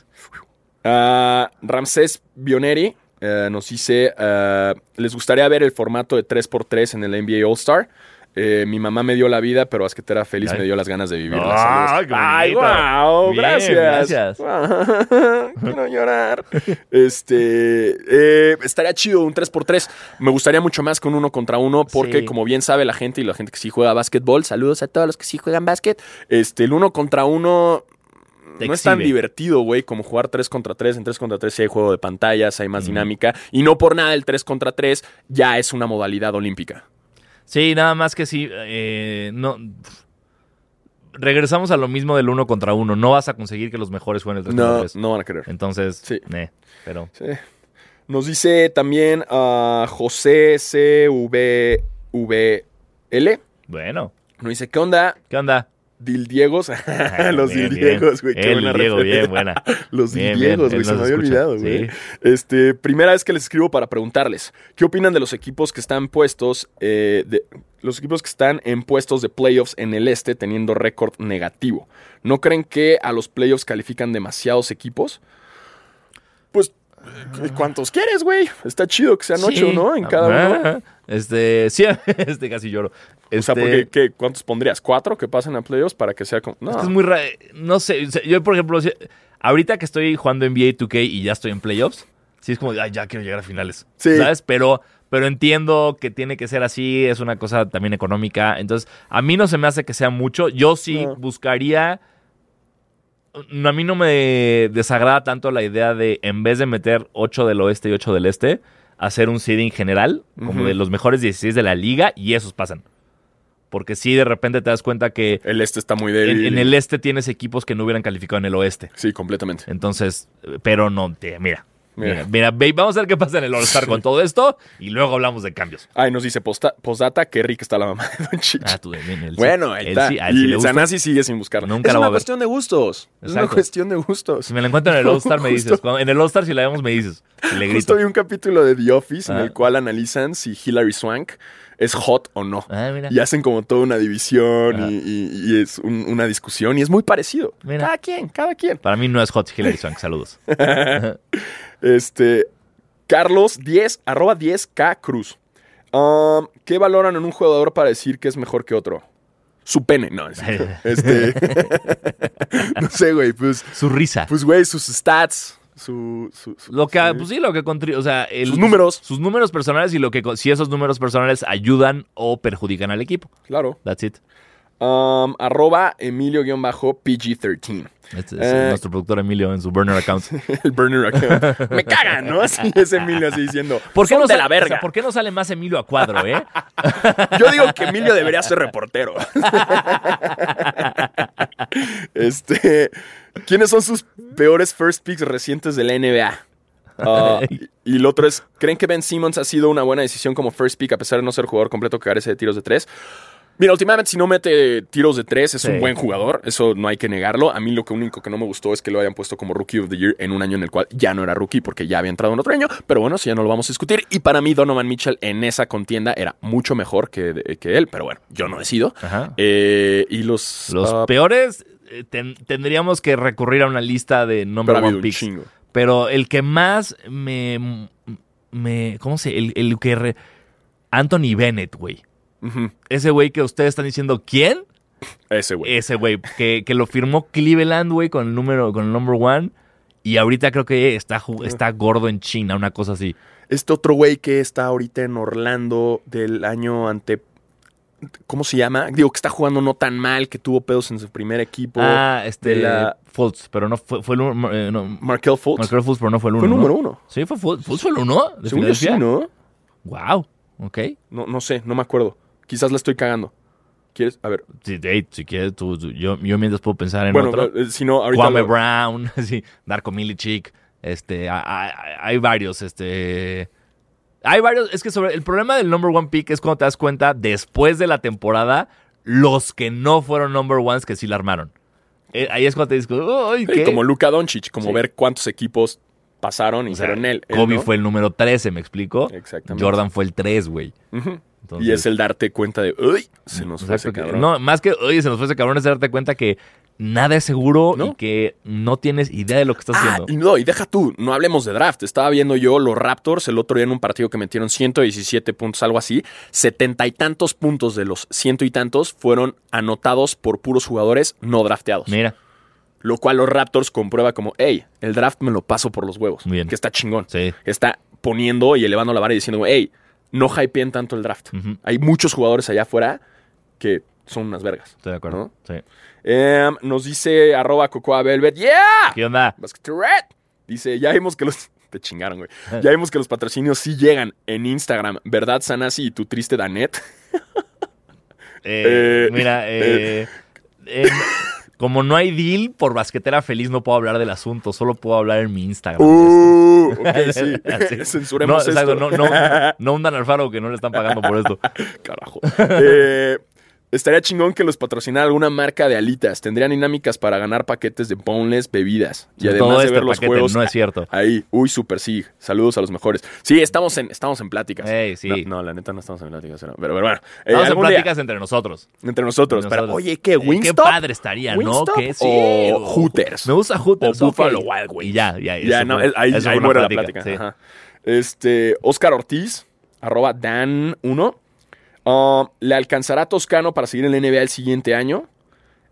Speaker 1: Ah, Ramsés Bioneri eh, nos dice, ah, les gustaría ver el formato de 3x3 en el NBA All Star. Eh, mi mamá me dio la vida, pero Asquetera Feliz
Speaker 2: Ay.
Speaker 1: me dio las ganas de vivirla.
Speaker 2: Ah,
Speaker 1: Saludos.
Speaker 2: qué
Speaker 1: ¡Ay,
Speaker 2: bonito.
Speaker 1: guau!
Speaker 2: Bien,
Speaker 1: gracias.
Speaker 2: gracias.
Speaker 1: Guau, Quiero llorar. Este, eh, estaría chido un 3x3. Me gustaría mucho más con uno contra uno, porque
Speaker 2: Sí.
Speaker 1: como bien sabe la gente y la gente que sí juega básquetbol, saludos a todos los que sí juegan básquet. Este, el uno contra uno
Speaker 2: Te
Speaker 1: no es tan
Speaker 2: exhibe.
Speaker 1: divertido, güey, como jugar 3 contra 3. En 3 contra 3 sí hay juego de pantallas, hay más dinámica. Y no por nada el 3 contra 3 ya es una modalidad olímpica.
Speaker 2: Sí, nada más que sí. eh, no. Regresamos a lo mismo del uno contra uno. No vas a conseguir que los mejores jueguen el 3
Speaker 1: No,
Speaker 2: contra 3.
Speaker 1: no van a querer.
Speaker 2: Entonces,
Speaker 1: Sí.
Speaker 2: eh, pero
Speaker 1: Sí. Nos dice también a José CVVL.
Speaker 2: bueno.
Speaker 1: Nos dice, ¿qué onda?
Speaker 2: ¿Qué onda?
Speaker 1: Dildiegos. Los
Speaker 2: Ah, Bien,
Speaker 1: dildiegos, güey.
Speaker 2: bien.
Speaker 1: Qué
Speaker 2: El
Speaker 1: buena
Speaker 2: Diego,
Speaker 1: referencia.
Speaker 2: bien, buena.
Speaker 1: Los
Speaker 2: Bien,
Speaker 1: dildiegos,
Speaker 2: bien,
Speaker 1: güey.
Speaker 2: él
Speaker 1: Se me
Speaker 2: nos
Speaker 1: había
Speaker 2: escucha,
Speaker 1: olvidado, güey.
Speaker 2: sí.
Speaker 1: Este, primera vez que les escribo para preguntarles, ¿qué opinan de los equipos que están puestos, eh, de, los equipos que están en puestos de playoffs en el este teniendo récord negativo? ¿No creen que a los playoffs califican demasiados equipos? Pues, ¿cuántos quieres, güey? Está chido que sean ocho,
Speaker 2: Sí.
Speaker 1: ¿no? En cada uno.
Speaker 2: Ajá. Este, sí, este casi lloro.
Speaker 1: O sea,
Speaker 2: Este,
Speaker 1: porque, ¿qué? ¿cuántos pondrías? ¿Cuatro que pasen a playoffs para que sea como... No.
Speaker 2: Es que es muy raro. No sé. o sea, Yo, por ejemplo, si- ahorita que estoy jugando NBA 2K y ya estoy en playoffs, sí es como, ay, ya quiero llegar a finales.
Speaker 1: Sí.
Speaker 2: ¿Sabes? Pero, pero entiendo que tiene que ser así. Es una cosa también económica. Entonces, a mí no se me hace que sea mucho. Yo sí
Speaker 1: No.
Speaker 2: buscaría. no, A mí no me desagrada tanto la idea de, en vez de meter 8 del oeste y 8 del este, hacer un seeding general, como
Speaker 1: Ujú.
Speaker 2: de los mejores 16 de la liga, y esos pasan. Porque si de repente te das cuenta que
Speaker 1: El este está muy débil.
Speaker 2: en, en el este tienes equipos que no hubieran calificado en el oeste.
Speaker 1: Sí, completamente.
Speaker 2: Entonces, eh, pero no, te- mira.
Speaker 1: Mira.
Speaker 2: Mira, mira, ve- vamos a ver qué pasa en el All-Star con todo esto y luego hablamos de cambios.
Speaker 1: Ay, nos dice posta- postdata, qué rica está la mamá de Don Chicho.
Speaker 2: Ah, tú también, él sí.
Speaker 1: bueno, ahí
Speaker 2: Él
Speaker 1: está.
Speaker 2: sí, a él sí
Speaker 1: y
Speaker 2: le gusta.
Speaker 1: Sanasi sigue sin buscarla.
Speaker 2: Nunca
Speaker 1: es
Speaker 2: la voy
Speaker 1: una
Speaker 2: a ver.
Speaker 1: cuestión de gustos. Es una
Speaker 2: Exacto.
Speaker 1: cuestión de gustos.
Speaker 2: Si me la encuentro en el All-Star, me dices.
Speaker 1: Justo.
Speaker 2: Cuando- en el All-Star, si la vemos, me dices. Y le grito.
Speaker 1: Justo vi un capítulo de The Office en
Speaker 2: Ah.
Speaker 1: el cual analizan si Hillary Swank es hot o no.
Speaker 2: Ah, mira.
Speaker 1: Y hacen como toda una división
Speaker 2: Ah.
Speaker 1: y, y- y es un- una discusión y es muy parecido.
Speaker 2: Mira.
Speaker 1: Cada quien, cada quien.
Speaker 2: Para mí no es Hot Hillary Swank. Saludos.
Speaker 1: Este, Carlos 10, arroba 10K Cruz. Um, ¿Qué valoran en un jugador para decir que es mejor que otro? Su pene, no. es- este, no sé, güey, pues,
Speaker 2: Su risa.
Speaker 1: pues, güey, sus stats, su, su- su-
Speaker 2: Lo que,
Speaker 1: sí.
Speaker 2: pues sí, lo que contri- o sea, el-
Speaker 1: sus números.
Speaker 2: Sus números personales y lo que, co- si esos números personales ayudan o perjudican al equipo.
Speaker 1: Claro.
Speaker 2: That's it.
Speaker 1: Um, arroba Emilio-PG13.
Speaker 2: Este es
Speaker 1: Eh.
Speaker 2: nuestro productor Emilio en su burner account.
Speaker 1: El burner account. Me cagan, ¿no? Así es Emilio así diciendo.
Speaker 2: ¿Por qué,
Speaker 1: "Son
Speaker 2: no
Speaker 1: de
Speaker 2: sale,
Speaker 1: la
Speaker 2: o sea,
Speaker 1: verga?
Speaker 2: ¿Por qué no sale más Emilio a cuadro, eh?
Speaker 1: Yo digo que Emilio debería ser reportero. este, ¿quiénes son sus peores first picks recientes de la NBA? Ah, y- y el otro es, ¿creen que Ben Simmons ha sido una buena decisión como first pick a pesar de no ser jugador completo que carece de tiros de tres? Mira, últimamente si no mete tiros de tres es un
Speaker 2: Sí.
Speaker 1: buen jugador, eso no hay que negarlo. A mí lo que único que no me gustó es que lo hayan puesto como Rookie of the Year en un año en el cual ya no era rookie porque ya había entrado en otro año, pero bueno, eso ya no lo vamos a discutir. Y para mí Donovan Mitchell en esa contienda era mucho mejor que, que él, pero bueno, yo no decido.
Speaker 2: Ajá.
Speaker 1: Eh, y los...
Speaker 2: Los
Speaker 1: ah,
Speaker 2: peores eh, ten- tendríamos que recurrir a una lista de
Speaker 1: pero
Speaker 2: number
Speaker 1: ha habido
Speaker 2: one
Speaker 1: un
Speaker 2: picks.
Speaker 1: chingo.
Speaker 2: Pero el que más me, me ¿cómo se? El, el que re- Anthony Bennett, güey.
Speaker 1: Ujú,
Speaker 2: Ese güey que ustedes están diciendo, ¿quién?
Speaker 1: Ese güey.
Speaker 2: Ese güey que, que lo firmó Cleveland, güey, con el número con el number one y ahorita creo que está
Speaker 1: Ah.
Speaker 2: ju- está gordo en China, una cosa así.
Speaker 1: Este otro güey que está ahorita en Orlando del año ante. ¿Cómo se llama? Digo, que está jugando no tan mal, que tuvo pedos en su primer equipo.
Speaker 2: ah, este
Speaker 1: de la-
Speaker 2: Fultz, pero no fue fue el uno- eh, no,
Speaker 1: Markel Fultz.
Speaker 2: Markel Fultz, pero no fue el uno.
Speaker 1: Fue
Speaker 2: ¿no?
Speaker 1: número uno.
Speaker 2: Sí, fue Fultz, Fultz fue el uno de
Speaker 1: Según yo sí,
Speaker 2: Filadelfia.
Speaker 1: ¿no?
Speaker 2: Wow. Ok.
Speaker 1: ¿no? No sé, no me acuerdo. Quizás la estoy cagando. ¿Quieres? A ver.
Speaker 2: Si, hey, si quieres, tú- tú- yo, yo mientras puedo pensar en
Speaker 1: Bueno,
Speaker 2: otro.
Speaker 1: eh, si no, ahorita.
Speaker 2: Kwame
Speaker 1: lo-
Speaker 2: Brown, sí, Darko Milicic, este, a- a- a- hay varios, este, hay varios, es que sobre, el problema del number one pick es cuando te das cuenta después de la temporada los que no fueron number ones que sí la armaron. Eh, ahí es cuando te dices,
Speaker 1: Sí,
Speaker 2: uy, ¿qué?
Speaker 1: como Luka Doncic, como
Speaker 2: Sí.
Speaker 1: ver cuántos equipos pasaron y
Speaker 2: O sea,
Speaker 1: fueron él. él
Speaker 2: Kobe
Speaker 1: no.
Speaker 2: fue el número 13, ¿me explico?
Speaker 1: Exactamente.
Speaker 2: Jordan fue el 3, güey.
Speaker 1: Ujú. y
Speaker 2: Entonces-
Speaker 1: es el darte cuenta de, uy, se nos fue ese
Speaker 2: Exacto, que-
Speaker 1: cabrón.
Speaker 2: No, más que, oye, se nos fue ese cabrón, es darte cuenta que nada es seguro
Speaker 1: ¿No?
Speaker 2: y que no tienes idea de lo que estás
Speaker 1: Ah,
Speaker 2: haciendo.
Speaker 1: y no, y deja tú, no hablemos de draft. Estaba viendo yo los Raptors el otro día en un partido que metieron 117 puntos, algo así. Setenta y tantos puntos de los ciento y tantos fueron anotados por puros jugadores no drafteados.
Speaker 2: Mira,
Speaker 1: Lo cual los Raptors comprueba como, hey, el draft me lo paso por los huevos.
Speaker 2: Muy bien.
Speaker 1: Que está chingón.
Speaker 2: sí.
Speaker 1: Está poniendo y elevando la vara y diciendo, hey, no hypeen tanto el draft.
Speaker 2: Ujú.
Speaker 1: Hay muchos jugadores allá afuera que son unas vergas.
Speaker 2: Estoy de acuerdo.
Speaker 1: ¿No?
Speaker 2: Sí.
Speaker 1: Em, nos dice arroba cocoa velvet. ¡Yeah!
Speaker 2: ¿Qué onda?
Speaker 1: Basket Red. Dice, ya vimos que los... Te chingaron, güey. Ya vimos que los patrocinios sí llegan en Instagram. ¿Verdad, Sanasi y tu triste Danet?
Speaker 2: Eh,
Speaker 1: Eh,
Speaker 2: mira, eh, eh, como no hay deal, por basquetera feliz no puedo hablar del asunto, solo puedo hablar en mi Instagram.
Speaker 1: Uh, ok, sí.
Speaker 2: Así. Ah, no,
Speaker 1: Censuremos
Speaker 2: exacto,
Speaker 1: esto.
Speaker 2: no, no, no hundan al faro que no le están pagando por esto.
Speaker 1: Carajo. Eh, estaría chingón que los patrocinara alguna marca de alitas. Tendrían dinámicas para ganar paquetes de boneless bebidas. Y además
Speaker 2: Todo
Speaker 1: de
Speaker 2: este
Speaker 1: ver los
Speaker 2: paquete
Speaker 1: juegos... eh,
Speaker 2: no es cierto.
Speaker 1: Ahí, uy, super sí. Saludos a los mejores. Sí, estamos en, estamos en pláticas.
Speaker 2: Ey, sí.
Speaker 1: No, no, la neta no estamos en pláticas. Pero, pero bueno, eh,
Speaker 2: Vamos a
Speaker 1: algún día,
Speaker 2: pláticas entre nosotros.
Speaker 1: entre nosotros.
Speaker 2: Entre
Speaker 1: pero,
Speaker 2: nosotros.
Speaker 1: oye, ¿qué?
Speaker 2: Eh, Qué
Speaker 1: ¿Wingstop?
Speaker 2: padre estaría,
Speaker 1: ¿Wingstop
Speaker 2: ¿no? Que sí.
Speaker 1: o
Speaker 2: o-
Speaker 1: Hooters?
Speaker 2: Me gusta Hooters.
Speaker 1: O
Speaker 2: ok.
Speaker 1: Buffalo Wild Wings.
Speaker 2: Y ya, ya.
Speaker 1: Ya,
Speaker 2: eso
Speaker 1: no,
Speaker 2: fue-
Speaker 1: el- ahí,
Speaker 2: eso fue
Speaker 1: ahí
Speaker 2: una
Speaker 1: muere la plática.
Speaker 2: sí.
Speaker 1: ajá. Este, Oscar Ortiz, arroba Dan1. Um, ¿Le alcanzará a Toscano para seguir en la NBA el siguiente año?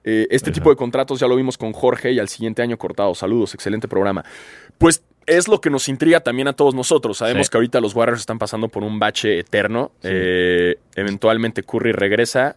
Speaker 1: Eh, este tipo de contratos ya lo vimos con Jorge y al siguiente año cortado. Saludos, excelente programa. Pues es lo que nos intriga también a todos nosotros. Sabemos
Speaker 2: Sí.
Speaker 1: que ahorita los Warriors están pasando por un bache eterno.
Speaker 2: Sí.
Speaker 1: Eh, eventualmente Curry regresa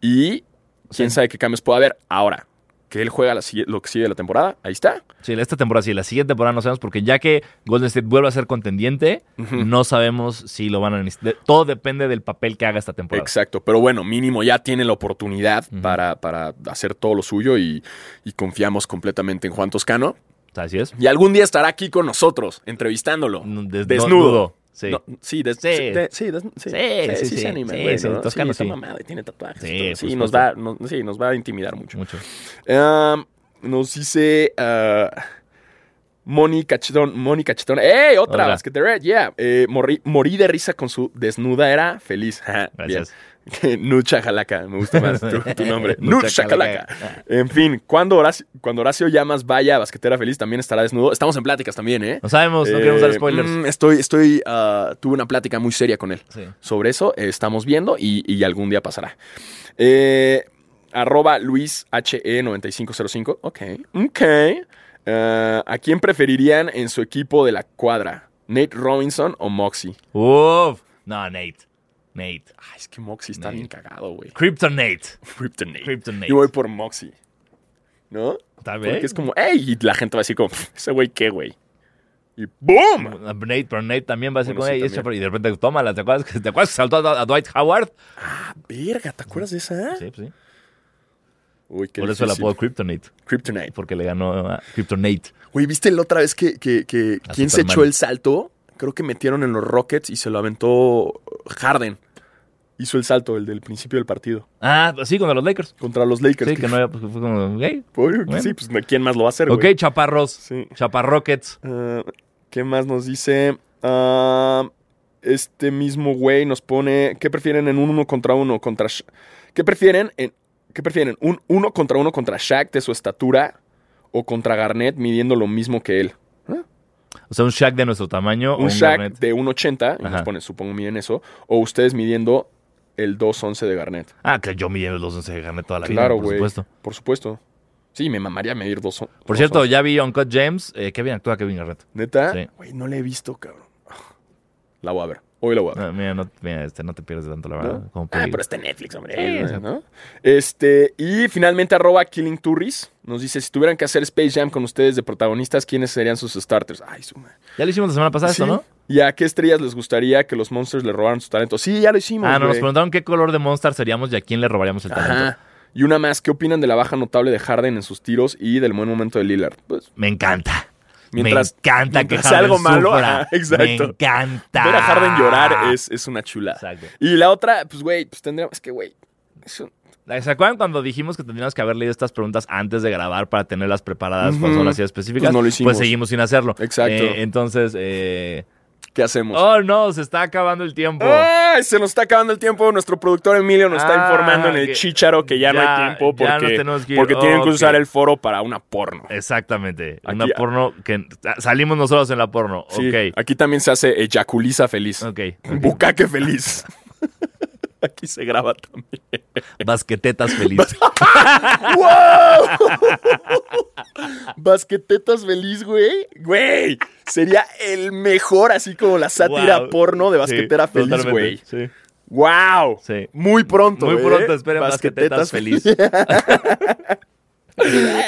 Speaker 1: y quién sabe qué cambios pueda haber. Ahora, que él juega la sigue- lo que sigue de la temporada, ahí está.
Speaker 2: Sí, esta temporada sí, la siguiente temporada no sabemos porque ya que Golden State vuelve a ser contendiente,
Speaker 1: Ujú.
Speaker 2: no sabemos si lo van a necesitar. Todo depende del papel que haga esta temporada.
Speaker 1: Exacto, pero bueno, mínimo ya tiene la oportunidad
Speaker 2: Ujú.
Speaker 1: para, para hacer todo lo suyo y, y confiamos completamente en Juan Toscano.
Speaker 2: Así es.
Speaker 1: Y algún día estará aquí con nosotros, entrevistándolo.
Speaker 2: No, des-
Speaker 1: desnudo.
Speaker 2: no- Sí.
Speaker 1: No, sí, des-
Speaker 2: Sí.
Speaker 1: sí, de- sí, des- sí,
Speaker 2: Sí,
Speaker 1: sí,
Speaker 2: sí,
Speaker 1: sí
Speaker 2: sí.
Speaker 1: se anima,
Speaker 2: Sí,
Speaker 1: güey,
Speaker 2: sí,
Speaker 1: ¿no?
Speaker 2: Toscano
Speaker 1: está
Speaker 2: sí.
Speaker 1: mamado y tiene tatuajes.
Speaker 2: Sí,
Speaker 1: todo. Sí,
Speaker 2: por
Speaker 1: nos
Speaker 2: supuesto.
Speaker 1: va, nos- sí, nos va a intimidar mucho.
Speaker 2: Mucho.
Speaker 1: Um, nos dice ah, Moni Cachetón. Moni Cachetón. ¡Ey! Otra
Speaker 2: Hola.
Speaker 1: basquetera. Yeah. Eh, morí, morí de risa con su desnuda. Era feliz. Ajá, bien.
Speaker 2: Gracias.
Speaker 1: Nucha Jalaca. Me gusta más tu, tu nombre. Nucha
Speaker 2: Nucha Jalaca.
Speaker 1: Jalaca. En fin, cuando Horacio, cuando Horacio Llamas vaya a basquetera feliz, también estará desnudo. Estamos en pláticas también, ¿eh?
Speaker 2: No sabemos, no
Speaker 1: Eh,
Speaker 2: queremos dar spoilers.
Speaker 1: mm, estoy, estoy, ah, tuve una plática muy seria con él.
Speaker 2: Sí.
Speaker 1: Sobre eso eh, estamos viendo y, y algún día pasará. Eh, arroba E LuisHE9505. Ok. Ok. Eh, ¿A quién preferirían en su equipo de la cuadra? ¿Nate Robinson o Moxie?
Speaker 2: Uf. No, Nate. Nate.
Speaker 1: Ay, es que Moxie está
Speaker 2: Nate.
Speaker 1: bien cagado, güey.
Speaker 2: Kryptonate.
Speaker 1: Kryptonite.
Speaker 2: Kryptonate.
Speaker 1: Yo voy por Moxie. ¿No?
Speaker 2: Está bien.
Speaker 1: Porque es como, ¡ey! Y la gente va así como, ¿ese güey qué, güey? Y ¡boom!
Speaker 2: Nate, pero Nate también va a ser
Speaker 1: Bueno,
Speaker 2: con
Speaker 1: sí,
Speaker 2: ella.
Speaker 1: también.
Speaker 2: y ese- este Y de repente, tómala, ¿te acuerdas que, te acuerdas que saltó a, a Dwight Howard?
Speaker 1: Verga, ¿te acuerdas de esa?
Speaker 2: Sí, sí.
Speaker 1: Uy, qué
Speaker 2: Por eso el
Speaker 1: difícil.
Speaker 2: apodo Kryptonite.
Speaker 1: Kryptonite.
Speaker 2: Porque le ganó a Kryptonate.
Speaker 1: Güey, ¿viste la otra vez que, que, que
Speaker 2: A
Speaker 1: quién se
Speaker 2: Superman.
Speaker 1: echó el salto? Creo que metieron en los Rockets y se lo aventó Harden. Hizo el salto, el del principio del partido.
Speaker 2: Ah, sí, contra los Lakers.
Speaker 1: Contra los Lakers.
Speaker 2: Sí, que no había, pues, fue como, "Hey".
Speaker 1: Obvio que
Speaker 2: Bueno.
Speaker 1: sí, pues ¿quién más lo va a hacer,
Speaker 2: Ok,
Speaker 1: güey?
Speaker 2: chaparros.
Speaker 1: Sí.
Speaker 2: Chaparrockets.
Speaker 1: Ah, ¿Qué más nos dice? Ah, este mismo güey nos pone. ¿Qué prefieren en un uno contra uno contra. Sha- ¿Qué prefieren en. ¿Qué prefieren? ¿Un uno contra uno contra Shaq de su estatura? ¿O contra Garnett midiendo lo mismo que él? ¿Eh?
Speaker 2: O sea, un Shaq de nuestro tamaño. o
Speaker 1: un Shaq
Speaker 2: Garnett.
Speaker 1: de 1.80, y nos
Speaker 2: Ajá.
Speaker 1: pone, supongo miden eso, o ustedes midiendo el 2.11 de Garnett.
Speaker 2: Ah, que yo miré los 11 de Garnett toda la
Speaker 1: Claro,
Speaker 2: vida, por
Speaker 1: güey.
Speaker 2: supuesto.
Speaker 1: Por supuesto. Sí, me mamaría medir 2
Speaker 2: Por cierto, ya vi Uncut James. Eh, qué bien actúa Kevin Garnett.
Speaker 1: ¿Neta?
Speaker 2: Sí.
Speaker 1: Güey, no le he visto, cabrón. La voy a ver. Hoy la voy a ver.
Speaker 2: Ah, mira, no, mira, este, no te pierdes tanto, la verdad.
Speaker 1: ¿No?
Speaker 2: Como
Speaker 1: Ah,
Speaker 2: peli-
Speaker 1: pero está en Netflix, hombre.
Speaker 2: Sí,
Speaker 1: Eh,
Speaker 2: exacto.
Speaker 1: ¿no? Este, y finalmente arroba Killing Turris nos dice, si tuvieran que hacer Space Jam con ustedes de protagonistas, ¿quiénes serían sus starters? Ay, su madre.
Speaker 2: Ya lo hicimos la semana pasada esto,
Speaker 1: Sí.
Speaker 2: ¿no?
Speaker 1: ¿Y a qué estrellas les gustaría que los Monsters le robaran su talento? Sí, ya lo hicimos.
Speaker 2: Ah, no, nos
Speaker 1: güey.
Speaker 2: preguntaron qué color de Monster seríamos y a quién le robaríamos el talento.
Speaker 1: Ajá. Y una más, ¿qué opinan de la baja notable de Harden en sus tiros y del buen momento de Lillard? Pues,
Speaker 2: Me encanta.
Speaker 1: Mientras-
Speaker 2: me encanta
Speaker 1: mientras
Speaker 2: que
Speaker 1: sea
Speaker 2: Harden
Speaker 1: algo malo,
Speaker 2: sufra.
Speaker 1: ajá, exacto.
Speaker 2: Me encanta.
Speaker 1: ver a Harden llorar es, es una chulada.
Speaker 2: Exacto.
Speaker 1: Y la otra, pues, güey, pues tendríamos es que, güey, es un-
Speaker 2: ¿Se acuerdan cuando dijimos que tendríamos que haber leído estas preguntas antes de grabar para tenerlas preparadas para zonas así específicas?
Speaker 1: Pues no lo hicimos.
Speaker 2: seguimos sin hacerlo.
Speaker 1: Exacto.
Speaker 2: Eh, entonces, eh,
Speaker 1: ¿Qué hacemos?
Speaker 2: oh no, se está acabando el tiempo.
Speaker 1: ¡Ay! Se nos está acabando el tiempo. Nuestro productor Emilio nos está
Speaker 2: Ah,
Speaker 1: informando en el
Speaker 2: que-
Speaker 1: chicharo que ya, no
Speaker 2: ya-
Speaker 1: hay tiempo
Speaker 2: ya nos
Speaker 1: porque,
Speaker 2: tenemos que ir.
Speaker 1: porque tienen que
Speaker 2: Ok. Eh,
Speaker 1: usar el foro para una porno.
Speaker 2: Exactamente.
Speaker 1: Aquí-
Speaker 2: una porno que ah, salimos nosotros en la porno.
Speaker 1: Sí,
Speaker 2: Ok.
Speaker 1: Aquí también se hace eyaculiza feliz.
Speaker 2: Ok. ok.
Speaker 1: Bucaque feliz. aquí se graba también.
Speaker 2: Basquetetas felices.
Speaker 1: Basquetetas feliz, güey. Güey, sería el mejor, así como la sátira
Speaker 2: Wow.
Speaker 1: porno de
Speaker 2: Sí,
Speaker 1: basquetera feliz,
Speaker 2: totalmente,
Speaker 1: güey.
Speaker 2: sí.
Speaker 1: ¡Wow!
Speaker 2: Sí.
Speaker 1: Muy pronto,
Speaker 2: Muy
Speaker 1: ¿eh?
Speaker 2: pronto, esperen basquetetas feliz.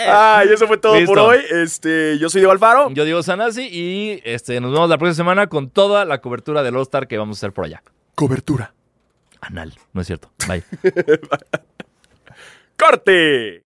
Speaker 1: Ay, eso fue todo
Speaker 2: Listo.
Speaker 1: por hoy. Este, yo soy Diego Alfaro.
Speaker 2: Yo digo Sanasi y este, nos vemos la próxima semana con toda la cobertura del All-Star que vamos a hacer por allá.
Speaker 1: Cobertura.
Speaker 2: Anal, no es cierto. Bye.
Speaker 1: ¡Corte!